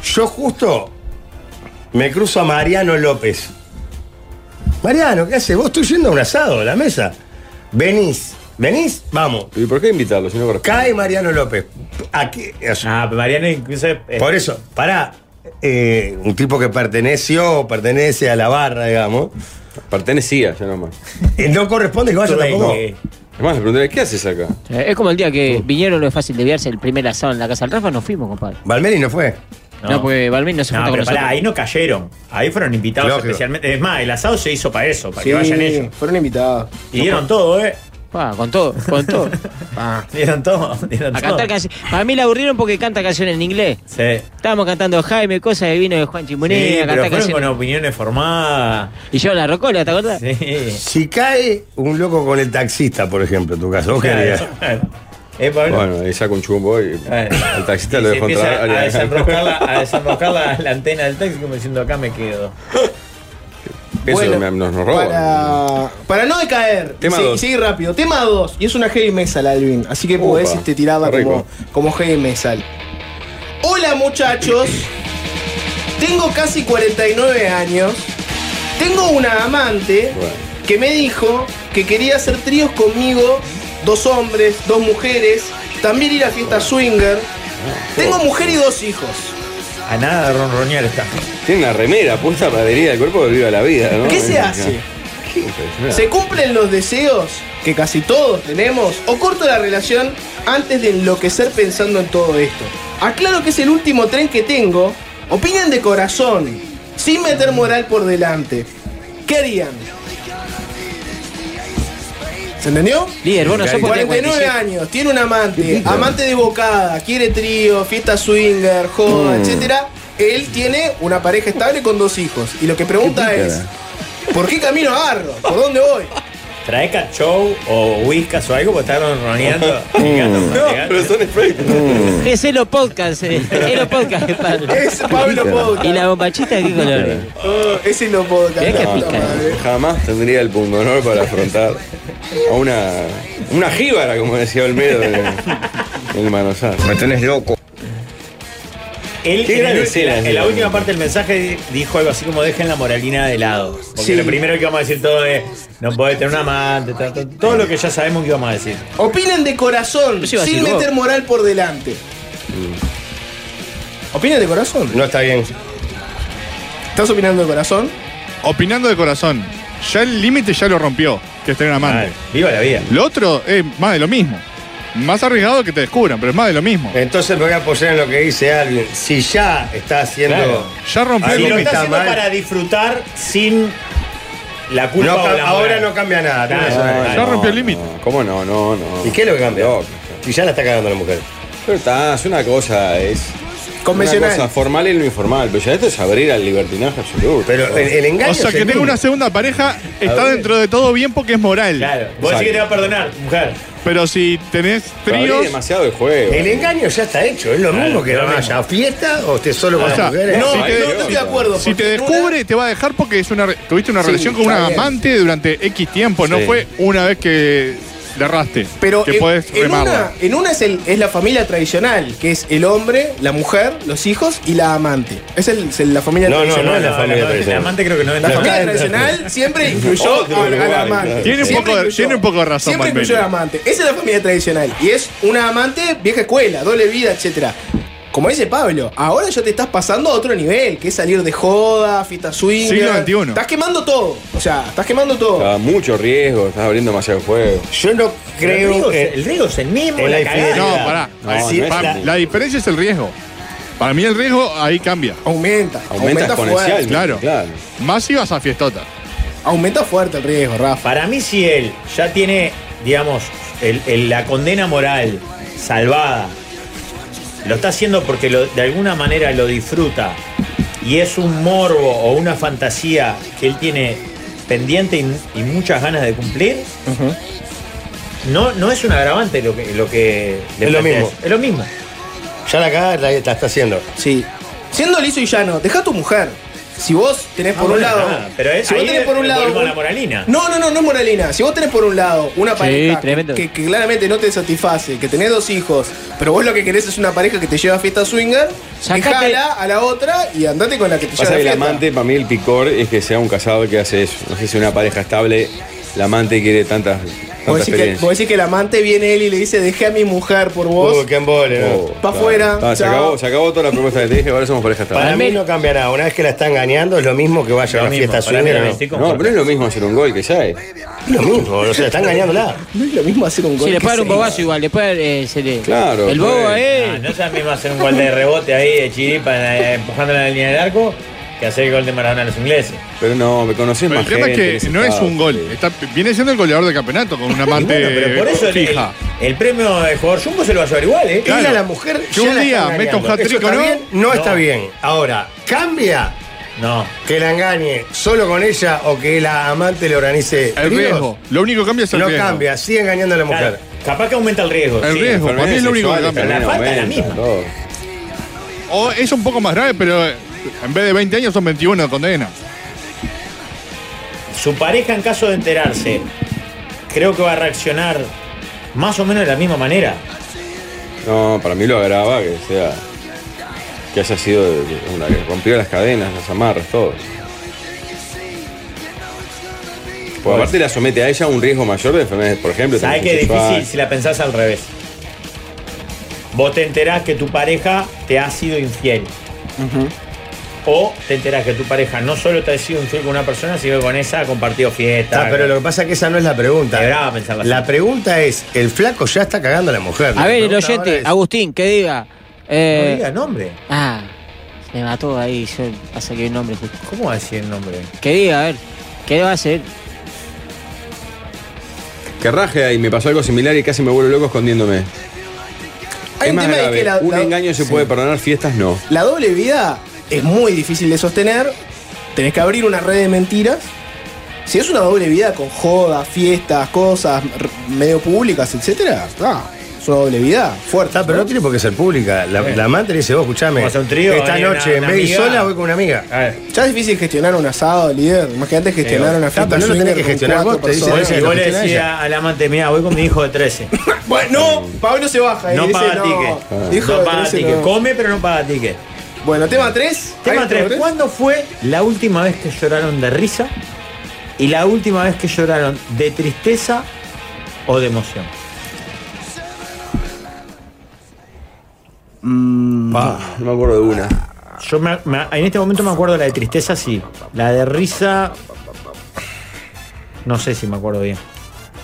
S5: Yo justo me cruzo a Mariano López. Mariano, ¿qué haces? Vos estoy yendo a un asado de la mesa. Venís, venís, vamos.
S7: ¿Y por qué invitarlo si no corresponde?
S5: Cae Mariano López. Aquí, o sea,
S4: Ah, pero Mariano incluso. eh,
S5: por eso, pará. Eh, un tipo que perteneció, pertenece a la barra, digamos.
S7: Pertenecía, ya nomás.
S5: Eh, no corresponde que vaya tampoco.
S4: eh,
S7: Es más, le pregunté, ¿qué haces acá?
S8: Eh, Es como el día
S4: Uh.
S8: que vinieron lo es fácil de verse el primer asado en la casa del Rafa, nos fuimos, compadre.
S5: Valmeri no fue.
S8: No, porque Balmín no se
S4: No,
S8: junta con
S4: pero pará,
S8: nosotros.
S4: ahí no cayeron. Ahí fueron invitados
S5: Lógico.
S4: especialmente. Es más, el asado se hizo para eso, para
S6: Sí,
S4: que vayan ellos.
S6: fueron invitados.
S4: Y dieron todo, ¿eh?
S8: Pa, con todo, con todo.
S5: Ah.
S4: Dieron todo, dieron
S8: A
S4: todo.
S8: cantar canciones. Para mí la aburrieron porque canta canciones en inglés.
S4: Sí.
S8: Estábamos cantando Jaime, cosas de vino de Juan Chimunea,
S4: Sí,
S8: cantar
S4: pero fueron
S8: canciones.
S4: con opiniones formadas.
S8: Y yo la rocola, ¿te acordás?
S4: Sí.
S5: Si cae un loco con el taxista, por ejemplo, en tu caso, vos qué harías?
S4: Claro. ¿Eh, Pablo?
S7: Bueno, ahí saca un chumbo y
S4: Bueno.
S7: el taxista
S4: Eh. Y
S7: lo
S4: se
S7: dejó
S4: empieza
S7: entrar.
S4: a desenroscar, la, a desenroscar la, la antena del taxi como diciendo acá me quedo.
S7: Eso
S6: Bueno,
S7: me- nos, nos roban.
S6: Para, para no decaer,
S7: Tema
S6: y se- y
S7: dos.
S6: seguir rápido. Tema 2, y es una heavy metal, Alvin. Así que
S7: Opa,
S6: podés este, tirarla
S7: está
S6: como,
S7: rico.
S6: como heavy metal. Hola muchachos, tengo casi 49 años, tengo una amante
S7: Bueno.
S6: que me dijo que quería hacer tríos conmigo, dos hombres, dos mujeres, también ir a fiesta swinger.
S7: Ah,
S6: Tengo mujer y dos hijos.
S4: A nada de ronronear está.
S7: Tiene una remera puesta para adherir al cuerpo de viva la vida, ¿no?
S6: ¿Qué se
S7: Es-
S6: hace?
S7: Qué impresionante.
S6: ¿Se cumplen los deseos que casi todos tenemos? ¿O corto la relación antes de enloquecer pensando en todo esto? Aclaro que es el último tren que tengo. Opinen de corazón, sin meter moral por delante. ¿Qué harían? ¿Se entendió?
S8: Líder, vos no sos porque tenés
S6: 49
S8: 47.
S6: años, tiene un amante, amante de bocada, quiere trío, fiesta swinger, joda, etcétera. él tiene una pareja estable con dos hijos. Y lo que pregunta
S7: Qué
S6: es, ¿por qué camino agarro? ¿Por dónde voy?
S4: ¿Trae cachou o whiskas o algo? Porque estaban roneando. Llegando,
S12: Mm.
S4: llegando.
S7: son
S5: Mm.
S8: Es Elo Podcast, eh. Elo Podcast, Pablo.
S6: Es Pablo Podcast.
S8: ¿Y la bombachita de qué color es?
S6: Oh, ese lo podcast.
S8: Mirá que
S6: la puta
S8: pica.
S6: madre.
S7: Jamás tendría el pundonor para afrontar a una. Una jíbara, como decía Olmedo en en el Manosar.
S5: Me tenés loco.
S4: Él,
S7: Qué
S4: en,
S7: gran
S4: el-
S7: escena,
S4: en
S7: sí.
S4: la última parte del mensaje dijo algo así como dejen la moralina de lado. Porque
S6: Sí.
S4: lo primero que vamos a decir todo es no podés tener un amante, ta- ta- todo lo que ya sabemos que vamos a decir.
S6: Opinen de corazón,
S8: Eso iba a
S6: sin
S8: decir vos. Mm.
S6: meter moral por delante. ¿Opinen de corazón?
S5: No está bien.
S6: ¿Estás opinando de corazón?
S12: Opinando de corazón, ya el límite ya lo rompió, que es tener
S4: Ah,
S12: amante.
S4: viva la vida.
S12: Lo otro es más de lo mismo. Más arriesgado que te descubran, pero es más de lo mismo.
S5: Entonces me voy a apoyar en lo que dice alguien. Si ya está haciendo.
S4: Claro.
S12: Ya rompió
S5: Ahí
S12: el
S4: Si lo
S12: límite.
S4: está
S5: está
S4: haciendo
S5: mal.
S4: para disfrutar sin la
S5: No
S4: culpa o
S5: ca-
S4: la
S5: ahora
S4: moral.
S5: no cambia nada. tenés
S4: Claro,
S5: razón.
S12: Ya rompió el límite.
S7: Ah, No, ¿Cómo no? No, no.
S5: ¿Y qué es lo que cambia?
S7: No,
S5: Si ya la está cagando la mujer.
S7: Pero está, es una cosa, es.
S6: Convencional.
S7: Una cosa formal y lo informal. Pero ya esto es abrir al libertinaje absoluto.
S5: Pero eh, el, el engaño.
S12: O sea,
S5: es
S12: que
S5: el
S12: tenga
S5: mismo.
S12: una segunda pareja está
S5: ver.
S12: dentro de todo bien porque es moral.
S4: Claro. Vos decís que te va a perdonar, mujer.
S12: Pero si tenés
S7: Pero abrir
S12: tríos,
S7: demasiado el juego.
S5: El engaño ya está hecho. Es lo
S4: Claro,
S5: mismo que
S4: lo
S5: vaya
S4: mismo.
S5: a fiesta o esté solo con
S12: O
S5: las
S12: sea,
S5: mujeres.
S6: No, no,
S7: sí,
S6: no
S7: sí,
S6: estoy
S7: sí.
S6: de acuerdo.
S12: si te
S6: porque en una-
S12: descubre, te va a dejar porque es una, re- tuviste una
S6: Sí,
S12: relación con
S6: está
S12: una
S6: bien.
S12: amante durante X tiempo. No
S7: Sí.
S12: fue una vez que le erraste.
S6: Pero
S12: que
S6: en,
S12: podés
S6: en una,
S12: remarla.
S6: en una es, el- es la familia tradicional, que es el hombre, la mujer, los hijos y la amante. Esa es, el- es la familia
S5: No, no,
S6: tradicional.
S5: no es la familia
S4: La
S5: tradicional.
S4: amante creo que no es
S6: La
S4: la
S6: familia
S4: amante.
S6: tradicional siempre incluyó
S7: Otro
S6: a- a
S7: lugar,
S6: la amante.
S7: claro.
S12: Tiene un
S6: Siempre
S12: poco de- tiene un poco de razón,
S6: Siempre
S12: Valverde.
S6: incluyó a la amante. Esa es la familia tradicional. Y es una amante vieja escuela, doble vida, etcétera. Como dice Pablo, ahora ya te estás pasando a otro nivel, que es salir de joda, fiesta swing.
S12: Siglo XXI.
S6: Estás quemando todo. O sea, estás quemando todo.
S7: Está mucho riesgo, estás abriendo demasiado el juego.
S5: Yo no
S4: El
S5: creo.
S4: riesgo
S5: que-
S4: es- el riesgo es el mismo.
S5: en
S4: la
S5: la
S4: cagada.
S12: No, pará.
S7: No,
S12: Ahí Ah, sí,
S7: no es
S12: pa-
S7: la-
S12: la diferencia es el riesgo. Para mí el riesgo ahí cambia.
S6: Aumenta.
S7: Aumenta exponencial.
S6: fuerte.
S12: Claro.
S7: Claro.
S12: Más si vas a fiestota.
S6: Aumenta fuerte el riesgo, Rafa.
S4: Para mí, si él ya tiene, digamos, el- el- la condena moral salvada, lo está haciendo porque lo- de alguna manera lo disfruta y es un morbo o una fantasía que él tiene pendiente y, y muchas ganas de cumplir, no, no es un agravante lo que, lo que le
S5: Es lo
S4: planteas.
S5: mismo.
S4: Es lo mismo.
S5: Ya la cagada la, la está haciendo.
S6: Sí. Siendo liso y llano, deja a tu mujer. Si vos tenés por
S4: Ah,
S6: un
S4: bueno,
S6: lado.
S4: nada, pero es-
S6: si vos
S4: ahí
S6: tenés por un lado.
S4: volvemos a la moralina.
S6: No, no, no, no es moralina. Si vos tenés por un lado una pareja
S8: tremendo.
S6: que, que claramente no te satisface, que tenés dos hijos, pero vos lo que querés es una pareja que te lleva a fiesta swinger,
S8: Sacate-
S6: dejala a la otra y andate con la que te lleva a
S7: Pasa que el
S6: fiesta.
S7: amante, para mí el picor es que sea un casado que hace eso. No sé si una pareja estable, la amante quiere tantas, tanta
S6: Vos decís, que,
S7: experiencia.
S6: vos decís que el amante viene él y le dice, dejé a mi mujer por vos.
S5: Uy, Uh, qué embole, ¿no?
S7: Oh,
S6: pa' afuera,
S7: Ah, se,
S6: chao.
S7: acabó, se acabó toda la propuesta que te dije, ahora somos pareja estable.
S5: Para
S8: Para
S5: mí
S8: mí-
S5: no cambia nada. Una vez que la está engañando, es lo mismo que vaya a
S4: Lo
S5: una
S4: mismo,
S5: fiesta
S4: para mí
S5: swinger.
S4: también
S5: ¿no?
S4: estoy
S5: Es
S4: con
S7: No,
S4: Jorge.
S7: pero es lo mismo hacer un gol que ya es.
S5: lo mismo, o sea, está engañándola.
S6: No es lo mismo hacer un gol.
S8: Si le
S6: que
S8: pagan un
S6: seis.
S8: bobazo igual, después eh, se le.
S7: Claro,
S8: El bobo a
S7: pues.
S4: Ah,
S8: él.
S4: no es la misma hacer un gol de rebote ahí de chiripa eh, empujándola en la línea del arco que hacer el gol de Maradona a los ingleses.
S7: Pero no, me conoces
S12: Pero
S7: más
S12: el tema
S7: gente,
S12: es que no es
S7: estado.
S12: un gol. Está- viene siendo el goleador del campeonato con una
S4: Y
S12: amante
S4: bueno, pero por eso el,
S12: fija.
S4: el- el premio de jugador Jumbo se lo va a llevar igual, ¿eh?
S12: Claro.
S5: Ella, la mujer.
S12: Que un día meta un hat-trick o no,
S5: No,
S4: no.
S5: está bien. Ahora, cambia
S4: No.
S5: que la engañe solo con ella o que la amante le organice.
S12: El
S5: tríos,
S12: riesgo. Lo único que cambia es el
S5: No
S12: riesgo.
S5: cambia, sigue engañando a la
S4: Claro,
S5: mujer.
S4: capaz que aumenta el riesgo.
S12: El
S4: sí.
S12: riesgo. para mí es lo único que
S7: Enfermedades
S12: cambia.
S7: sexuales
S4: La falta es la
S7: aumenta,
S4: misma.
S7: todo.
S12: O es un poco más grave, pero en vez de 20 años son 21 de condena.
S4: Su pareja, en caso de enterarse, creo que va a reaccionar más o menos de la misma manera.
S7: No, para mí lo agrava que sea. Que haya sido de- de- una que rompió las cadenas, las amarras, todo. Pues aparte la somete a ella a un riesgo mayor de enfermedades, por ejemplo.
S4: ¿Sabes qué
S7: transmisión
S4: es difícil si
S7: sexual.
S4: la pensás al revés? Vos te enterás que tu pareja te ha sido infiel. O te enterás que tu pareja no solo te ha sido infiel con una persona, sino que con esa ha compartido fiesta.
S5: Ah, pero lo que pasa es que esa no es la pregunta.
S4: Qué brava pensarla así.
S5: La pregunta es, el flaco ya está cagando a la mujer.
S8: A
S5: La
S8: ver, el
S5: pregunta ahora
S8: oyente,
S5: es-
S8: Agustín, que diga.
S4: No
S8: Eh,
S4: diga nombre.
S8: ah, se me mató ahí. Yo, pasa que vi el nombre justo.
S4: ¿Cómo va a decir el nombre?
S8: Que diga, a ver. ¿Qué va a hacer?
S7: Que raje y me pasó algo similar y casi me vuelvo loco escondiéndome.
S6: Hay
S7: es
S6: un
S7: más
S6: tema de
S7: grave,
S6: que la-
S7: un
S6: la-
S7: engaño se puede perdonar, fiestas no.
S6: La doble vida es muy difícil de sostener. Tenés que abrir una red de mentiras. Si es una doble vida con jodas, fiestas, cosas, r- medio públicas, etcétera, ah, es una doble vida fuerte.
S5: Está, pero no tiene por qué ser pública. La, la amante le dice, vos escuchame,
S4: Vamos a un trío,
S5: esta
S4: ahí,
S5: noche,
S4: una-
S5: en
S4: una
S5: vez de ir
S4: amiga.
S5: sola, voy con una amiga.
S4: A ver,
S6: Ya es difícil gestionar un asado, líder. Más que antes gestionar una
S5: Está,
S6: fiesta.
S5: Eh, pero no lo tenés
S6: swinger
S5: que
S6: con
S5: gestionar
S6: cuatro
S5: vos, te dice,
S6: personas.
S5: Sí,
S4: y vos le
S5: lo tiene
S4: decías al amante, mira, voy con mi hijo de 13.
S6: Bueno, no, Pablo se baja. y
S4: No
S6: dice,
S4: paga
S6: no,
S4: ticket.
S6: hijo
S4: no
S6: de
S4: paga
S6: trece,
S4: ticket.
S6: no.
S4: Come, pero no paga ticket.
S6: Bueno, tema 3.
S4: Tema 3. ¿Cuándo fue la última vez que lloraron de risa? Y la última vez que lloraron de tristeza o de emoción.
S7: Pa, no me acuerdo de una.
S4: Yo me- me- en este momento me acuerdo la de tristeza, sí. La de risa. No sé si me acuerdo bien.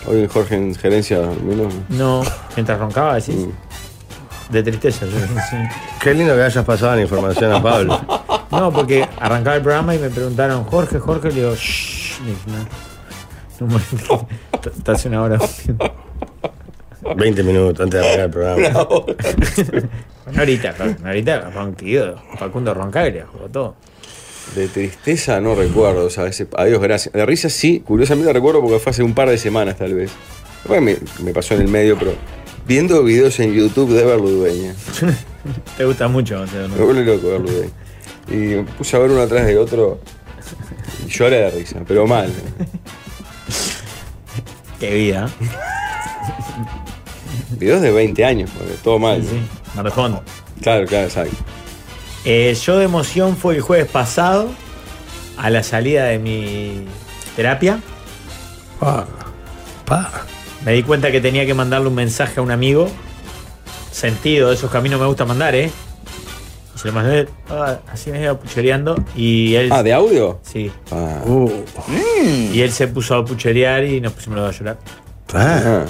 S7: Hoy el Jorge en gerencia, vino.
S4: No. Mientras roncaba, decís. De tristeza, yo sí.
S5: Qué lindo que hayas pasado la información a Pablo.
S4: No, porque arrancaba el programa y me preguntaron, Jorge, Jorge, le digo, shh, le dije, no. No, t- t- hace una hora.
S5: 20 minutos antes de arrancar el programa.
S4: Una horita, claro, una horita, ronquido. Facundo Roncaglia jugó todo.
S7: De tristeza no recuerdo, o sea, ese- adiós, gracias. De risa sí, curiosamente recuerdo porque fue hace un par de semanas tal vez. Capaz que Me, me pasó en el medio, pero viendo videos en YouTube de Berludueña.
S4: Te gusta mucho, o sea,
S7: Me
S4: ¿no?
S7: vuelve loco Berludueña. Y me puse a ver uno atrás del otro y lloré de risa, pero mal.
S4: Qué vida. ¿eh?
S7: Videos de 20 años, porque todo mal.
S4: Sí, Marrojón.
S7: Claro, claro, exacto.
S4: Eh, yo de emoción fue el jueves pasado, a la salida de mi terapia. Me di cuenta que tenía que mandarle un mensaje a un amigo. Sentido, esos que a mí no me gusta mandar, ¿eh? Y se lo mandé ah, así me iba puchereando y él...
S7: Ah, ¿de audio?
S4: Sí.
S7: Ah,
S4: Y él se puso a pucherear y nos pusimos los dos a llorar.
S7: ah.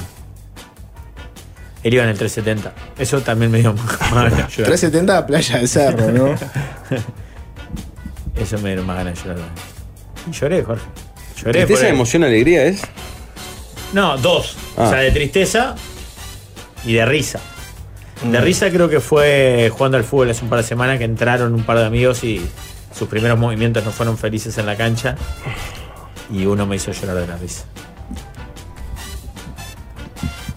S4: Él iba en el 370. Eso también me dio más ganas de llorar.
S6: 370 a Playa del Cerro, ¿no?
S4: Eso me dio más ganas de llorar. Y lloré, Jorge. Lloré. por
S7: Tristeza,
S4: él.
S7: emoción, alegría es.
S4: No, dos.
S7: Ah.
S4: O sea, de tristeza y de risa. De risa creo que fue jugando al fútbol hace un par de semanas que entraron un par de amigos y sus primeros movimientos no fueron felices en la cancha. Y uno me hizo llorar de la risa.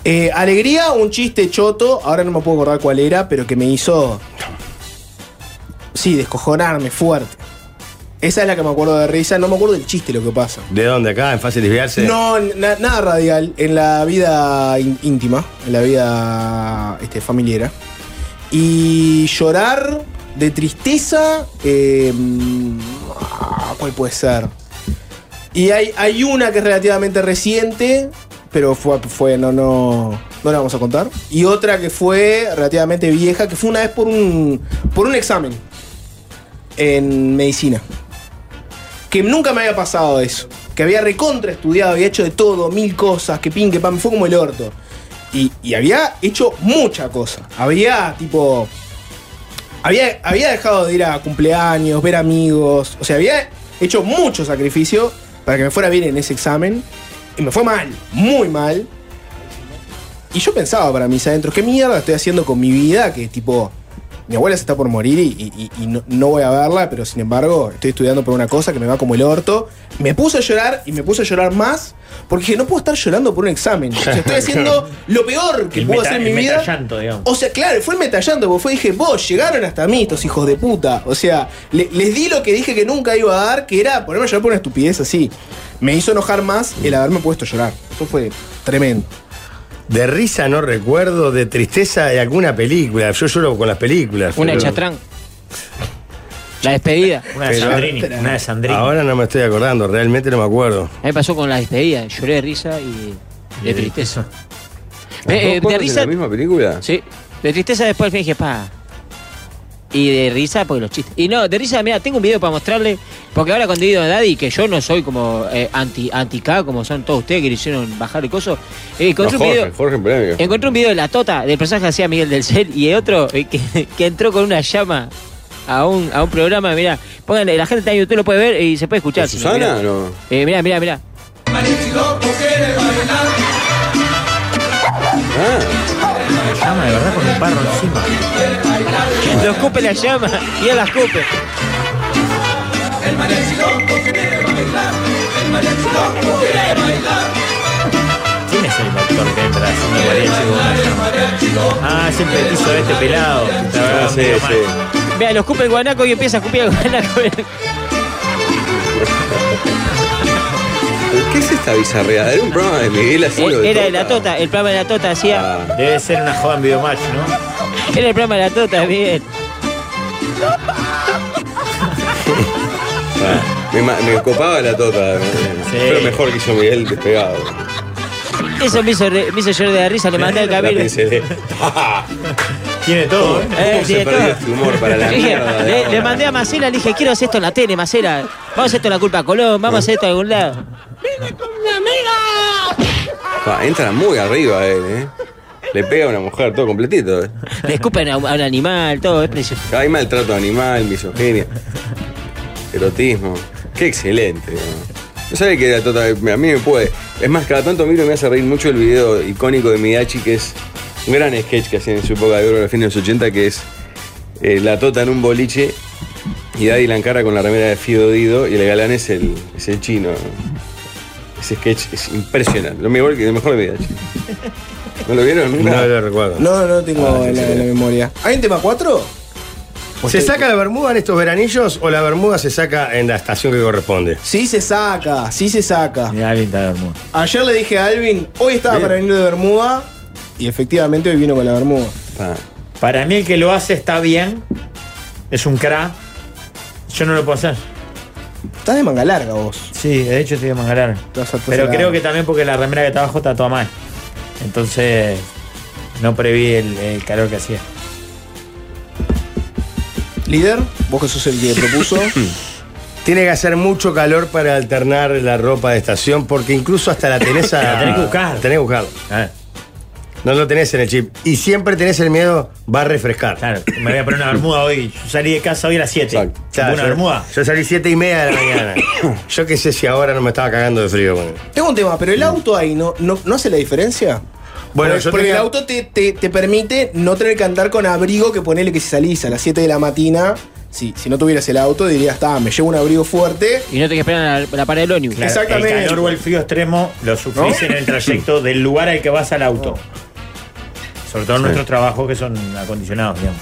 S6: Eh, alegría, un chiste choto, ahora no me puedo acordar cuál era, pero que me hizo. Sí, descojonarme fuerte. Esa es la que me acuerdo de risa, no me acuerdo del chiste lo que pasa.
S5: ¿De dónde acá? ¿En fácil desviarse?
S6: No, na- nada radial, en la vida ín- íntima, en la vida este, familiar. Y llorar de tristeza, eh, ah, ¿cuál puede ser? Y hay, hay una que es relativamente reciente, pero fue, fue no, no, no la vamos a contar. Y otra que fue relativamente vieja, que fue una vez por un, por un examen en medicina. Que nunca me había pasado eso. Que había recontra estudiado, había hecho de todo, mil cosas, que pin, que pan, fue como el orto. Y, y había hecho mucha cosa. Había, tipo. Había, había dejado de ir a cumpleaños, ver amigos. O sea, había hecho mucho sacrificio para que me fuera bien en ese examen. Y me fue mal, muy mal. Y yo pensaba para mis adentros, ¿qué mierda estoy haciendo con mi vida? Que tipo, mi abuela se está por morir y, y- y no, no voy a verla, pero sin embargo estoy estudiando por una cosa que me va como el orto. Me puse a llorar y me puse a llorar más porque dije, no puedo estar llorando por un examen. O sea, estoy haciendo lo peor que
S4: El
S6: puedo
S4: meta-
S6: hacer en mi
S4: el
S6: vida.
S4: metallanto, digamos.
S6: O sea, claro, fue metallando, porque fue, dije, vos llegaron hasta mí, estos hijos de puta. O sea, le- les di lo que dije que nunca iba a dar, que era ponerme a llorar por una estupidez así. Me hizo enojar más el haberme puesto a llorar. Eso fue tremendo.
S5: De risa no recuerdo, de tristeza de alguna película. Yo lloro con las películas.
S8: Una de
S5: pero-
S8: chatrán. La despedida.
S4: Una de
S5: Pero-
S4: Sandrini. Una de Sandrini.
S5: Ahora no me estoy acordando, realmente no me acuerdo.
S8: A mí me pasó con la despedida. Lloré de risa y de tristeza. Eh, eh,
S7: ¿Dos
S8: de
S7: cortes
S8: risa.
S7: en la misma película?
S8: Sí. De tristeza después al fin dije, pa. Y de risa, porque los chistes. Y no, de risa, mira, tengo un video para mostrarle. Porque ahora con Dido Daddy, que yo no soy como eh, anti, anti-K, como son todos ustedes que le hicieron bajar el coso. eh,
S7: No,
S8: encontré un
S7: Jorge,
S8: video.
S7: Jorge en premio.
S8: Encontré un video de la Tota, del personaje que hacía Miguel del Cel, y de otro eh, que, que entró con una llama a un, a un programa. Mirá, pónganle, la gente está en YouTube, lo puede ver y se puede escuchar.
S7: ¿Con Susana? No.
S8: Mira, Eh, mirá, mirá, mirá.
S7: Ah,
S4: llama de verdad con un parro encima.
S8: Lo escupe la llama y él la escupe.
S4: ¿Quién es el doctor que entra haciendo mariachi con una llama? Ah, es el petizo de este pelado. La verdad,
S7: Ah, sí,
S4: medio mal.
S7: sí.
S8: Vea, lo escupe el guanaco y empieza a escupir el guanaco.
S7: ¿Qué es esta bizarreada? Era un programa de Miguel haciendo de
S8: Era de la
S7: tota.
S8: tota, el programa de la tota hacía.
S7: Ah,
S4: Debe ser una joven videomatch, ¿no?
S8: Era el programa de la tota, bien.
S7: ah. Me, ma- me copaba la tota. Pero mejor que hizo Miguel despegado.
S8: Eso me hizo, re- me hizo llorar de la risa, le mandé el
S7: La
S8: cabello.
S7: pincelé. Ah,
S4: Tiene todo, ¿eh?
S8: Eh,
S7: ¿Cómo
S8: sí, de
S7: se perdió
S8: todo.
S7: este humor para la
S8: Le dije,
S7: mierda? de
S8: le,
S7: ahora?
S8: le mandé a Macela, le dije, quiero hacer esto en la tele, Macela. Vamos a hacer esto en la culpa a Colón, vamos a hacer esto en algún lado.
S7: Pa, entra muy arriba él, ¿eh? Le pega a una mujer, todo completito, ¿eh?
S8: Le escupen a, un a un animal, todo. es precioso.
S7: Hay maltrato animal, misoginia, erotismo. Qué excelente. ¿no? No sabe que era tota, a mí me puede. Es más, cada tanto miro y me hace reír mucho el video icónico de Midachi, que es un gran sketch que hacían en su época de oro, en el fin de los 80, que es eh, la tota en un boliche y Daddy la encara con la remera de Fido Dido y el galán es el, es el chino. ¿no? Ese sketch es impresionante. Lo mejor, que- lo mejor de Midachi. ¿No lo vieron? Ah. nunca?
S5: No lo recuerdo.
S6: No, no tengo
S7: Ah, sí,
S6: la,
S7: sí.
S6: la memoria. ¿Hay un tema 4?
S5: ¿Se saca la bermuda en estos veranillos o la bermuda se saca en la estación que corresponde?
S6: Sí se saca, sí se saca.
S4: Mirá, alguien está de Bermuda.
S6: Ayer le dije a Alvin, hoy estaba para venir de Bermuda y efectivamente hoy vino con la Bermuda.
S7: Pa.
S4: Para mí el que lo hace está bien. Es un cra. Yo no lo puedo hacer.
S6: Estás de manga larga vos.
S4: Sí, de hecho estoy de mangalar.
S6: Estás- estás
S4: Pero
S6: a la-
S4: creo que también porque la remera que está abajo está toda mal. Entonces no preví el, el calor que hacía.
S6: Líder, vos que sos el que propuso.
S5: Tiene que hacer mucho calor para alternar la ropa de estación porque incluso hasta la tenés a...
S4: La tenés que buscar.
S5: la tenés que buscar.
S4: Ah,
S5: No lo tenés en el chip. Y siempre tenés el miedo, va a refrescar.
S4: claro, me voy a poner una bermuda hoy. Yo salí de casa hoy a las 7.
S7: Exacto.
S5: Claro,
S4: una
S5: yo-
S4: bermuda.
S5: Yo salí siete y media de la mañana. yo qué sé si ahora no me estaba cagando de frío. bueno.
S6: Tengo un tema, pero el auto ahí no, no, no hace la diferencia. porque,
S5: Bueno, yo
S6: Pues, porque
S5: tenía-
S6: el auto te, te- te permite no tener que andar con abrigo que ponele que si salís a las 7 de la mañana, si, si no tuvieras el auto dirías, está, me llevo un abrigo fuerte.
S8: Y no te que esperar la, la pared del ómnibus.
S4: Claro,
S6: Exactamente.
S4: El calor o el frío extremo lo sufrís en el trayecto del lugar al que vas al auto. Sobre todo en nuestros trabajos que son acondicionados, digamos.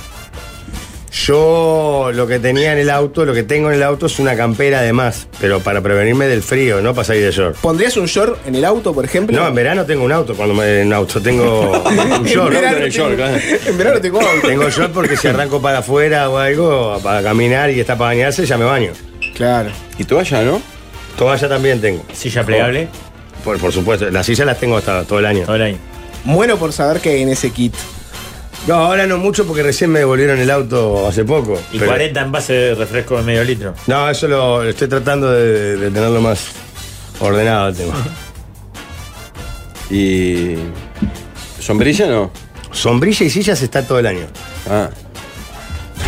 S5: Yo lo que tenía en el auto, lo que tengo en el auto es una campera de más, pero para prevenirme del frío, no para salir de short.
S6: ¿Pondrías un short en el auto, por ejemplo?
S5: No, en verano tengo un auto, cuando me en auto tengo un short.
S7: verano
S5: Tengo el
S7: tengo-
S5: short, claro.
S6: En verano tengo auto.
S5: Tengo short porque si arranco para afuera o algo, para caminar y está para bañarse, ya me baño.
S6: Claro.
S7: Y toalla, ¿no?
S5: Toalla también tengo. Oh,
S4: Silla plegable, Ah.
S5: Por, por supuesto, las sillas las tengo hasta todo el año.
S4: todo el año.
S6: Bueno por saber que hay en ese kit.
S5: No, ahora no mucho porque recién me devolvieron el auto hace poco.
S4: Y
S5: pero-
S4: 40 envases de refresco de medio litro.
S5: No, eso lo estoy tratando de, de tenerlo más ordenado el tema.
S7: Y. ¿Sombrilla no?
S5: Sombrilla y sillas está todo el año,
S7: Ah.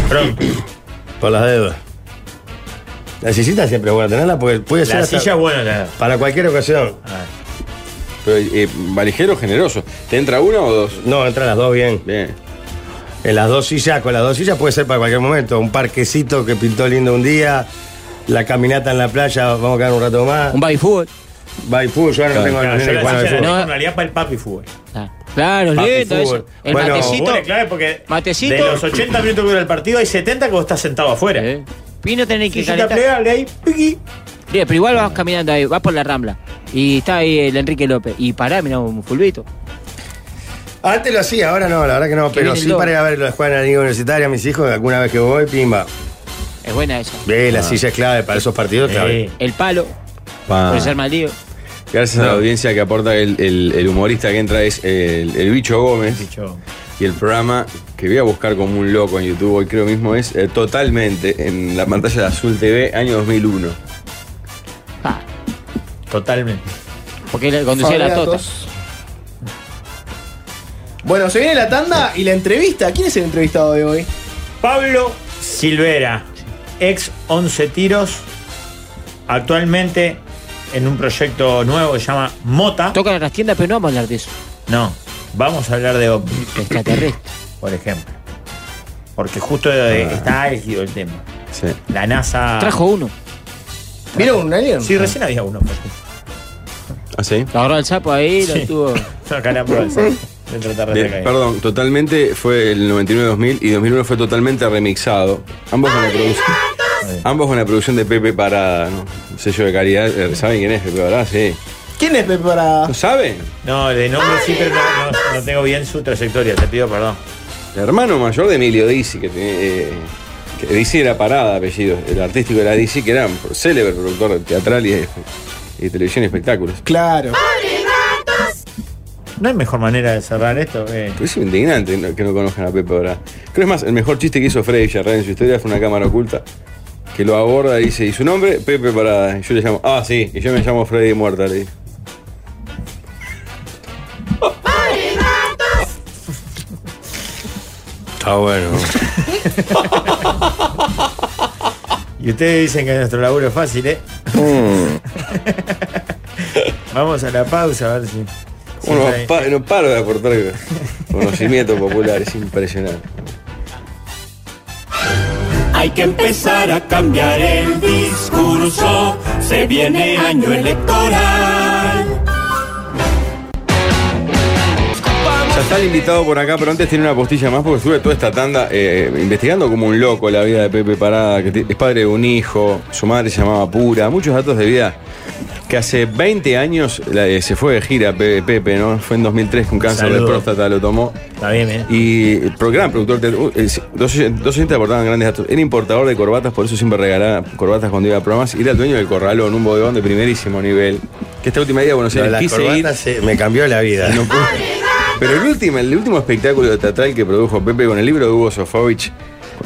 S4: Pronto.
S5: por las deudas. La sillita siempre es buena tenerla porque puede ser
S4: La
S5: hasta-
S4: silla es buena. la-
S5: para cualquier ocasión.
S4: Ah,
S7: Pero eh, valijero generoso. ¿Te entra una o dos?
S5: No, entran las dos bien.
S7: Bien.
S5: En las dos sillas, con las dos sillas puede ser para cualquier momento. Un parquecito que pintó lindo un día, la caminata en la playa, vamos a quedar un rato más.
S8: Un baby fútbol.
S5: Bye, fu, yo ahora no
S7: Claro,
S5: tengo
S4: claro,
S5: nene
S4: yo
S5: que
S4: la silla
S5: juega al
S4: la
S5: fútbol.
S4: tengo
S8: No.
S4: en realidad para el papi fútbol.
S8: Ah, Claro, es
S5: Papi
S8: lindo
S5: fútbol.
S8: eso. El
S5: Bueno,
S8: matecito.
S4: Fútbol es clave porque
S8: Matecito.
S4: de los 80 minutos que dura el partido hay 70 que vos estás sentado afuera.
S8: Eh. Y no tenés que
S4: Sillita
S8: calentar.
S4: plegable ahí, piqui.
S8: Mira, pero igual vas caminando ahí, vas por la rambla. Y está ahí el Enrique López. Y pará, mirá, un fulbito.
S5: Antes lo hacía, ahora no, la verdad que no, pero
S8: viene
S5: sí
S8: el lobo.
S5: para ir a ver la escuela de la liga universitaria a mis hijos, alguna vez que voy, pimba.
S8: Es buena esa.
S5: Ve, la silla es clave para esos partidos, clave.
S4: Eh,
S8: El palo,
S7: Pa.
S8: puede ser maldío.
S7: Gracias a la audiencia que aporta el, el- el humorista que entra es el, el Bicho Gómez.
S4: dicho.
S7: Y el programa que voy a buscar como un loco en YouTube hoy creo mismo es eh, Totalmente en la pantalla de Azul TV año 2001.
S8: Ah,
S4: Totalmente.
S8: porque él conducía la tota.
S6: Fabriatos. Bueno, se viene la tanda y la entrevista. ¿Quién es el entrevistado de hoy?
S4: Pablo Silvera, ex 11 tiros, actualmente en un proyecto nuevo que se llama Mota.
S8: Tocan en las tiendas, pero no vamos a hablar de eso.
S4: No, vamos a hablar de ovnis,
S8: Extraterrestre.
S4: por ejemplo. Porque justo
S5: Ah.
S4: eh, está álgido el tema.
S7: Sí.
S4: La NASA.
S8: Trajo uno.
S6: ¿Vieron un alien?
S4: Sí, recién había uno.
S7: ¿Ah, sí?
S8: Lo agarró el sapo ahí, lo
S4: Sí.
S8: estuvo.
S4: Una carambola del sol. Dentro de la red
S7: De-
S4: de caída.
S7: perdón, totalmente fue el 99-2000 y 2001 fue totalmente remixado. Ambos con la producción. Ambos con la producción de Pepe Parada, ¿no? Sello de caridad. Eh, ¿Saben quién es Pepe Parada? Sí.
S6: ¿Quién es Pepe Parada?
S7: ¿No saben?
S4: No, de nombre sí, pero no, no- no tengo bien su trayectoria, te pido perdón.
S7: El hermano mayor de Emilio Dizzy, que, tenía, eh, que Dizzy era Parada, apellido. El artístico era Dizzy, que era un célebre productor teatral y, y televisión y espectáculos.
S6: Claro.
S4: No hay mejor manera de cerrar esto. eh. que-
S7: Pero Es indignante no- que no conozcan a Pepe ahora. Creo es más, el mejor chiste que hizo Freddy Villarreal en su historia fue una cámara oculta que lo aborda y dice, ¿y su nombre? Pepe Parada. Y yo le llamo, ah, sí, y yo me llamo Freddy Muerta. Le dije.
S5: Está bueno.
S4: Y ustedes dicen que nuestro laburo es fácil, ¿eh? Vamos a la pausa a ver si. si
S7: Uno
S4: hay-
S7: pa- no paro de aportar conocimiento popular, es impresionante.
S10: Hay que empezar a cambiar el discurso. Se viene año electoral.
S7: Ya está el invitado por acá, pero antes tiene una postilla más porque estuve toda esta tanda eh, investigando como un loco la vida de Pepe Parada, que ti- es padre de un hijo, su madre se llamaba Pura, muchos datos de vida. Que hace 20 años la- eh, se fue de gira Pe- Pepe, ¿no? Fue en 2003 con cáncer de
S4: Saludos.
S7: próstata, lo tomó.
S4: Está bien, ¿eh?
S7: Y el pro- gran productor, de- uh, el- dos oyen- dos oyentes aportaban grandes datos. Era importador de corbatas, por eso siempre regalaba corbatas cuando iba a programas. Y era el dueño del corralón, un bodegón de primerísimo nivel. Que esta última idea de Buenos
S5: Lo de
S7: Aires
S5: las
S7: quise ir.
S5: corbatas eh, me cambió la vida.
S7: No pude. Pero el último, el último espectáculo teatral que produjo Pepe con el libro de Hugo Sofovich,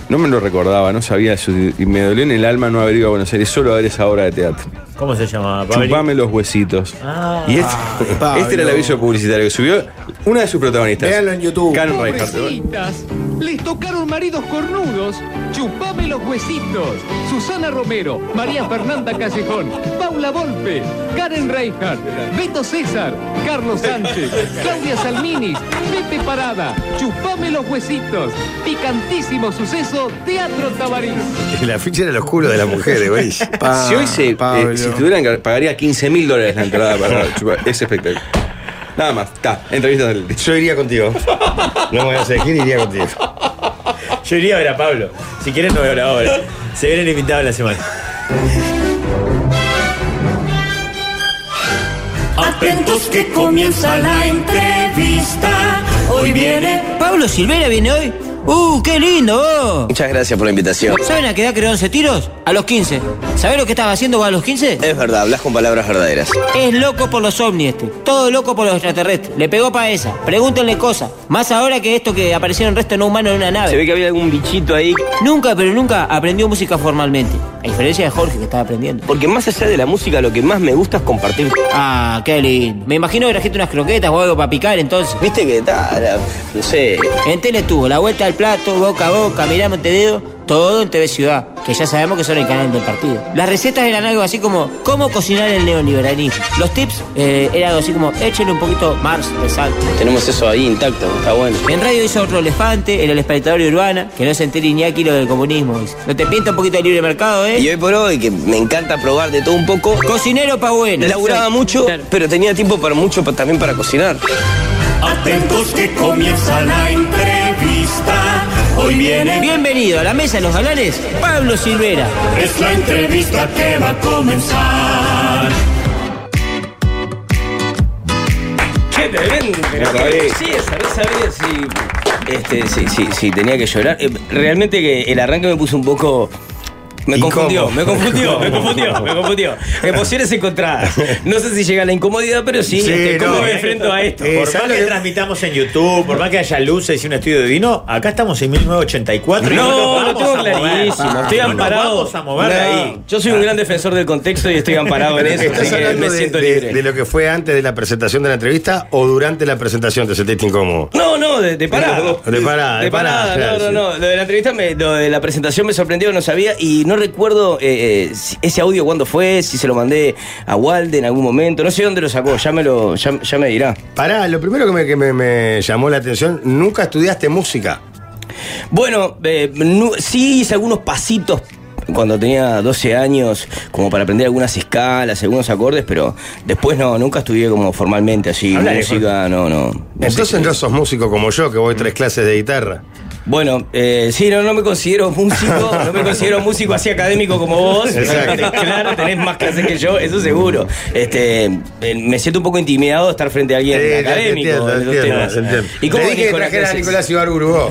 S7: no me lo recordaba, no sabía su- y me dolió en el alma no haber ido a Buenos Aires solo a ver esa obra de teatro.
S4: ¿Cómo se llamaba, Pablo?
S7: Chupame los huesitos.
S4: Ah.
S7: y este,
S6: Pablo.
S7: este era el aviso publicitario que subió una de sus protagonistas.
S6: Véanlo en YouTube.
S7: Karen Reinhardt.
S2: Les tocaron maridos cornudos. Chupame los huesitos. Susana Romero, María Fernanda Callejón, Paula Volpe, Karen Reinhardt, Beto César, Carlos Sánchez, Claudia Salminis, Pepe Parada. Chupame los huesitos. Picantísimo suceso, Teatro Tabarís.
S5: La ficha era el oscuro de las mujeres, güey.
S6: Pa-
S7: si hoy se, eh,
S6: Pablo.
S7: si estuvieran, que- pagaría 15 mil dólares la entrada para chupar ese espectáculo. Nada más, está, entrevistas del
S5: Yo iría contigo. No me vas a elegir, iría contigo.
S4: Yo iría a ver a Pablo. Si quieres no veo la obra. Se viene el invitado de la semana.
S10: Atentos que comienza la entrevista. Hoy viene
S8: Pablo Silvera viene hoy. ¡Uh, qué lindo! vos!
S9: Muchas gracias por la invitación.
S8: ¿Saben a qué edad creó 11 tiros? A los 15. ¿Sabés lo que estaba haciendo vos a los 15?
S9: Es verdad, hablas con palabras verdaderas.
S8: Es loco por los ovnis este. Todo loco por los extraterrestres. Le pegó para esa. Pregúntenle cosas. Más ahora que esto que aparecieron restos no humanos en una nave.
S9: Se ve que había algún bichito ahí.
S8: Nunca, pero nunca aprendió música formalmente. A diferencia de Jorge que estaba aprendiendo.
S9: Porque más allá de la música, lo que más me gusta es compartir.
S8: Ah, qué lindo. Me imagino que trajiste unas croquetas o algo para picar entonces.
S9: Viste que pues, tal, no sé.
S8: En Teletubo, la vuelta al plato, boca a boca, mirá Montevideo, todo en TV Ciudad, que ya sabemos que son el canal del partido. Las recetas eran algo así como cómo cocinar el neoliberalismo. Los tips eh, eran algo así como échenle un poquito más de sal.
S9: Tenemos eso ahí intacto, está bueno.
S8: En radio hizo otro elefante, en el espectador de urbana, que no se entere Iñaki lo del comunismo. dice. No te pinta un poquito de libre mercado,
S9: Y
S8: ¿eh?
S9: hoy por hoy, que me encanta probar de todo un poco,
S8: Cocinero pa' bueno.
S9: laburaba mucho,
S8: Claro.
S9: pero tenía tiempo para mucho pa- también para cocinar.
S10: Atentos que comienza la entrevista. Hoy viene.
S8: Bienvenido a la mesa de los galanes, Pablo Silvera.
S10: Es la entrevista que va a comenzar.
S9: ¡Qué tremendo!
S7: Gabriel.
S9: Sí, saber saber si. Este, sí, sí, sí, tenía que llorar. Eh, Realmente que el arranque me puso un poco. Me
S5: Incómodo.
S9: confundió, me confundió, me confundió, me confundió. Emociones encontradas. No sé si llega la incomodidad, pero sí,
S5: Sí,
S9: este, ¿cómo
S5: no.
S9: me enfrento a esto?
S5: Eh,
S4: por más
S5: ¿sabes
S4: que,
S5: lo que-
S4: transmitamos en YouTube, por más que haya luces y un estudio de vino, acá estamos en 1984. y
S9: No,
S4: nos
S9: lo
S4: vamos a
S9: tengo
S4: mover.
S9: clarísimo.
S4: No
S9: Estoy
S4: nos
S9: amparado.
S4: Vamos a mover de
S9: No,
S4: ahí.
S9: Yo soy un gran defensor del contexto y estoy amparado en eso,
S5: ¿Estás
S9: así que
S5: hablando
S9: me
S5: de-
S9: siento
S5: de,
S9: libre.
S5: de lo que fue antes de la presentación de la entrevista o durante la presentación? ¿Te sentiste incómodo?
S9: No, no, de, de parada.
S5: De parada, de parada,
S9: no,
S5: claro,
S9: no,
S5: sí.
S9: no. Lo de la entrevista, me- lo de la presentación me sorprendió, no sabía. Y no recuerdo eh, eh, si- ese audio cuándo fue, si se lo mandé a Walde en algún momento. No sé dónde lo sacó, ya me, lo, ya, ya me dirá.
S5: Pará, lo primero que me, que me- me llamó la atención, nunca estudiaste música.
S9: Bueno, eh, nu- sí hice algunos pasitos cuando tenía 12 años, como para aprender algunas escalas, algunos acordes, pero después no, nunca estudié como formalmente así,
S5: Hablale,
S9: música, no, no.
S5: Entonces no sos músico como yo, que voy
S9: Mm.
S5: tres clases de guitarra.
S9: Bueno, eh, sí, no, no me considero músico, no me considero músico así académico como vos. Este,
S5: Exacto.
S9: Claro, tenés más clases que yo, eso seguro. Este, eh, me siento un poco intimidado de estar frente a alguien
S5: Sí, te
S9: académico.
S5: entiendo,
S9: de
S5: te
S9: esos
S5: entiendo,
S9: temas.
S5: te entiendo.
S9: ¿Y cómo
S5: Te dije que
S9: Nicolás
S5: trajeras a
S9: Cresces?
S5: Nicolás Ibar Urubó.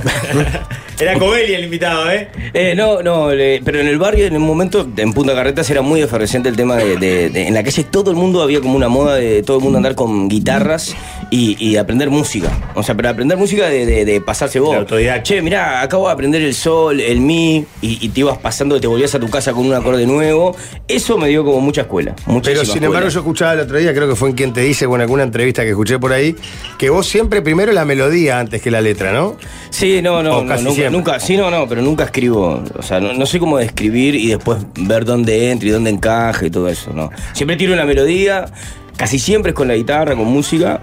S4: Era Covelli el invitado, ¿eh?
S9: Eh, no, no, le- pero en el barrio en un momento, en Punta Carretas, era muy efervescente el tema de, de- de- En la calle todo el mundo había como una moda de todo el mundo andar con guitarras y, y aprender música. O sea, pero aprender música de, de- de pasarse vos. Che, mirá, acabo de aprender el sol, el mi, y, y te ibas pasando, te volvías a tu casa con un acorde nuevo. Eso me dio como mucha escuela.
S5: Pero
S9: muchísima
S5: sin
S9: escuela.
S5: embargo yo escuchaba el otro día, creo que fue en Quien Te Dice o en alguna entrevista que escuché por ahí, que vos siempre primero la melodía antes que la letra, ¿no?
S9: Sí, no,
S5: O
S9: no, no,
S5: casi
S9: nunca,
S5: siempre.
S9: nunca- sí, no, no, pero nunca escribo, o sea, no, no sé cómo describir y después ver dónde entra y dónde encaje y todo eso, no. Siempre tiro una melodía, casi siempre es con la guitarra, con música,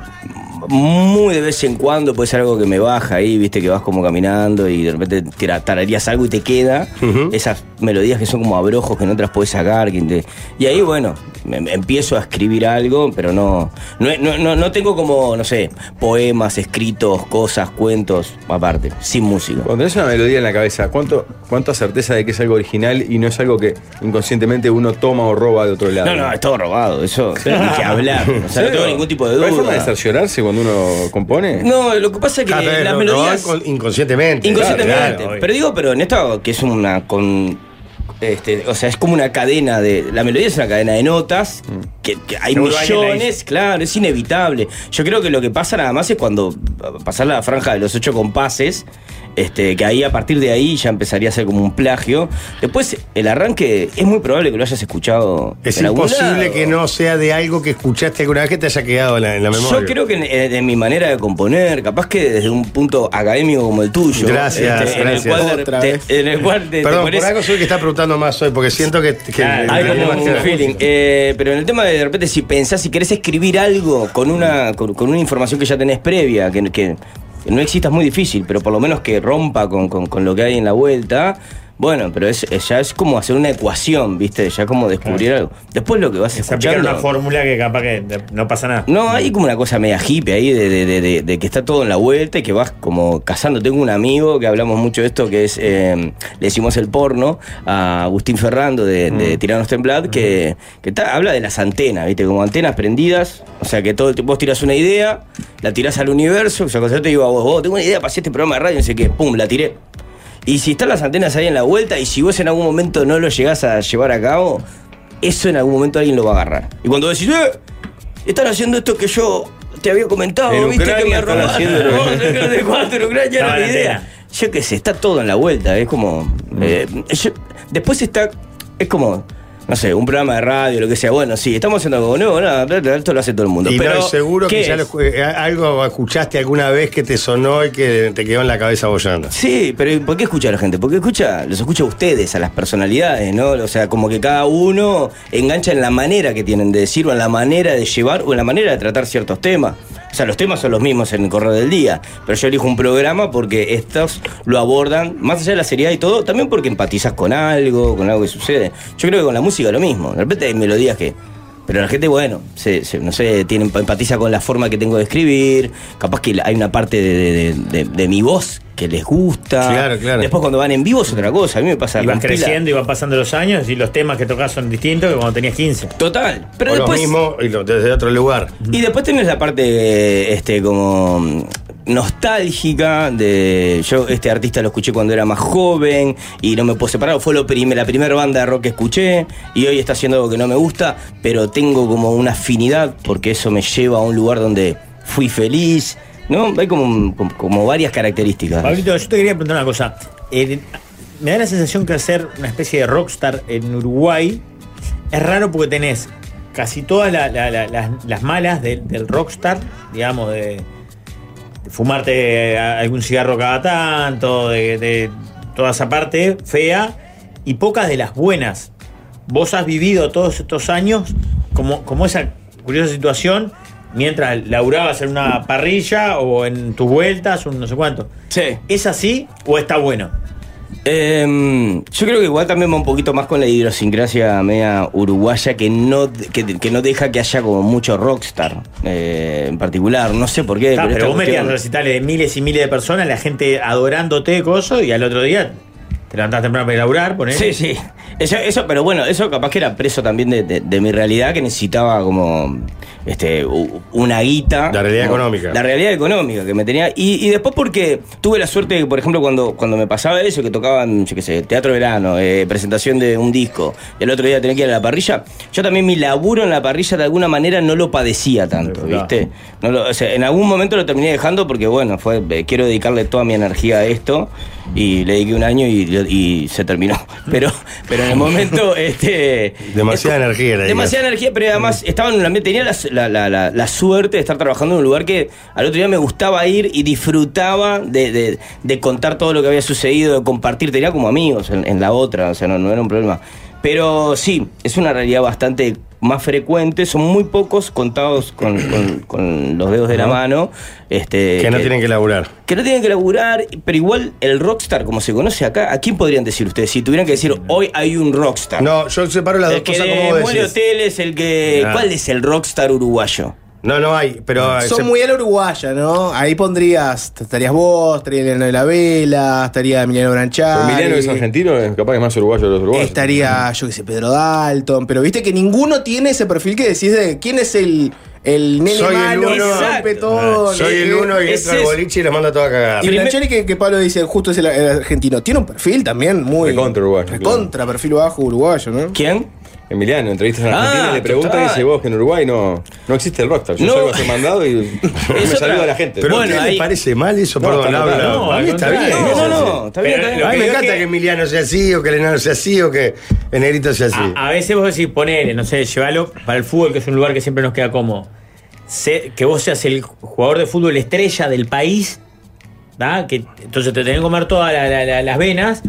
S9: muy de vez en cuando puede ser algo que me baja ahí, viste, que vas como caminando y de repente tira- tararías algo y te queda, esas melodías que son como abrojos que no te las puedes sacar, que te- y ahí, bueno, em- empiezo a escribir algo, pero no, no, no, no- no tengo como, no sé, poemas, escritos, cosas, cuentos, aparte, sin música.
S7: Cuando tenés una melodía en la cabeza, ¿cuánto, ¿cuánta certeza de que es algo original y no es algo que inconscientemente uno toma o roba de otro lado?
S9: No, no, es todo robado, eso ni que hablar. O sea, no tengo ningún tipo de
S7: ¿No
S9: duda.
S7: ¿Hay forma de cerciorarse cuando uno compone?
S9: No, lo que pasa es que
S5: Ah, pero
S9: las
S5: lo- lo
S9: melodías.
S5: van con- inconscientemente.
S9: Inconscientemente.
S5: Claro, claro, obvio.
S9: pero digo, pero en esto que es una con. este, o sea, es como una cadena de. La melodía es una cadena de notas. Que, que hay
S4: Seguro alguien la
S9: millones, claro, es inevitable. Yo creo que lo que pasa nada más es cuando a- pasar la franja de los ocho compases. Este, que ahí a partir de ahí ya empezaría a ser como un plagio. Después, el arranque es muy probable que lo hayas escuchado.
S5: Es
S9: en algún
S5: imposible
S9: lado.
S5: que no sea de algo que escuchaste alguna vez que te haya quedado en la, en la memoria.
S9: Yo creo que en, en- en mi manera de componer, capaz que desde un punto académico como el tuyo.
S5: Gracias,
S9: este,
S5: gracias.
S9: En el cual, de-
S6: Otra
S9: te-
S6: vez.
S9: en el cual te- te
S5: Perdón,
S9: pones-
S5: por algo soy el que está preguntando más hoy, porque siento que... que- que-
S9: hay como
S5: que-
S9: un feeling. Eh, pero en el tema de de repente, si pensás, si querés escribir algo con una, con, con una información que ya tenés previa, que, que no exista es muy difícil, pero por lo menos que rompa con, con- con lo que hay en la vuelta. Bueno, pero es, es- ya es como hacer una ecuación, ¿viste? Ya como descubrir algo. Después lo que vas
S4: Se aplicaron
S9: escuchando...
S4: una fórmula que capaz que de- no pasa nada.
S9: No, hay como una cosa media hippie ahí de, de- de- de- de que está todo en la vuelta y que vas como cazando. Tengo un amigo que hablamos mucho de esto, que es, eh, le decimos el porno, a Agustín Ferrando de, de Tiranos Temblad, que, que está- habla de las antenas, ¿viste? Como antenas prendidas. O sea, que todo el tiempo vos tirás una idea, la tirás al universo. O sea, cuando yo te digo a vos, vos, tengo una idea para hacer este programa de radio, no sé qué, pum, la tiré. Y si están las antenas ahí en la vuelta y si vos en algún momento no lo llegás a llevar a cabo, eso en algún momento alguien lo va a agarrar. Y cuando decís, eh, están haciendo esto que yo te había comentado,
S7: En
S9: viste que
S7: Ucrania
S9: me
S7: están
S9: robaron.
S7: haciendo lo que-
S9: No, no, no, de cuánto en Ucrania
S4: Estaba
S9: era la
S4: la
S9: idea.
S4: antena.
S9: Yo qué sé, está todo en la vuelta, es como. eh, yo- después está. Es como. No sé, un programa de radio, lo que sea. Bueno, sí, estamos haciendo algo nuevo, nada, bla, bla, esto lo hace todo el mundo.
S5: Y
S9: pero
S5: no, y seguro
S9: ¿qué
S5: que ya
S9: es?
S5: lo escu- eh, algo escuchaste alguna vez que te sonó y que te quedó en la cabeza bollando.
S9: Sí, pero ¿y ¿por qué escucha a la gente? Porque escucha, los escucha a ustedes, a las personalidades, ¿no? O sea, como que cada uno engancha en la manera que tienen de decir, o en la manera de llevar, o en la manera de tratar ciertos temas. O sea, los temas son los mismos en el correo del día, pero yo elijo un programa porque estos lo abordan, más allá de la seriedad y todo, también porque empatizas con algo, con algo que sucede. Yo creo que con la música lo mismo. De repente hay melodías que pero la gente, bueno, se, se- no sé, tiene, empatiza con la forma que tengo de escribir. Capaz que hay una parte de, de- de- de- de mi voz que les gusta.
S5: Claro, claro.
S9: Después cuando van en vivo es otra cosa. A mí me pasa
S4: Y vas
S9: con pila.
S4: creciendo y van pasando los años y los temas que tocas son distintos que cuando tenías 15.
S9: Total. Pero
S5: o
S9: después.
S5: lo mismo y lo- desde otro lugar.
S9: Y después tenés la parte este como mm, nostálgica de yo este artista lo escuché cuando era más joven y no me puedo separar, fue lo prim- la primera banda de rock que escuché y hoy está haciendo algo que no me gusta, pero tengo como una afinidad porque eso me lleva a un lugar donde fui feliz, ¿no? Hay como, como, como varias características.
S4: Pablito, yo te quería preguntar una cosa. Eh, me da la sensación que hacer una especie de rockstar en Uruguay es raro porque tenés casi todas la- la- la- las, las malas del- del rockstar, digamos, de, de fumarte eh, algún cigarro cada tanto, de, de toda esa parte fea. y pocas de las buenas. Vos has vivido todos estos años como, como esa curiosa situación mientras laburabas en una parrilla o en tus vueltas o no sé cuánto.
S9: Sí.
S4: ¿Es así o está bueno?
S9: Em, yo creo que igual también va un poquito más con la idiosincrasia media uruguaya que no, que, que no deja que haya como mucho rockstar eh, en particular. No sé por qué.
S5: Ah,
S4: Está,
S9: esta
S4: pero vos metías
S9: cuestión-
S4: recitales de miles y miles de personas, la gente adorándote, coso, y al otro día
S9: Eh,
S4: te levantás temprano para ir a laburar, ponés.
S5: ¿eh?
S9: Sí, sí. Eso, eso, pero bueno, eso capaz que era preso también de, de- de mi realidad, que necesitaba como este u- una guita.
S5: La realidad
S9: Como-
S5: económica.
S9: La realidad económica que me tenía. Y, y después porque tuve la suerte, de, por ejemplo, cuando, cuando me pasaba eso, que tocaban, yo qué sé, teatro de verano, eh, presentación de un disco, y el otro día tenía que ir a la parrilla, yo también mi laburo en la parrilla de alguna manera no lo padecía tanto, ¿viste? No lo- o sea, en algún momento lo terminé dejando porque, bueno, fue, eh, quiero dedicarle toda mi energía a esto. Y le dediqué un año y, y se terminó. Pero, pero en el momento, este.
S5: Demasiada energía. le digo.
S9: Demasiada energía, pero además
S5: Mm.
S9: estaba en un ambiente. Tenía la, la- la- la- la suerte de estar trabajando en un lugar que al otro día me gustaba ir y disfrutaba de, de- de contar todo lo que había sucedido, de compartir. Tenía como amigos en, en la otra, o sea, no, no era un problema. Pero sí, es una realidad bastante más frecuente. Son muy pocos contados con, con- con los dedos de la mano. Este,
S5: Que no tienen que laburar.
S9: que no tienen que laburar, pero igual el rockstar, como se conoce acá, ¿a quién podrían decir ustedes? Si tuvieran que decir, hoy hay un rockstar.
S5: No, yo separo las
S9: el
S5: dos
S9: que
S5: cosas como vos
S9: demuele
S5: decís.
S9: hoteles, el que...
S5: Ah.
S9: ¿Cuál es el rockstar uruguayo?
S5: No, no hay, pero.
S6: Ah,
S5: eh,
S6: Son
S5: se-
S6: muy a la uruguaya, ¿no? Ahí pondrías, estarías vos, estaría Emiliano de la Vela, estaría Emiliano
S7: Pero
S6: Branchal.
S7: Emiliano que es argentino, es capaz que es más uruguayo de los uruguayos.
S6: Estaría, yo qué sé, Pedro Dalton. Pero viste que ninguno tiene ese perfil que decís de quién es el, el nene
S5: Soy el
S6: malo,
S5: uno.
S6: que rompe todo.
S5: Soy el uno y
S9: Es
S5: entro al
S9: eso.
S5: boliche y los mando a todos a cagar.
S6: Y Branchal que, que Pablo dice, justo es el, el argentino. Tiene un perfil también muy.
S7: Recontra uruguayo,
S6: Recontra, perfil bajo uruguayo, ¿no?
S9: ¿Quién?
S7: Emiliano, entrevistas en
S9: Ah,
S7: Argentina, le preguntan y
S9: total.
S7: dice vos que en Uruguay no, no existe el rockstar. Yo
S9: No.
S7: salgo a ser mandado y me
S9: otra-
S7: saludo a la gente.
S5: Pero
S9: Bueno,
S5: ¿qué
S9: ahí-
S5: les parece mal eso?
S7: No,
S5: Perdón,
S7: está
S5: habla.
S7: total.
S4: No,
S5: a mí
S4: al
S5: está bien.
S4: contrario.
S9: No, no, no, está bien, está
S4: Pero
S9: bien.
S4: lo
S5: A mí
S4: que
S5: me
S4: digo es
S5: encanta que...
S4: que-
S5: Emiliano sea así, o que el enano sea así, o que el negrito sea así.
S4: A, a veces vos decís, ponele, no sé, llévalo para el fútbol, que es un lugar que siempre nos queda cómodo. Sé que vos seas el jugador de fútbol estrella del país, ¿da? Que, entonces te tenés que comer todas la- la- la- las venas,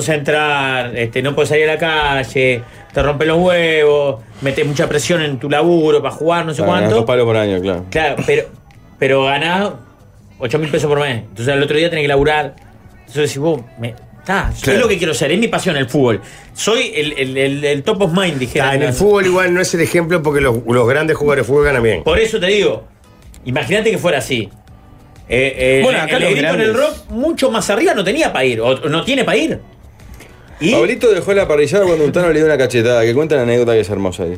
S4: concentrar, este, no puedes salir a la calle, te rompen los huevos, metes mucha presión en tu laburo para jugar, no sé
S7: Ganás Dos
S4: cuánto.
S7: palos por año, claro.
S4: Claro, pero, pero ganás 8 mil pesos por mes. Entonces al otro día tenés que laburar. Entonces si vos, me, ta, soy
S9: Claro.
S4: lo que quiero ser, es mi pasión el fútbol. Soy el, el- el- el top of mind, dijera.
S5: Ah, en el fútbol igual no es el ejemplo porque los, los grandes jugadores de fútbol ganan bien.
S4: Por eso te digo, imagínate que fuera así. Eh, eh,
S9: Bueno,
S4: el-
S9: acá
S4: el
S9: los
S4: negrito en
S9: grandes.
S4: el rock mucho más arriba no tenía para ir, o no tiene para ir. Y
S7: Pablito dejó la parrillada cuando Untano le dio una cachetada, que cuenta la anécdota que es hermosa ahí.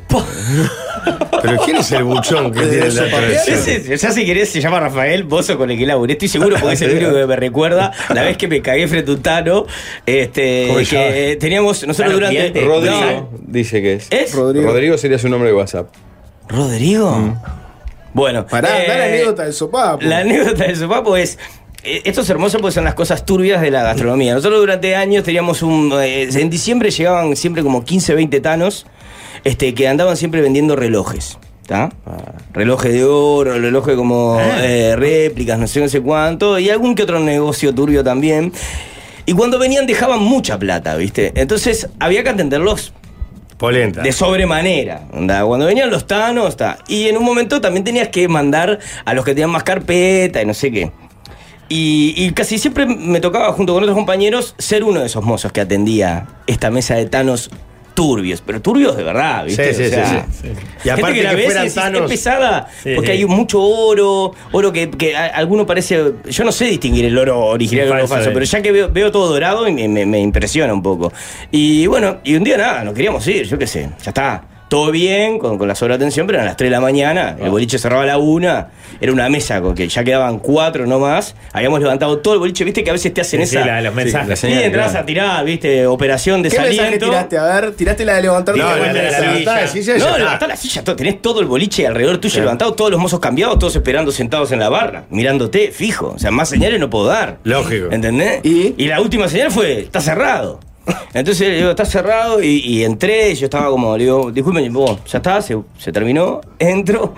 S5: Pero ¿quién es el buchón que tiene la tradición?
S9: Ese- ya si querés se llama Rafael Bozo con el que laburé, estoy seguro porque es el único que me recuerda la vez que me cagué frente a un Tano, este,
S7: ¿Cómo se
S9: que teníamos nosotros
S4: Tano
S9: durante...
S4: Vidente.
S7: Rodrigo
S9: No,
S7: dice que es.
S9: ¿Es?
S7: Rodrigo. Rodrigo sería su nombre de WhatsApp.
S9: ¿Rodrigo?
S7: Mm.
S9: Bueno.
S6: Pará,
S9: eh,
S6: da la anécdota del sopapo.
S9: La anécdota del sopapo es. eh, Esto es hermoso porque son las cosas turbias de la gastronomía. Nosotros durante años teníamos un. eh, En diciembre llegaban siempre como 15, 20 tanos este, que andaban siempre vendiendo relojes. ¿tá? Relojes de oro, relojes como eh, réplicas, no sé, no sé cuánto, y algún que otro negocio turbio también. Y cuando venían dejaban mucha plata, ¿viste? Entonces había que atenderlos
S5: Polenta.
S9: de sobremanera. onda, Cuando venían los tanos, ta. y en un momento también tenías que mandar a los que tenían más carpeta y no sé qué. Y, y casi siempre me tocaba, junto con otros compañeros, ser uno de esos mozos que atendía esta mesa de tanos turbios, pero turbios de verdad, ¿viste?
S5: Sí, sí, sí, sí. Y
S9: gente
S5: aparte
S9: la
S5: que
S9: ves y
S5: fueran
S9: decís,
S5: tanos-
S9: "Qué pesada,
S4: Sí,
S9: porque
S4: sí.
S9: hay mucho oro, oro que, que a- alguno parece. Yo no sé distinguir el oro original del oro
S4: Falso,
S9: falso,
S4: eh.
S9: pero ya que veo, veo todo dorado y me, me- me impresiona un poco. Y bueno, y un día nada, nos queríamos ir, yo qué sé, ya está. Todo bien, con, con la sobreatención, pero eran las 3 de la mañana, el boliche cerraba a la 1, era una mesa con que ya quedaban 4 nomás, habíamos levantado todo el boliche, viste que a veces te hacen
S4: Sí, sí,
S9: esa...
S4: la de Ah, los mensajes.
S7: la
S9: Sí,
S7: señal,
S9: entras
S7: claro.
S9: a tirar, viste, operación de
S6: ¿Qué mensaje tiraste? A ver, tiraste la de levantar
S5: No,
S6: la
S5: la,
S6: mano.
S5: la, la,
S4: silla.
S5: levantada de silla ya
S9: no,
S5: está.
S9: levantá la silla, todo, tenés todo el boliche alrededor tuyo levantado, todos los mozos cambiados, todos esperando sentados en la barra, mirándote, fijo. O sea, más señales no puedo dar.
S5: Lógico.
S9: ¿Entendés?
S6: ¿Y?
S9: la última señal fue, está cerrado. Entonces le digo, está cerrado y, y entré, yo estaba como, le digo, disculpen, vos, ya está, se, se terminó, entro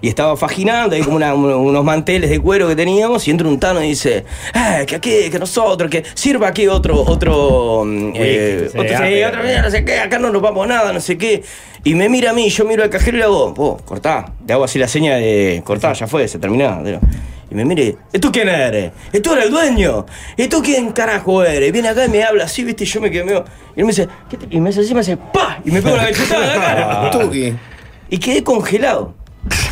S9: y estaba faginando, hay como una- un- unos manteles de cuero que teníamos y entra un tano y dice, "Ah, que aquí, que nosotros, que sirva aquí otro, otro, mm, eh,
S4: sí,
S9: otro,
S4: ah,
S9: sí,
S4: pero-
S9: otro, mira, no sé qué, acá no nos vamos nada, no sé qué. Y me mira a mí, yo miro al cajero y le hago, vos, cortá, le hago así la seña de cortá, ya fue, se terminó. digo. Y me mire, ¿y tú quién eres? ¿Y tú eres el dueño? ¿Y tú quién carajo eres? Viene acá y me habla así, viste, y yo me quedé medio- Y él me dice, ¿qué te- Y me hace así, me hace, ¡pa! Y me pega una cachetada en la cara.
S6: Tuki.
S9: Y quedé congelado.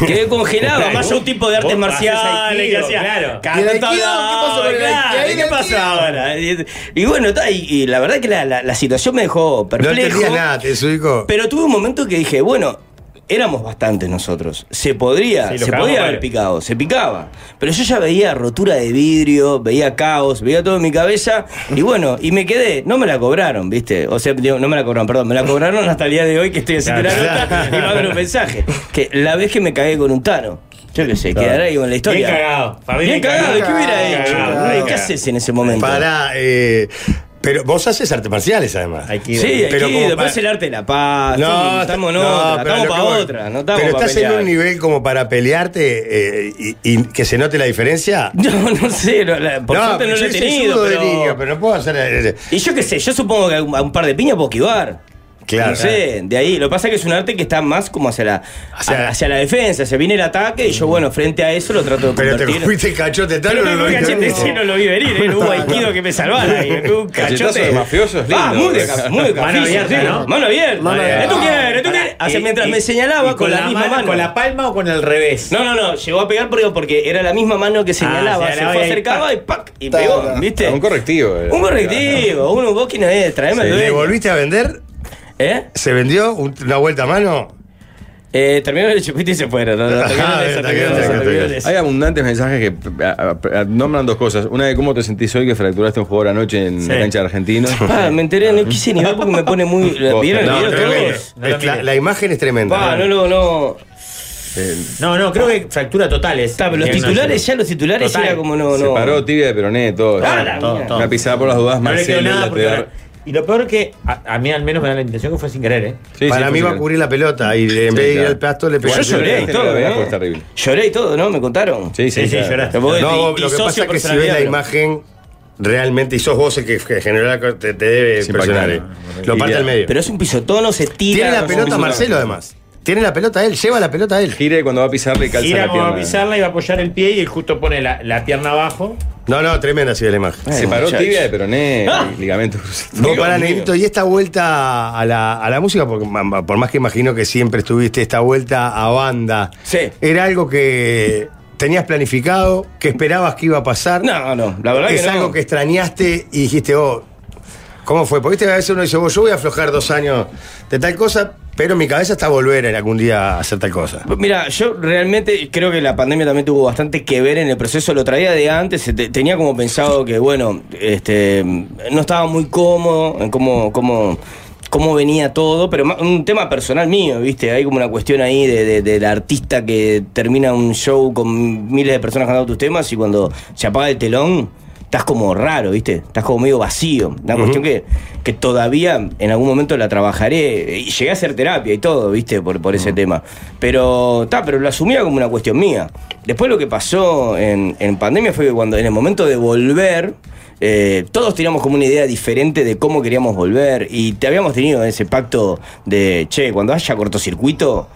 S9: Quedé congelado. Además, yo un tipo de artes
S4: Vos haces
S9: marciales que
S4: aikido,
S9: hacía.
S4: claro.
S9: Claro,
S6: ¿Y el
S9: estaba-
S6: aikido? ¿Qué pasó con el
S9: claro,
S6: aikido? ¿Y el
S9: ¿Qué
S6: aikido?
S9: pasa ahora? Y, y bueno, ta, y, y la verdad que la, la- la situación me dejó
S5: No
S9: perplejo.
S5: entendía nada, te subicó.
S9: Pero tuve un momento que dije, bueno, éramos bastantes nosotros. Se podría,
S4: Sí, lo
S9: se
S4: cagamos
S9: podía haber
S4: varios.
S9: picado, se picaba. Pero yo ya veía rotura de vidrio, veía caos, veía todo en mi cabeza. Y bueno, y me quedé. No me la cobraron, ¿viste? O sea, digo, no me la cobraron, perdón, me la cobraron hasta el día de hoy que estoy haciendo
S4: Claro,
S9: la nota y me abro un mensaje. Que la vez que me cagué con un tano. Yo qué sé, quedará ahí con la historia.
S4: Bien cagado. Para mí
S9: Bien cagado, ¿qué hubiera
S4: Bien
S9: hecho?
S4: cagado, bien
S9: ¿Qué
S4: cagado.
S9: haces en ese momento?
S5: Para. eh, pero vos haces artes marciales, además.
S4: Aikido.
S9: Sí,
S5: Pero
S9: pero
S5: como
S9: después
S5: para-
S9: el arte de la paz.
S5: No,
S9: No, estamos en
S5: no,
S9: otra,
S5: pero
S9: estamos
S5: lo que
S9: para
S5: voy-
S9: otra, no estamos
S5: Pero
S9: para
S5: estás en
S9: pelear.
S5: un nivel como para pelearte eh, y, y que se note la diferencia.
S9: No, no sé, no, la- por suerte no
S5: yo
S9: lo he
S5: hice
S9: tenido.
S5: judo de
S9: Pero...
S5: niño, pero no puedo hacer. eh, eh,
S9: Y yo qué sé, yo supongo que a un, a un par de piñas puedo esquivar.
S5: Claro.
S9: No sé, de ahí. Lo que pasa es que es un arte que está más como hacia la,
S5: Hacia-
S9: hacia, hacia la defensa. Se viene el ataque y yo, bueno, frente a eso lo trato de
S5: Pero te
S9: convertir.
S5: fuiste cachote tal
S9: Pero
S5: no
S9: no,
S5: lo
S9: no,
S5: viste
S9: cachete,
S5: venir.
S9: sí, no lo vi venir,
S4: ¿eh?
S9: era un guaiquido que me salvara ahí, me pegó un
S7: Cachetazo
S9: cachote.
S7: de mafioso es
S9: Ah,
S7: lindo,
S9: muy de,
S7: ¿verdad?
S9: muy de
S4: Mano
S9: cafizo,
S4: abierta,
S9: sí.
S4: ¿no?
S9: Mano abierta.
S6: Mano abierta.
S9: Eh, ¿Tú quieres? ¿Tú
S4: Pará,
S9: quieres? Hace
S4: y-
S9: mientras
S4: y-
S9: me señalaba
S4: y
S9: con, la, misma
S4: mano,
S9: mano.
S4: ¿Con la palma o con el revés?
S9: No, no, no, llegó a pegar porque, porque era la misma mano que señalaba, se
S4: señalaba
S9: fue
S4: y ahí,
S9: acercaba y ¡pac! y
S6: Ta,
S9: pegó,
S6: ta.
S9: ¿viste?
S7: Un correctivo. eh.
S9: Un correctivo, uno, vos quién es, traeme el
S5: ¿Le
S9: dueño.
S5: volviste a vender?
S9: ¿Eh?
S5: ¿Se vendió un- una vuelta a mano?
S9: Eh, terminó el chupito y se fueron. No, no, terminaron eso,
S5: Está
S9: terminaron
S5: bien,
S9: eso,
S5: está
S9: terminaron
S5: bien.
S9: eso.
S7: Hay abundantes mensajes que a- a- a- nombran dos cosas. Una de cómo te sentís hoy que fracturaste un jugador anoche en la cancha de Ah, Argentino.
S9: Pa, me enteré, no quise ni ver porque me pone muy.
S7: Vos,
S9: ¿Vieron el
S7: no,
S9: video
S5: tremendo.
S9: todos?
S4: No lo
S5: Es la,
S4: mires.
S5: la imagen es tremenda.
S9: Pa, no, no, no.
S7: eh,
S4: No, no, creo que fractura total es.
S9: Ta, pero los
S4: Bien, no,
S9: titulares,
S4: sí.
S9: ya los titulares
S4: Total.
S9: era como no,
S7: Se
S9: no.
S7: paró tibia de peroné, todo.
S9: Ah, la
S4: Todo,
S9: mierda.
S4: todo.
S7: Una pisada por las dudas,
S4: No le quedó
S7: Marcelo.
S4: nada porque
S7: lateral.
S4: ahora- Y lo peor que a, a mí al menos me da la intención que fue sin querer, ¿eh?
S7: Sí, sí,
S5: Para
S7: fue
S5: mí va a
S7: genial.
S5: cubrir la pelota y en vez de ir
S7: claro.
S5: al pasto le pegó.
S9: Yo lloré y
S7: Este lo
S9: todo,
S7: veas,
S9: ¿eh?
S7: fue terrible.
S9: Lloré y todo, ¿no? ¿Me contaron?
S7: Sí, sí,
S4: Sí, sí,
S7: claro.
S4: lloraste.
S9: Porque
S5: No,
S9: di-
S5: lo
S9: di
S5: que pasa
S9: socio
S5: es que si ves
S9: personalidad,
S5: la
S9: pero-
S5: imagen realmente y sos vos el que, que generó la co- te, te debe
S7: Es
S5: impresionar.
S7: impactante.
S5: eh. Lo parte al medio.
S9: Pero es un pisotón, no se tira.
S5: Tiene la
S9: como
S5: pelota
S9: un
S5: Marcelo además. Tiene la pelota él, lleva la pelota él.
S7: Gira y cuando va a pisarle calza
S4: Gira
S7: la
S4: como
S7: pierna.
S4: a pisarla y va a apoyar el pie y él justo pone la, la pierna abajo.
S5: No, no, tremenda ha sido la imagen.
S7: Se
S9: Ay,
S7: paró
S9: muchacho.
S7: tibia de peroné, ligamento cruzado.
S5: No,
S7: Dios
S5: para
S7: mío.
S5: Negrito, y esta vuelta a la, a la música, porque ma- ma- por más que imagino que siempre estuviste esta vuelta a banda,
S9: Sí.
S5: ¿era algo que tenías planificado, que esperabas que iba a pasar?
S9: No, no, la verdad
S5: es
S9: que no.
S5: algo que extrañaste y dijiste, oh, ¿cómo fue? Porque viste, a veces uno dice, vos, yo voy a aflojar dos años de tal cosa, pero mi cabeza está a volver en algún día a hacer tal cosa.
S9: Pues Mira, yo realmente creo que la pandemia también tuvo bastante que ver en el proceso. Lo traía de antes, te- tenía como pensado que, bueno, este, no estaba muy cómodo en cómo, cómo, cómo venía todo, pero ma- un tema personal mío, ¿viste? Hay como una cuestión ahí de, de- del artista que termina un show con miles de personas cantando tus temas y cuando se apaga el telón. Estás como raro, ¿viste? Estás como medio vacío. Una cuestión que, que todavía en algún momento la trabajaré. Y llegué a hacer terapia y todo, ¿viste? Por, por
S5: Ah.
S9: ese tema. Pero, ta, pero lo asumía como una cuestión mía. Después lo que pasó en, en pandemia fue que cuando en el momento de volver, eh, todos teníamos como una idea diferente de cómo queríamos volver. Y te habíamos tenido ese pacto de, che, cuando haya cortocircuito,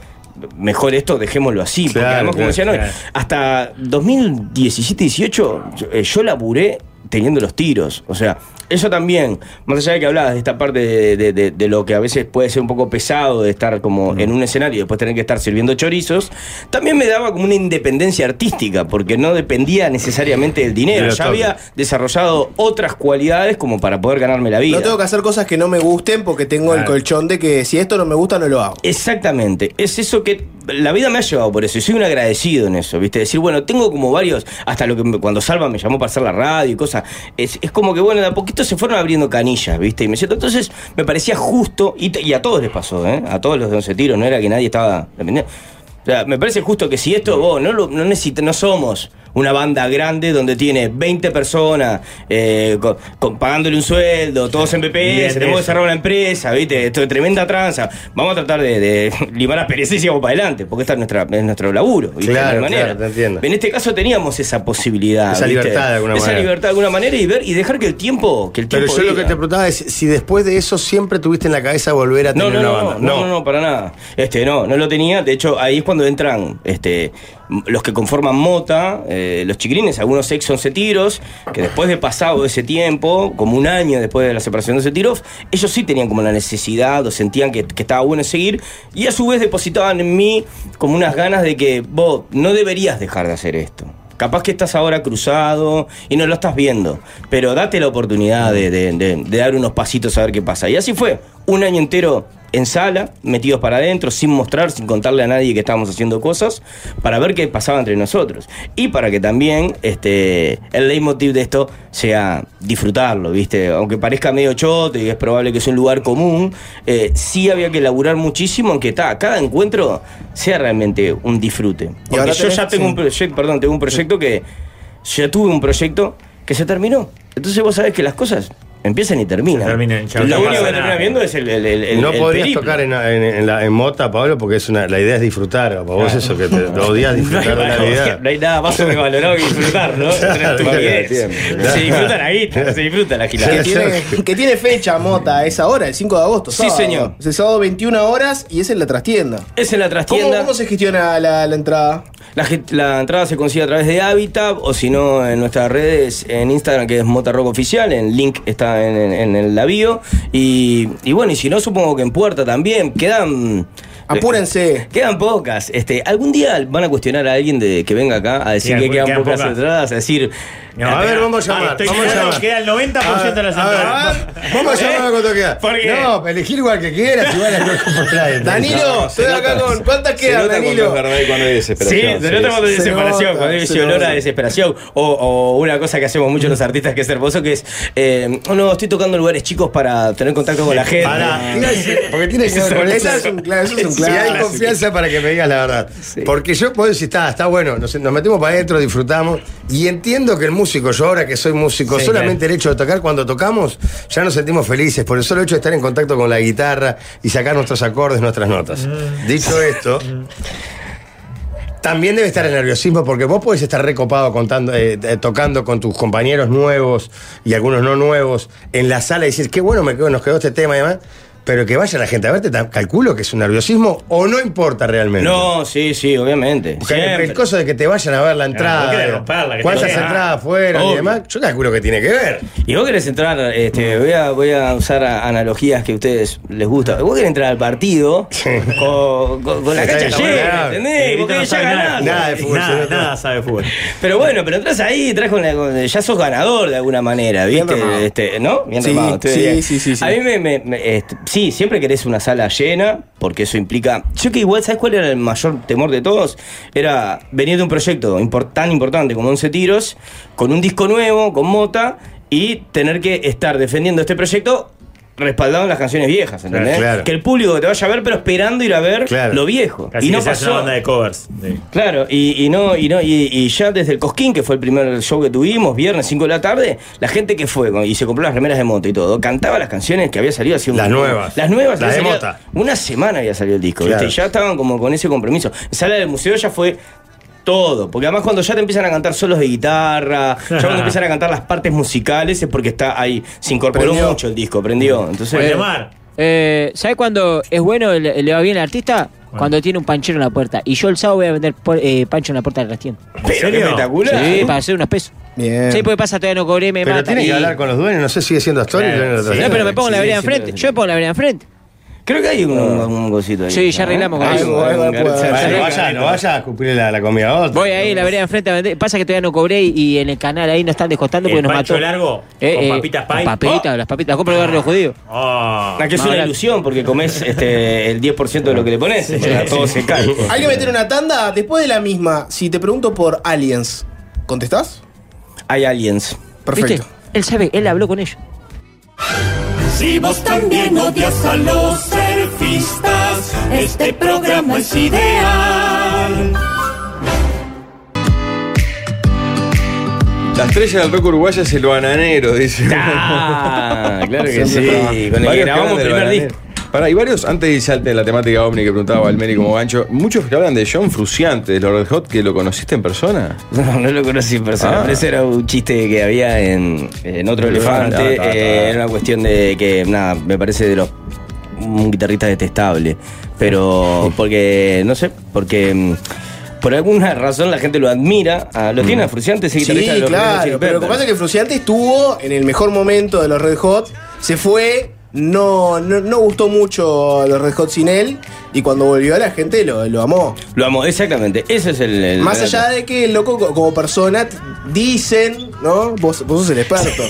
S9: mejor esto, dejémoslo así. Porque
S5: Claro,
S9: además, como
S5: claro,
S9: decían hoy,
S4: claro.
S9: hasta 2017-18 yo, eh, yo laburé teniendo los tiros. O sea, eso también, más allá de que hablabas de esta parte de, de- de- de lo que a veces puede ser un poco pesado de estar como en un escenario y después tener que estar sirviendo chorizos, también me daba como una independencia artística, porque no dependía necesariamente del
S5: De
S9: dinero.
S5: los
S9: Ya había
S5: toques.
S9: desarrollado otras cualidades como para poder ganarme la vida.
S6: No tengo que hacer cosas que no me gusten porque tengo el
S4: Claro.
S6: colchón de que si esto no me gusta, no lo hago.
S9: Exactamente, es eso que la vida me ha llevado por eso y soy un agradecido en eso, ¿viste? Decir, bueno, tengo como varios, hasta lo que me- cuando Salva me llamó para hacer la radio y cosas, es, es como que, bueno, de a poquito se fueron abriendo canillas, ¿viste? Y me siento, entonces me parecía justo, y, t- y a todos les pasó, ¿eh? A todos los de 11 tiros, no era que nadie estaba dependiendo. O sea, me parece justo que si esto vos no lo no, necesit- no somos una banda grande donde tiene 20 personas eh, con- con- pagándole un sueldo, todos en
S4: Bien,
S9: BPS, tenemos
S4: eso.
S9: que cerrar una empresa, ¿viste? Esto es tremenda tranza. Vamos a tratar de, de limar las perezas y vamos para adelante, porque esta es, nuestra, es nuestro laburo. ¿viste?
S5: Claro,
S9: De alguna
S5: claro, te entiendo.
S9: En este caso teníamos esa posibilidad.
S5: Esa
S9: ¿viste?
S5: libertad de alguna
S9: Esa
S5: manera.
S9: libertad de alguna manera y, ver, y dejar que el tiempo. Que el
S5: Pero
S9: tiempo
S5: yo lo que
S9: diga.
S5: te preguntaba es si después de eso siempre tuviste en la cabeza volver a
S9: No,
S5: tener
S9: no,
S5: una
S9: no,
S5: banda.
S9: no, no, no, para nada. Este, no, no lo tenía. De hecho, ahí es cuando entran este, m- los que conforman Mota, eh, los chiquilines, algunos ex 11 tiros, que después de pasado ese tiempo, como un año después de la separación de 11 tiros, ellos sí tenían como la necesidad o sentían que, que estaba bueno seguir y a su vez depositaban en mí como unas ganas de que vos no deberías dejar de hacer esto. Capaz que estás ahora cruzado y no lo estás viendo, pero date la oportunidad de, de- de- de dar unos pasitos a ver qué pasa. Y así fue, un año entero en sala, metidos para adentro, sin mostrar, sin contarle a nadie que estábamos haciendo cosas, para ver qué pasaba entre nosotros. Y para que también este, el leitmotiv de esto sea disfrutarlo, ¿viste? Aunque parezca medio choto y es probable que es un lugar común, eh, sí había que laburar muchísimo en que ta, cada encuentro sea realmente un disfrute. Porque
S6: ahora
S9: yo
S6: tenés-
S9: ya tengo
S6: sí.
S9: un proyecto, perdón, tengo un proyecto que ya tuve un proyecto que se terminó. Entonces vos sabés que las cosas empiezan y terminan.
S4: terminan, chao, no
S9: Lo único
S4: pasa
S9: que
S4: nada.
S9: termina viendo es el, el, el- el-
S5: no
S9: el
S5: podrías
S9: periplo.
S5: tocar en, en- en la- en mota, Pablo, porque es una, la idea es disfrutar. Para vos eso, que te, lo odias disfrutar de la
S9: no,
S5: idea.
S9: hay nada más sobrevalorado que disfrutar, ¿no?
S5: Claro,
S9: Tu validez.
S5: claro,
S9: se disfruta la guita, se disfruta la gilada.
S5: Sí,
S6: Que tiene, que tiene fecha, Mota, es ahora, el 5 de agosto.
S9: Sí,
S6: sábado.
S9: señor.
S6: Es el sábado 21 horas y es en la trastienda.
S9: Es en la
S6: ¿Cómo,
S9: trastienda.
S6: cómo se gestiona la, la entrada?
S9: La, gen- la entrada se consigue a través de Habitat o si no en nuestras redes, en Instagram que es Mota Rock Oficial, el link está en, en- en el navío y, y bueno, y si no supongo que en Puerta también, quedan...
S6: Apúrense.
S9: Quedan pocas. Este, algún día van a cuestionar a alguien de que venga acá a decir
S4: Sí,
S9: que quedan,
S4: quedan
S9: pocas
S4: pocas.
S9: entradas, a decir.
S4: No,
S5: A ver, vamos a
S4: Ah,
S5: llamar.
S4: estoy
S5: Vamos a
S4: seguro
S5: llamar.
S4: que Queda el 90% de las
S5: A ver,
S4: entradas.
S5: Vamos a llamar a cuánto queda.
S4: ¿Por qué?
S5: No, elegir igual que quieras, igual a lo que por trae.
S6: Danilo, estoy acá con. ¿Cuántas
S7: Se
S6: quedan,
S7: nota cuando es
S6: Danilo?
S7: verdad y cuando hay
S9: Sí,
S7: desesperación.
S9: del otro modo "Oh, de
S6: se
S9: desesperación,
S6: nota,
S9: cuando hay
S6: se
S9: ese olor a
S6: nota.
S9: desesperación. O, o una cosa que hacemos mucho los artistas que es hermoso, que es, eh, "Oh, no, estoy tocando en lugares chicos para tener contacto con la gente.
S5: Pará, te iba a decir, porque tiene que ver con eso.
S6: Esa es un cla- eso es un
S5: Si hay
S6: clásico.
S5: confianza para que me digas la verdad. Porque yo puedo decir, está, está bueno, nos, nos metemos para adentro, disfrutamos. Y entiendo que el músico, yo ahora que soy músico,
S4: Sí,
S5: solamente el hecho de tocar, cuando tocamos, ya nos sentimos felices por el solo hecho de estar en contacto con la guitarra y sacar nuestros acordes, nuestras notas.
S6: Mm.
S5: Dicho esto. También debe estar el nerviosismo porque vos podés estar recopado contando, eh, eh, tocando con tus compañeros nuevos y algunos no nuevos en la sala y decir, qué bueno me quedó, nos quedó este tema y demás, pero que vaya la gente a verte, ta- calculo que es un nerviosismo o no importa realmente.
S9: No, sí, sí, obviamente.
S5: Porque
S9: Siempre.
S5: el coso de que te vayan a ver la entrada,
S4: no querés romperla, que te
S5: cuántas
S4: vayan a-
S5: entradas fueron y
S9: Obvio.
S5: demás, yo calculo que tiene que ver.
S9: Y vos querés entrar, este, voy, a, voy a usar a- analogías que a ustedes les gusta. Vos querés entrar al partido con, con- con la
S5: Está
S9: cancha
S5: bien, está
S9: llena,
S5: bien.
S9: ¿entendés?
S4: Negrito
S9: Porque
S4: Ah, eh, no
S9: ya
S4: sabe
S9: ganaste.
S5: Nada de fútbol,
S4: Nada,
S5: señor.
S4: nada sabe de fútbol.
S9: Pero bueno, pero entras ahí, entras con la- con- ya sos ganador de alguna manera, ¿viste?
S6: remado.
S9: Este, ¿No? Bien
S6: Sí,
S9: remado, estoy
S6: sí,
S9: bien.
S6: sí, sí, sí.
S9: A mí me. me- me- este, sí, siempre querés una sala llena, porque eso implica. Yo que igual, ¿sabes cuál era el mayor temor de todos? Era venir de un proyecto impor- tan importante como 11 tiros, con un disco nuevo, con Mota, y tener que estar defendiendo este proyecto respaldado en las canciones viejas, ¿entendés?
S5: claro.
S9: Que el público te vaya a ver, pero esperando ir a ver
S5: Claro.
S9: lo viejo.
S4: Casi
S9: y no
S4: que se hace
S9: pasó.
S4: una banda de covers. Sí.
S9: Claro, y, y no, y no, y, y ya desde el Cosquín, que fue el primer show que tuvimos, viernes 5 de la tarde, la gente que fue con- y se compró las remeras de moto y todo, cantaba las canciones que había salido hace un
S5: Las nuevas.
S9: Las nuevas,
S5: Las
S9: había
S5: de
S9: salido-
S5: Mota.
S9: Una semana había salido el disco,
S5: Claro.
S9: ¿viste? Y ya estaban como con ese compromiso. En sala del museo ya fue. Todo, porque además cuando ya te empiezan a cantar solos de guitarra, ya cuando empiezan a cantar las partes musicales es porque está ahí, se incorporó
S6: Prendió.
S9: mucho el disco, prendió. Entonces,
S4: Bueno, Mar,
S8: Eh, ¿Sabes cuándo es bueno, le, le va bien al artista? Cuando tiene un panchero en la puerta. Y yo el sábado voy a vender por- eh, pancho en la puerta de la tienda.
S9: pero
S4: serio?
S9: qué espectacular.
S8: Sí, para hacer unos pesos.
S6: Bien.
S9: pues.
S8: Sí, porque pasa, todavía no cobré, me
S5: Pero
S8: matan.
S5: tiene
S8: Y-
S5: que hablar con los dueños, no sé si sigue siendo actor
S4: Claro,
S5: y dueño de la
S4: sí.
S8: No,
S5: otra
S8: pero me pongo la
S9: Sí,
S8: vereda
S9: sí,
S8: enfrente.
S9: sí.
S8: Yo me pongo la vereda enfrente.
S9: Creo que hay un, un cosito ahí.
S8: Sí, ya arreglamos con pues,
S9: Hay
S8: eso.
S9: un- hay un-
S6: Algo puede
S5: Ah. Bueno,
S8: Sí.
S5: no vaya, no vaya a cumplir la, la comida a otro.
S8: Voy ahí, la vereda enfrente a vender. Pasa que todavía no cobré y, y en el canal ahí nos están descontando porque
S4: el
S8: nos mató.
S4: pancho largo
S8: Eh,
S4: con
S8: eh,
S4: papitas pie.
S8: Con
S9: Oh.
S8: papitas, las papitas. Compro el barrio judío.
S4: Oh.
S9: Ah, que es
S8: Más
S9: una
S8: barato.
S9: ilusión porque comes este, el 10% de lo que le pones. para todo se cae.
S6: Hay que meter una tanda después de la misma. Si te pregunto por aliens, ¿contestás?
S9: Hay aliens.
S6: Perfecto.
S8: ¿Viste? Él sabe, él habló con ellos.
S10: Si vos también odias a los surfistas, este programa es ideal.
S7: La estrella del rock uruguaya es el bananero, dice. Ah,
S9: claro que sí, con el que grabamos primer disco.
S7: Para, ¿eh? y varios, antes de irse de la temática ovni que preguntaba Valmeri como gancho, muchos que hablan de John Fruciante, de los Red Hot, que lo conociste en persona.
S9: No, no lo conocí en persona,
S7: Ah.
S9: pero ese era un chiste que había en, en otro
S7: Ah,
S9: elefante.
S7: ta, ta, ta.
S9: eh,
S6: ah.
S9: era una cuestión de que, nada, me parece de los un guitarrista detestable. Pero porque, no sé, porque mm, por alguna razón la gente lo admira. a- lo tiene a Fruciante, ese
S6: Mm. Sí,
S9: guitarrista de los Red Hot Chili
S6: claro, pero lo que
S9: Peppers.
S6: pasa es que Fruciante estuvo en el mejor momento de los Red Hot, se fue, no, no, no gustó mucho los Red Hot sin él, y cuando volvió la gente lo, lo amó.
S9: Lo amo, exactamente. Ese es el. el
S6: Más
S9: relato.
S6: allá de que el loco co- como persona t- dicen, ¿no? Vos, vos sos el experto.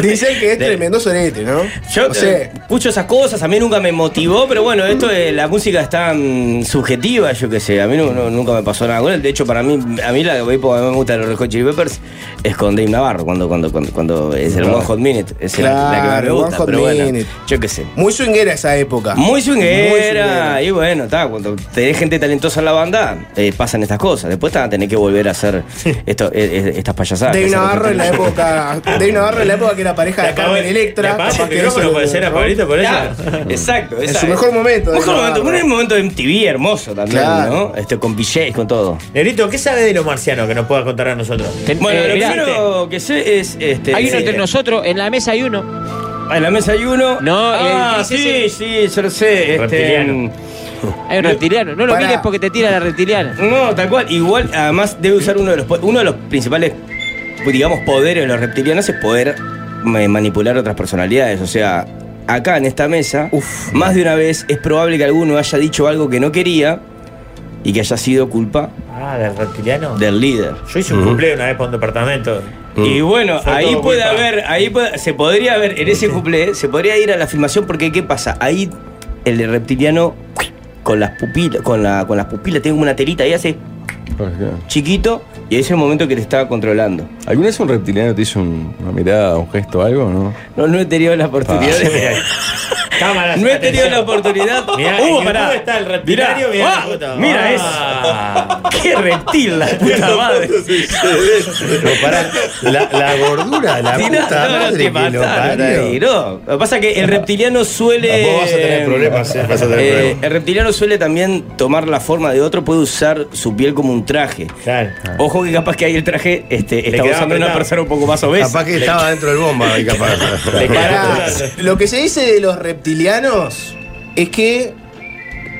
S6: dicen que es tremendo sorete, ¿no?
S9: Yo
S6: O sea,
S9: eh, escucho esas cosas, a mí nunca me motivó, pero bueno, esto de la música es tan subjetiva, yo qué sé, a mí no- no- nunca me pasó nada con él. De hecho, para mí, a mí la que me me gusta de los Red Hot Chili Peppers es con Dave Navarro, cuando, cuando, cuando, cuando es el One Hot Minute, es el- la que más me
S6: Claro, One
S9: gusta,
S6: Hot
S9: pero bueno,
S6: Minute.
S9: yo qué sé.
S6: Muy swinguera esa época.
S9: Muy
S6: Muy
S9: swinguera,
S6: swinguera.
S9: y bueno, está, cuando tenés gente talentosa en la banda, eh, pasan estas cosas. Después te van a tener que volver a hacer esto, eh, eh, estas payasadas.
S6: Dave
S9: que hacen los
S6: Navarro
S9: Red
S6: en la
S9: Hot Chili
S6: época. Dave Navarro en la época que era pareja de Carmen Electra. capaz que eso lo- ¿no?
S9: Claro, Exacto,
S6: En
S9: exacto.
S6: su mejor momento,
S9: Mejor
S6: Dave
S9: momento,
S6: Navarro.
S9: un momento de MTV hermoso también,
S6: Claro.
S9: ¿no? Este, con VJs, con todo.
S4: Negrito, ¿qué sabe de los marcianos que nos pueda contar a nosotros?
S9: Bueno,
S8: eh,
S9: lo
S8: mirá,
S9: primero que sé es. Este,
S8: Hay uno
S9: sí,
S8: entre
S9: eh,
S8: nosotros, en la mesa hay uno.
S9: ah, En la mesa hay uno.
S8: No,
S9: Ah,
S8: el-
S9: sí, sí, yo lo sé. este,
S4: Reptiliano.
S8: Hay un reptiliano. No lo
S6: Pará.
S8: mires porque te tira la reptiliana.
S9: No, tal cual. Igual, además, debe usar uno de los, po- uno de los principales, pues, digamos, poderes de los reptilianos es poder ma- manipular otras personalidades. O sea, acá en esta mesa, más de una vez es probable que alguno haya dicho algo que no quería y que haya sido culpa
S4: Ah, del reptiliano.
S9: del líder.
S4: Yo hice un cumple una vez por un departamento.
S9: Y bueno,
S4: Mm. Fue
S9: ahí
S4: todo
S9: puede
S4: culpa.
S9: haber, ahí puede- se podría haber, en ese cumple, se podría ir a la filmación porque ¿qué pasa? Ahí el reptiliano con las pupilas, con, la, con las pupilas, tiene como una telita y hace chiquito y ahí es el momento que te estaba controlando.
S7: ¿Alguna vez un reptiliano te hizo un- una mirada, un gesto, algo, no?
S9: No, no he tenido la oportunidad. de-
S4: Cámaras.
S5: Ah.
S9: no he tenido la
S4: atención.
S9: oportunidad.
S4: Mirá,
S9: Uh,
S4: en YouTube
S9: pará.
S4: está el reptilario, mirá,
S9: Mirá,
S4: la puta.
S9: ah, mira
S4: Ah.
S9: eso. Qué reptil la puta madre.
S5: Pero pará, la, la gordura, la
S9: Tirá,
S5: puta
S9: no, no,
S5: madre
S9: te
S5: que lo
S9: mataron
S5: parió.
S9: ahí, no. Lo que pasa es que el reptiliano suele.
S5: Ah, Vos vas a tener problemas, eh, vas a tener
S9: Eh,
S5: problemas.
S9: El reptiliano suele también tomar la forma de otro, puede usar su piel como un traje.
S4: Claro.
S9: Ojo que capaz que ahí el traje este, está
S4: quedaba
S9: usando una
S4: apretado.
S9: persona un poco más obesa.
S5: Capaz que estaba dentro del bomba, ahí capaz.
S6: Pará, lo que se dice de los reptilianos es que.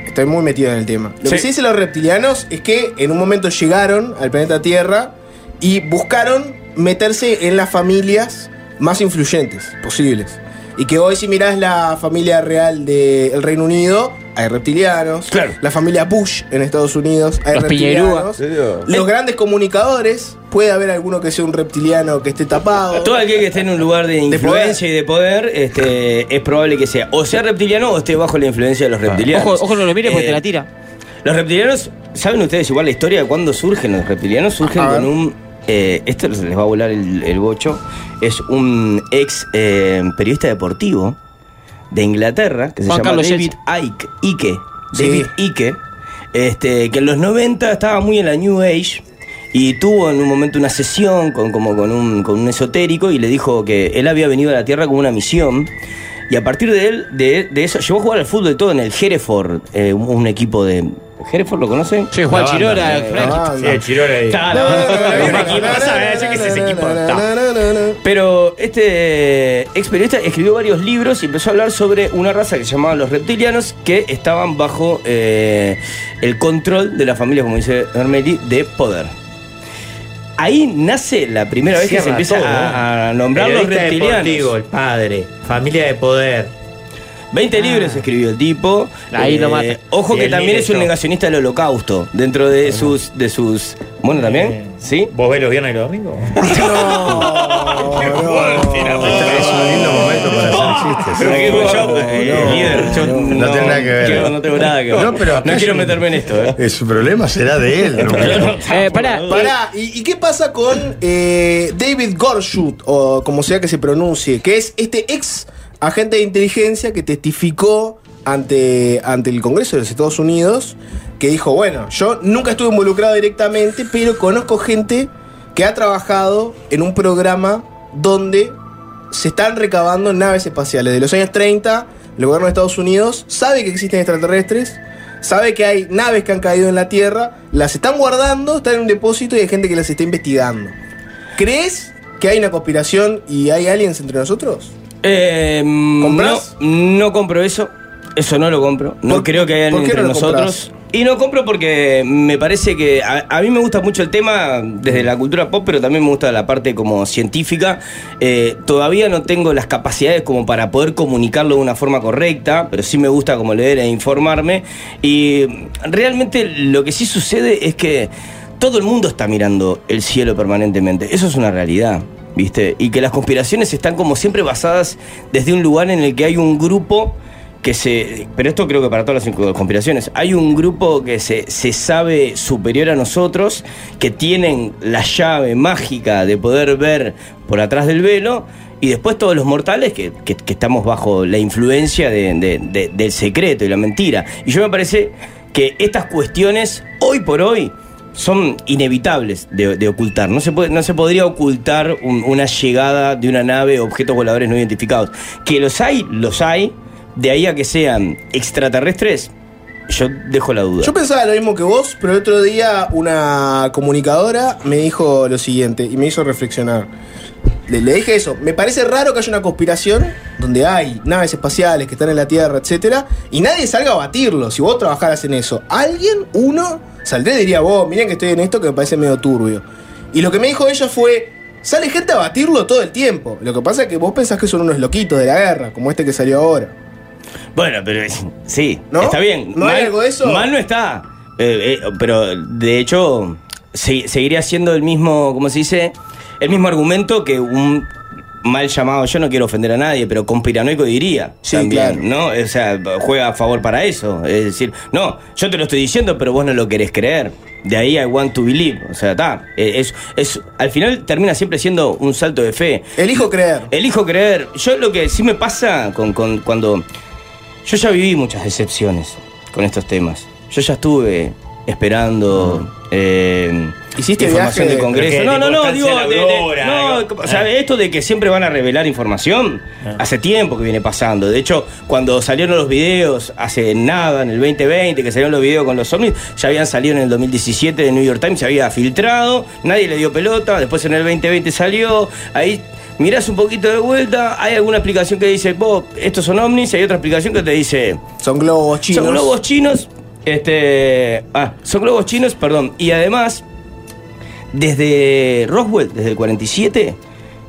S6: Estoy muy metido en el tema. Lo que
S9: Sí.
S6: se dice de los reptilianos es que en un momento llegaron al planeta Tierra y buscaron meterse en las familias más influyentes posibles. Y que hoy, si mirás la familia real del Reino Unido, hay reptilianos.
S9: Claro.
S6: La familia Bush en Estados Unidos, hay
S8: Los
S6: reptilianos.
S7: ¿En serio?
S6: Los grandes comunicadores, puede haber alguno que sea un reptiliano que esté tapado.
S9: Todo aquel que esté en un lugar de influencia y de poder este, es probable que sea o sea reptiliano o esté bajo la influencia de los reptilianos.
S8: Ojo, ojo, no lo mires porque
S9: Eh,
S8: te la tira.
S9: Los reptilianos, ¿saben ustedes igual la historia de cuándo surgen los reptilianos? Surgen
S6: A ver.
S9: con un. eh, esto les les va a volar el, el bocho. Es un ex eh, periodista deportivo de Inglaterra que se
S8: Juan
S9: llama
S8: Carlos
S9: David Icke. Icke.
S6: Sí.
S9: David Icke. Este, que en los 90 estaba muy en la New Age. Y tuvo en un momento una sesión con, como con, un, con un esotérico y le dijo que él había venido a la Tierra con una misión. Y a partir de él, de, de eso, llegó a jugar al fútbol y todo en el Hereford, eh, un- un equipo de. ¿Hereford lo conocen?
S8: Che, Juan
S4: La banda,
S8: Chirora,
S4: eh,
S8: Frankie.
S4: Sí, el Chirora ahí.
S9: Pero este ex periodista escribió varios libros y empezó a hablar sobre una raza que se llamaban los reptilianos que estaban bajo eh, el control de la familia, como dice Hermeli, de poder. Ahí nace la primera vez que se
S4: Cierra
S9: empieza
S4: todo, ¿eh?
S9: a, a nombrar los
S4: Periodista deportivo,
S9: reptilianos.
S4: el padre, familia de poder.
S9: 20 libros escribió el tipo. Eh,
S8: Ahí lo mata.
S9: Ojo
S4: Y
S9: que
S4: el
S9: también es un
S4: libreto.
S9: negacionista del holocausto dentro de sus de sus bueno
S4: Eh,
S9: también, ¿sí?
S4: ¿Vos ves los viernes y los domingos?
S5: Es un lindo momento para hacer chistes.
S9: Pero que yo, eh,
S5: no.
S9: líder, yo no,
S5: No tiene nada que ver.
S9: quiero- no tengo nada que ver.
S5: No, pero acá
S9: No
S5: es
S9: quiero
S5: un-
S9: meterme en esto, ¿eh?
S5: Eh, Su problema será de él. ¿no?
S8: Eh, pará.
S6: Pará, ¿y, y qué pasa con eh, David Gorshut, o como sea que se pronuncie, que es este ex agente de inteligencia que testificó ante, ante el Congreso de los Estados Unidos, que dijo, bueno, yo nunca estuve involucrado directamente, pero conozco gente que ha trabajado en un programa donde se están recabando naves espaciales. De los años 30, el gobierno de Estados Unidos sabe que existen extraterrestres, sabe que hay naves que han caído en la Tierra, las están guardando, están en un depósito y hay gente que las está investigando. ¿Crees que hay una conspiración y hay aliens entre nosotros?
S9: Eh,
S6: ¿Comprás?
S9: No, no compro eso. Eso no lo compro. No creo que haya
S6: por
S9: alguien
S6: qué
S9: entre
S6: no lo
S9: nosotros. Y no compro porque me parece que. A, a mí me gusta mucho el tema desde la cultura pop, pero también me gusta la parte como científica. Eh, todavía no tengo las capacidades como para poder comunicarlo de una forma correcta, pero sí me gusta como leer e informarme. Y realmente lo que sí sucede es que todo el mundo está mirando el cielo permanentemente. Eso es una realidad. ¿Viste? Y que las conspiraciones están como siempre basadas desde un lugar en el que hay un grupo que se. Pero esto creo que para todas las conspiraciones. Hay un grupo que se, se sabe superior a nosotros, que tienen la llave mágica de poder ver por atrás del velo. Y después todos los mortales que, que- que estamos bajo la influencia de- de- de- del secreto y la mentira. Y yo me parece que estas cuestiones, hoy por hoy, son inevitables de, de ocultar. No se, puede, no se podría ocultar un- una llegada de una nave, objetos voladores no identificados. Que los hay, los hay. De ahí a que sean extraterrestres, yo dejo la duda.
S6: Yo pensaba lo mismo que vos, pero el otro día una comunicadora me dijo lo siguiente y me hizo reflexionar. Le, le dije eso, me parece raro que haya una conspiración donde hay naves espaciales que están en la Tierra, etcétera, y nadie salga a batirlo si vos trabajaras en eso. Alguien, uno, saldré y diría, vos, miren que estoy en esto que me parece medio turbio. Y lo que me dijo ella fue, sale gente a batirlo todo el tiempo. Lo que pasa es que vos pensás que son unos loquitos de la guerra, como este que salió ahora.
S9: Bueno, pero es- sí,
S6: ¿No?
S9: está bien.
S6: ¿No hay algo de eso?
S9: Mal no está. Eh, eh, pero de hecho, se- seguiría siendo el mismo, ¿cómo se dice? El mismo argumento que un mal llamado, yo no quiero ofender a nadie, pero con piranoico diría. también, ¿no? O sea, juega a favor para eso. Es decir, no, yo te lo estoy diciendo, pero vos no lo querés creer. De ahí I want to believe. O sea, está. Eh, Es, es, al final termina siempre siendo un salto de fe.
S6: Elijo creer.
S9: Elijo creer. Yo lo que sí me pasa con, con- cuando. Yo ya viví muchas decepciones con estos temas. Yo ya estuve esperando. eh,
S6: Mm. ¿Hiciste
S9: información
S6: viaje?
S9: del Congreso.
S6: ¿Qué?
S9: No, no, no,
S6: ¿Tipo
S9: digo.
S6: Cancel
S9: de- de-
S6: Aurora, Ah.
S9: no,
S6: algo?
S9: o sea, esto de que siempre van a revelar información,
S6: Ah.
S9: hace tiempo que viene pasando. De hecho, cuando salieron los videos, hace nada, en el 2020, que salieron los videos con los ovnis, ya habían salido en el 2017 de New York Times, se había filtrado, nadie le dio pelota, después en el 2020 salió, ahí mirás un poquito de vuelta, hay alguna explicación que dice, vos, estos son ovnis, y hay otra explicación que te dice...
S6: Son globos chinos.
S9: Son globos chinos, este... Ah, son globos chinos, perdón, y además desde Roswell, desde el 47,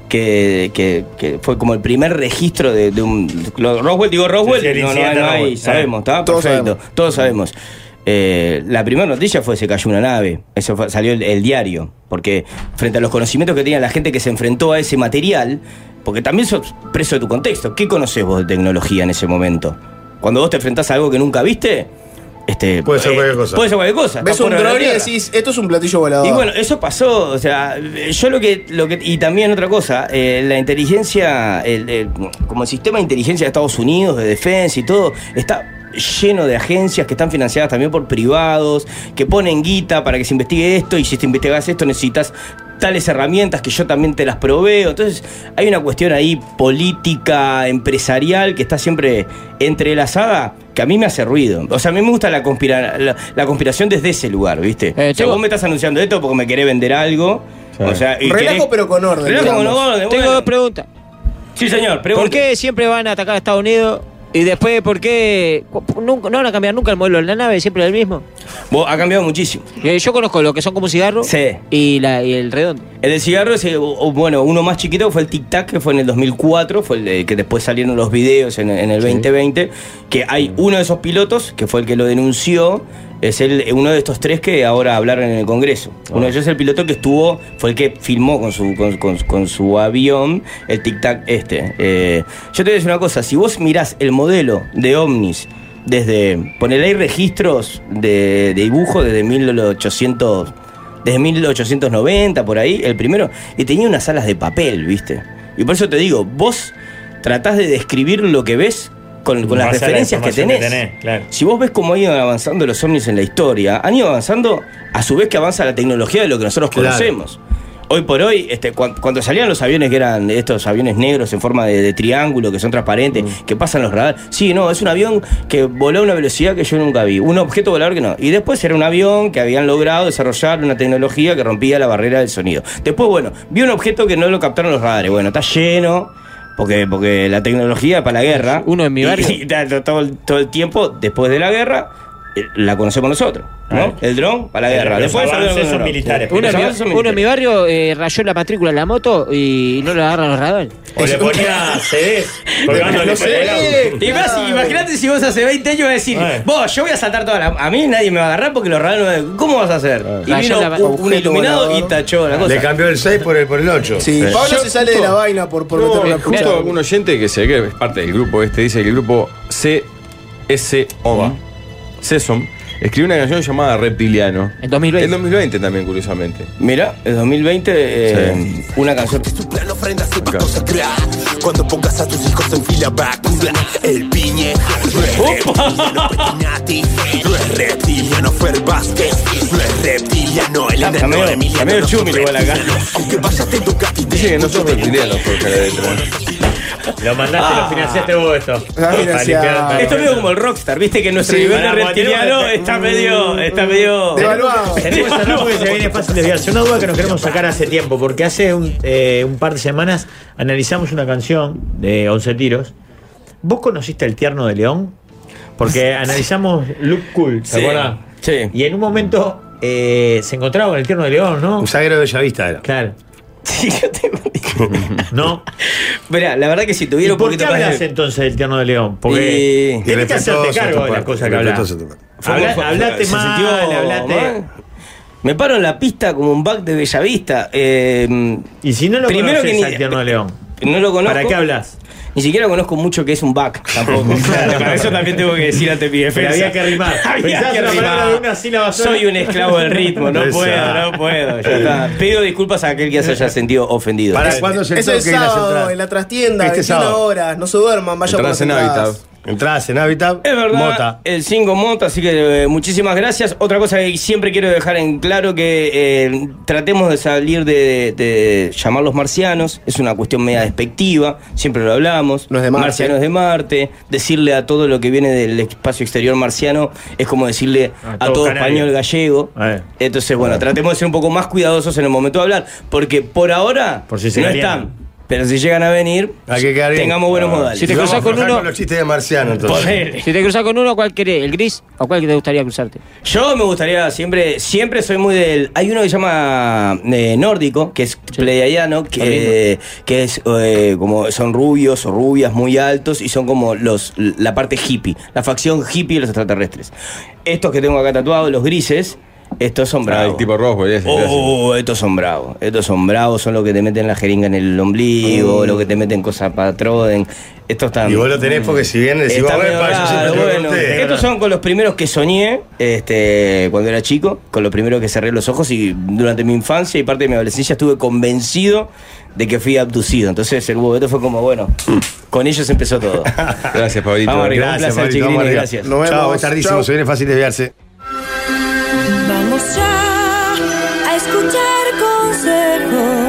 S9: que, que- que fue como el primer registro de, de un. lo- Roswell, digo Roswell,
S4: Sí, sí,
S9: no, no,
S4: sí,
S9: no
S4: está
S9: hay,
S4: Roswell,
S9: sabemos, ¿está?
S4: Todos
S9: Perfecto, todos sabemos. Eh, la primera noticia fue se cayó una nave, eso fue- salió el, el diario, porque frente a los conocimientos que tenía la gente que se enfrentó a ese material, porque también sos preso de tu contexto, ¿qué conoces vos de tecnología en ese momento? Cuando vos te enfrentás a algo que nunca viste, este,
S5: Puede ser cualquier cosa.
S9: Puede ser cualquier cosa.
S6: Ves
S9: está
S6: un
S9: fuera de la
S6: dron y
S9: Tierra.
S6: decís, esto es un platillo volador.
S9: Y bueno, eso pasó, o sea, yo lo que, lo que y también otra cosa, eh, la inteligencia, el, el- como el sistema de inteligencia de Estados Unidos, de defensa y todo, está lleno de agencias que están financiadas también por privados, que ponen guita para que se investigue esto y si te investigas esto necesitas tales herramientas que yo también te las proveo. Entonces hay una cuestión ahí política, empresarial, que está siempre entrelazada, que a mí me hace ruido. O sea, a mí me gusta la, conspira- la, la conspiración desde ese lugar, ¿viste? o sea,
S8: Eh, tengo-
S9: vos me estás anunciando esto porque me querés vender algo. O sea, y
S6: Relajo
S9: querés-
S6: pero con orden.
S9: Relajo con
S6: digamos.
S9: orden,
S8: eh, Tengo
S9: bueno.
S8: dos preguntas.
S9: Sí, señor,
S8: ¿Por
S9: pregunta.
S8: qué siempre van a atacar a Estados Unidos? Y después, ¿por qué cu- nunca, no van a cambiar nunca el modelo de la nave? Siempre el mismo.
S9: Vos, ha cambiado muchísimo.
S8: Eh, Yo conozco lo que son como un cigarro
S9: Sí.
S8: y, la, y el redondo.
S9: El del cigarro es, eh, o- o, bueno, uno más chiquito fue el Tic Tac, que fue en el 2004, fue el de- que después salieron los videos en, en el 2020, que hay uno de esos pilotos, que fue el que lo denunció, es el, eh, uno de estos tres que ahora hablaron en el Congreso. Uno de ellos es el piloto que estuvo, fue el que filmó con su, con, con- con su avión el Tic Tac este. Eh, yo te voy a decir una cosa, si vos mirás el modelo de Omnis, desde, poner ahí registros de, de dibujo desde 1800 desde 1890, por ahí, el primero, y tenía unas alas de papel, ¿viste? Y por eso te digo, vos tratás de describir lo que ves con, con las
S4: Base a la
S9: referencias que
S4: información
S9: tenés.
S4: claro.
S9: Si vos ves cómo han ido avanzando los ovnis en la historia, han ido avanzando a su vez que avanza la tecnología de lo que nosotros
S5: Claro.
S9: conocemos. hoy por hoy, este, cuan- cuando salían los aviones que eran estos aviones negros en forma de, de triángulo, que son transparentes, que pasan los radares. Sí, no, es un avión que voló a una velocidad que yo nunca vi. Un objeto volador que no. Y después era un avión que habían logrado desarrollar una tecnología que rompía la barrera del sonido. Después, bueno, vi un objeto que no lo captaron los radares. Bueno, está lleno. Porque, porque la tecnología es para la guerra. Uno en mi
S8: barrio.
S9: todo, el- todo el tiempo, después de la guerra, eh, la conocemos nosotros. ¿no? El dron para la
S4: Pero
S9: guerra.
S4: los
S9: Después
S4: avances
S9: salieron
S4: son
S9: con el dron.
S4: militares,
S9: Los
S8: Uno en,
S9: avances son
S8: mi, uno en mi
S9: militares.
S8: barrio eh, rayó la matrícula de la moto y no lo agarran los radares.
S4: O le ponía CDs. colgándole
S9: No
S4: por el
S9: sé.
S4: auto.
S9: Y más, imagínate si vos hace 20 años vas a decir,
S4: Ay.
S9: vos, yo voy a saltar toda la. A mí nadie me va a agarrar porque los radares no me- ¿Cómo vas a hacer? Y
S6: Ah,
S8: Rayó
S9: vino
S8: la-
S9: un- un,
S6: objeto
S9: iluminado
S6: volador. Ah,
S9: y tachó la cosa.
S5: Le cambió el 6 por el, por el 8.
S6: Sí, Pablo
S7: Yo-
S6: se sale de la
S7: justo-
S6: vaina por, por
S7: No,
S6: meter una
S7: justo
S6: cuchara.
S7: algún oyente que sé que es parte del grupo este dice que el grupo CSOM CSOM escribió una canción llamada Reptiliano.
S8: En 2020.
S7: En 2020 también, curiosamente.
S9: Mira, el 2020, eh, una canción.
S3: Cuando pongas a tus hijos en fila vacuna, el piñe. No es reptiliano, Petinati. No es reptiliano, Fer Vázquez. No es reptiliano, el
S9: Está
S3: enano
S9: medio- está
S3: Emiliano.
S9: medio
S3: no soy
S9: chumi igual acá.
S3: reptiliano, Aunque vayas en Ducati,
S7: Dice que no son reptilianos porque la letra.
S4: Lo mandaste, lo financiaste vos esto. Para
S6: financiado.
S4: limpiar- para-
S9: Esto es medio como el rockstar, viste que nuestro
S6: Sí,
S9: nivel de
S4: Ah, pará,
S9: reptiliano
S4: Mateo,
S9: está medio. Está medio.
S6: Devaluado.
S4: Tenemos que cerrar porque se viene fácil desviarse. Una duda que nos queremos sacar hace tiempo, porque hace un, eh, un par de semanas analizamos una canción de 11 tiros. ¿Vos conociste el tierno de León? Porque analizamos Look Cool, ¿se
S9: Sí,
S4: acuerdan?
S9: sí.
S4: Y en un momento eh, se encontraba con el tierno de León, ¿no?
S5: Un sagro de Bellavista era.
S4: Claro.
S9: Sí, yo te
S4: ¿No?
S9: Mirá, la verdad que si
S4: ¿Y
S9: tuviera un
S4: por
S9: poquito
S4: qué
S9: más
S4: hablas
S9: de.
S4: entonces del tierno de León? Porque
S9: Y-
S4: tenés que hacerte
S5: Irrespetuoso
S4: cargo de
S5: tu
S4: las
S5: parte,
S4: cosas que hablas.
S5: irrespetuoso tu parte.
S4: Habla-
S9: Fue-
S4: Hablate
S9: se
S4: mal,
S9: sintió
S4: hablate.
S9: mal. Me paro en la pista como un back de Bellavista. eh,
S4: Y si no lo
S9: Primero que
S4: conoces
S9: ni-
S4: al tierno de León,
S9: no lo conozco.
S4: ¿para qué hablas?
S9: Ni siquiera conozco mucho que es un back tampoco. Para eso también tengo que decir ante mi defensa.
S4: Pero había que rimar.
S9: Había
S4: Pensás
S9: que
S4: una
S9: rimar.
S4: palabra de una sílaba sola.
S9: Soy un esclavo del ritmo, no
S5: Esa.
S9: puedo, no puedo. ya está. Pido disculpas a aquel que se haya sentido ofendido.
S5: ¿Para cuándo se
S6: Eso
S5: toque
S6: es
S5: y las
S6: sábado,
S5: entradas?
S6: en la trastienda,
S5: Este
S6: 21
S5: sábado.
S6: horas. No se duerman, vayan por
S7: Entrás
S6: las
S7: en
S6: entradas.
S7: hábitat.
S5: Entradas en Habitat.
S9: Es verdad,
S5: Mota.
S9: el 5 Mota, así que eh, muchísimas gracias. Otra cosa que siempre quiero dejar en claro que eh, tratemos de salir de, de llamarlos marcianos, es una cuestión media despectiva, siempre lo hablamos.
S6: No es de Marte.
S9: Marcianos de Marte, decirle a todo lo que viene del espacio exterior marciano es como decirle
S4: A
S9: a,
S4: todo
S9: todo
S4: canario.
S9: español gallego.
S4: Eh.
S9: Entonces, bueno, tratemos de ser un poco más cuidadosos en el momento de hablar, porque por ahora
S4: Por si se
S9: no
S4: calientan.
S9: están. Pero si llegan a venir,
S5: Hay que quedar bien.
S9: tengamos buenos
S5: Ah.
S9: modales.
S8: Si te
S5: Y vamos
S8: cruzás
S5: a
S8: con
S5: aflojar
S8: uno-
S5: los chistes de marciano, entonces.
S9: Ponele.
S8: Si te cruzas con uno, ¿cuál querés? ¿El gris o cuál te gustaría cruzarte?
S9: Yo me gustaría siempre, siempre soy muy del. Hay uno que se llama eh, nórdico, que es pleiadiano, que, que es eh, como son rubios o rubias muy altos y son como los la parte hippie, la facción hippie de los extraterrestres. Estos que tengo acá tatuados, los grises, estos son
S7: Ah,
S9: bravos.
S7: el tipo Roswell, ese, clásico.
S9: Oh, estos son bravos. Estos son bravos, son los que te meten la jeringa en el ombligo, los que te meten cosas para troden. Estos están.
S5: Y vos lo tenés porque si bien decís,
S9: Está
S5: vos,
S9: medio
S5: "Epa, yo
S9: raro,
S5: siempre tuve
S9: bueno.
S5: con ustedes".
S9: Estos son con los primeros que soñé este, cuando era chico, con los primeros que cerré los ojos y durante mi infancia y parte de mi adolescencia estuve convencido de que fui abducido. Entonces el bobeto fue como, bueno, con ellos empezó todo.
S7: Gracias, Pablito.
S9: Vamos arriba.
S5: Mm.
S9: placer,
S5: Gracias, Pablito, vamos
S9: chiquilines,
S5: arriba.
S9: gracias.
S6: Nos
S5: Chao,
S6: vemos.
S5: es tardísimo,
S6: Chao.
S5: se viene fácil desviarse.
S13: Vamos ya a escuchar consejos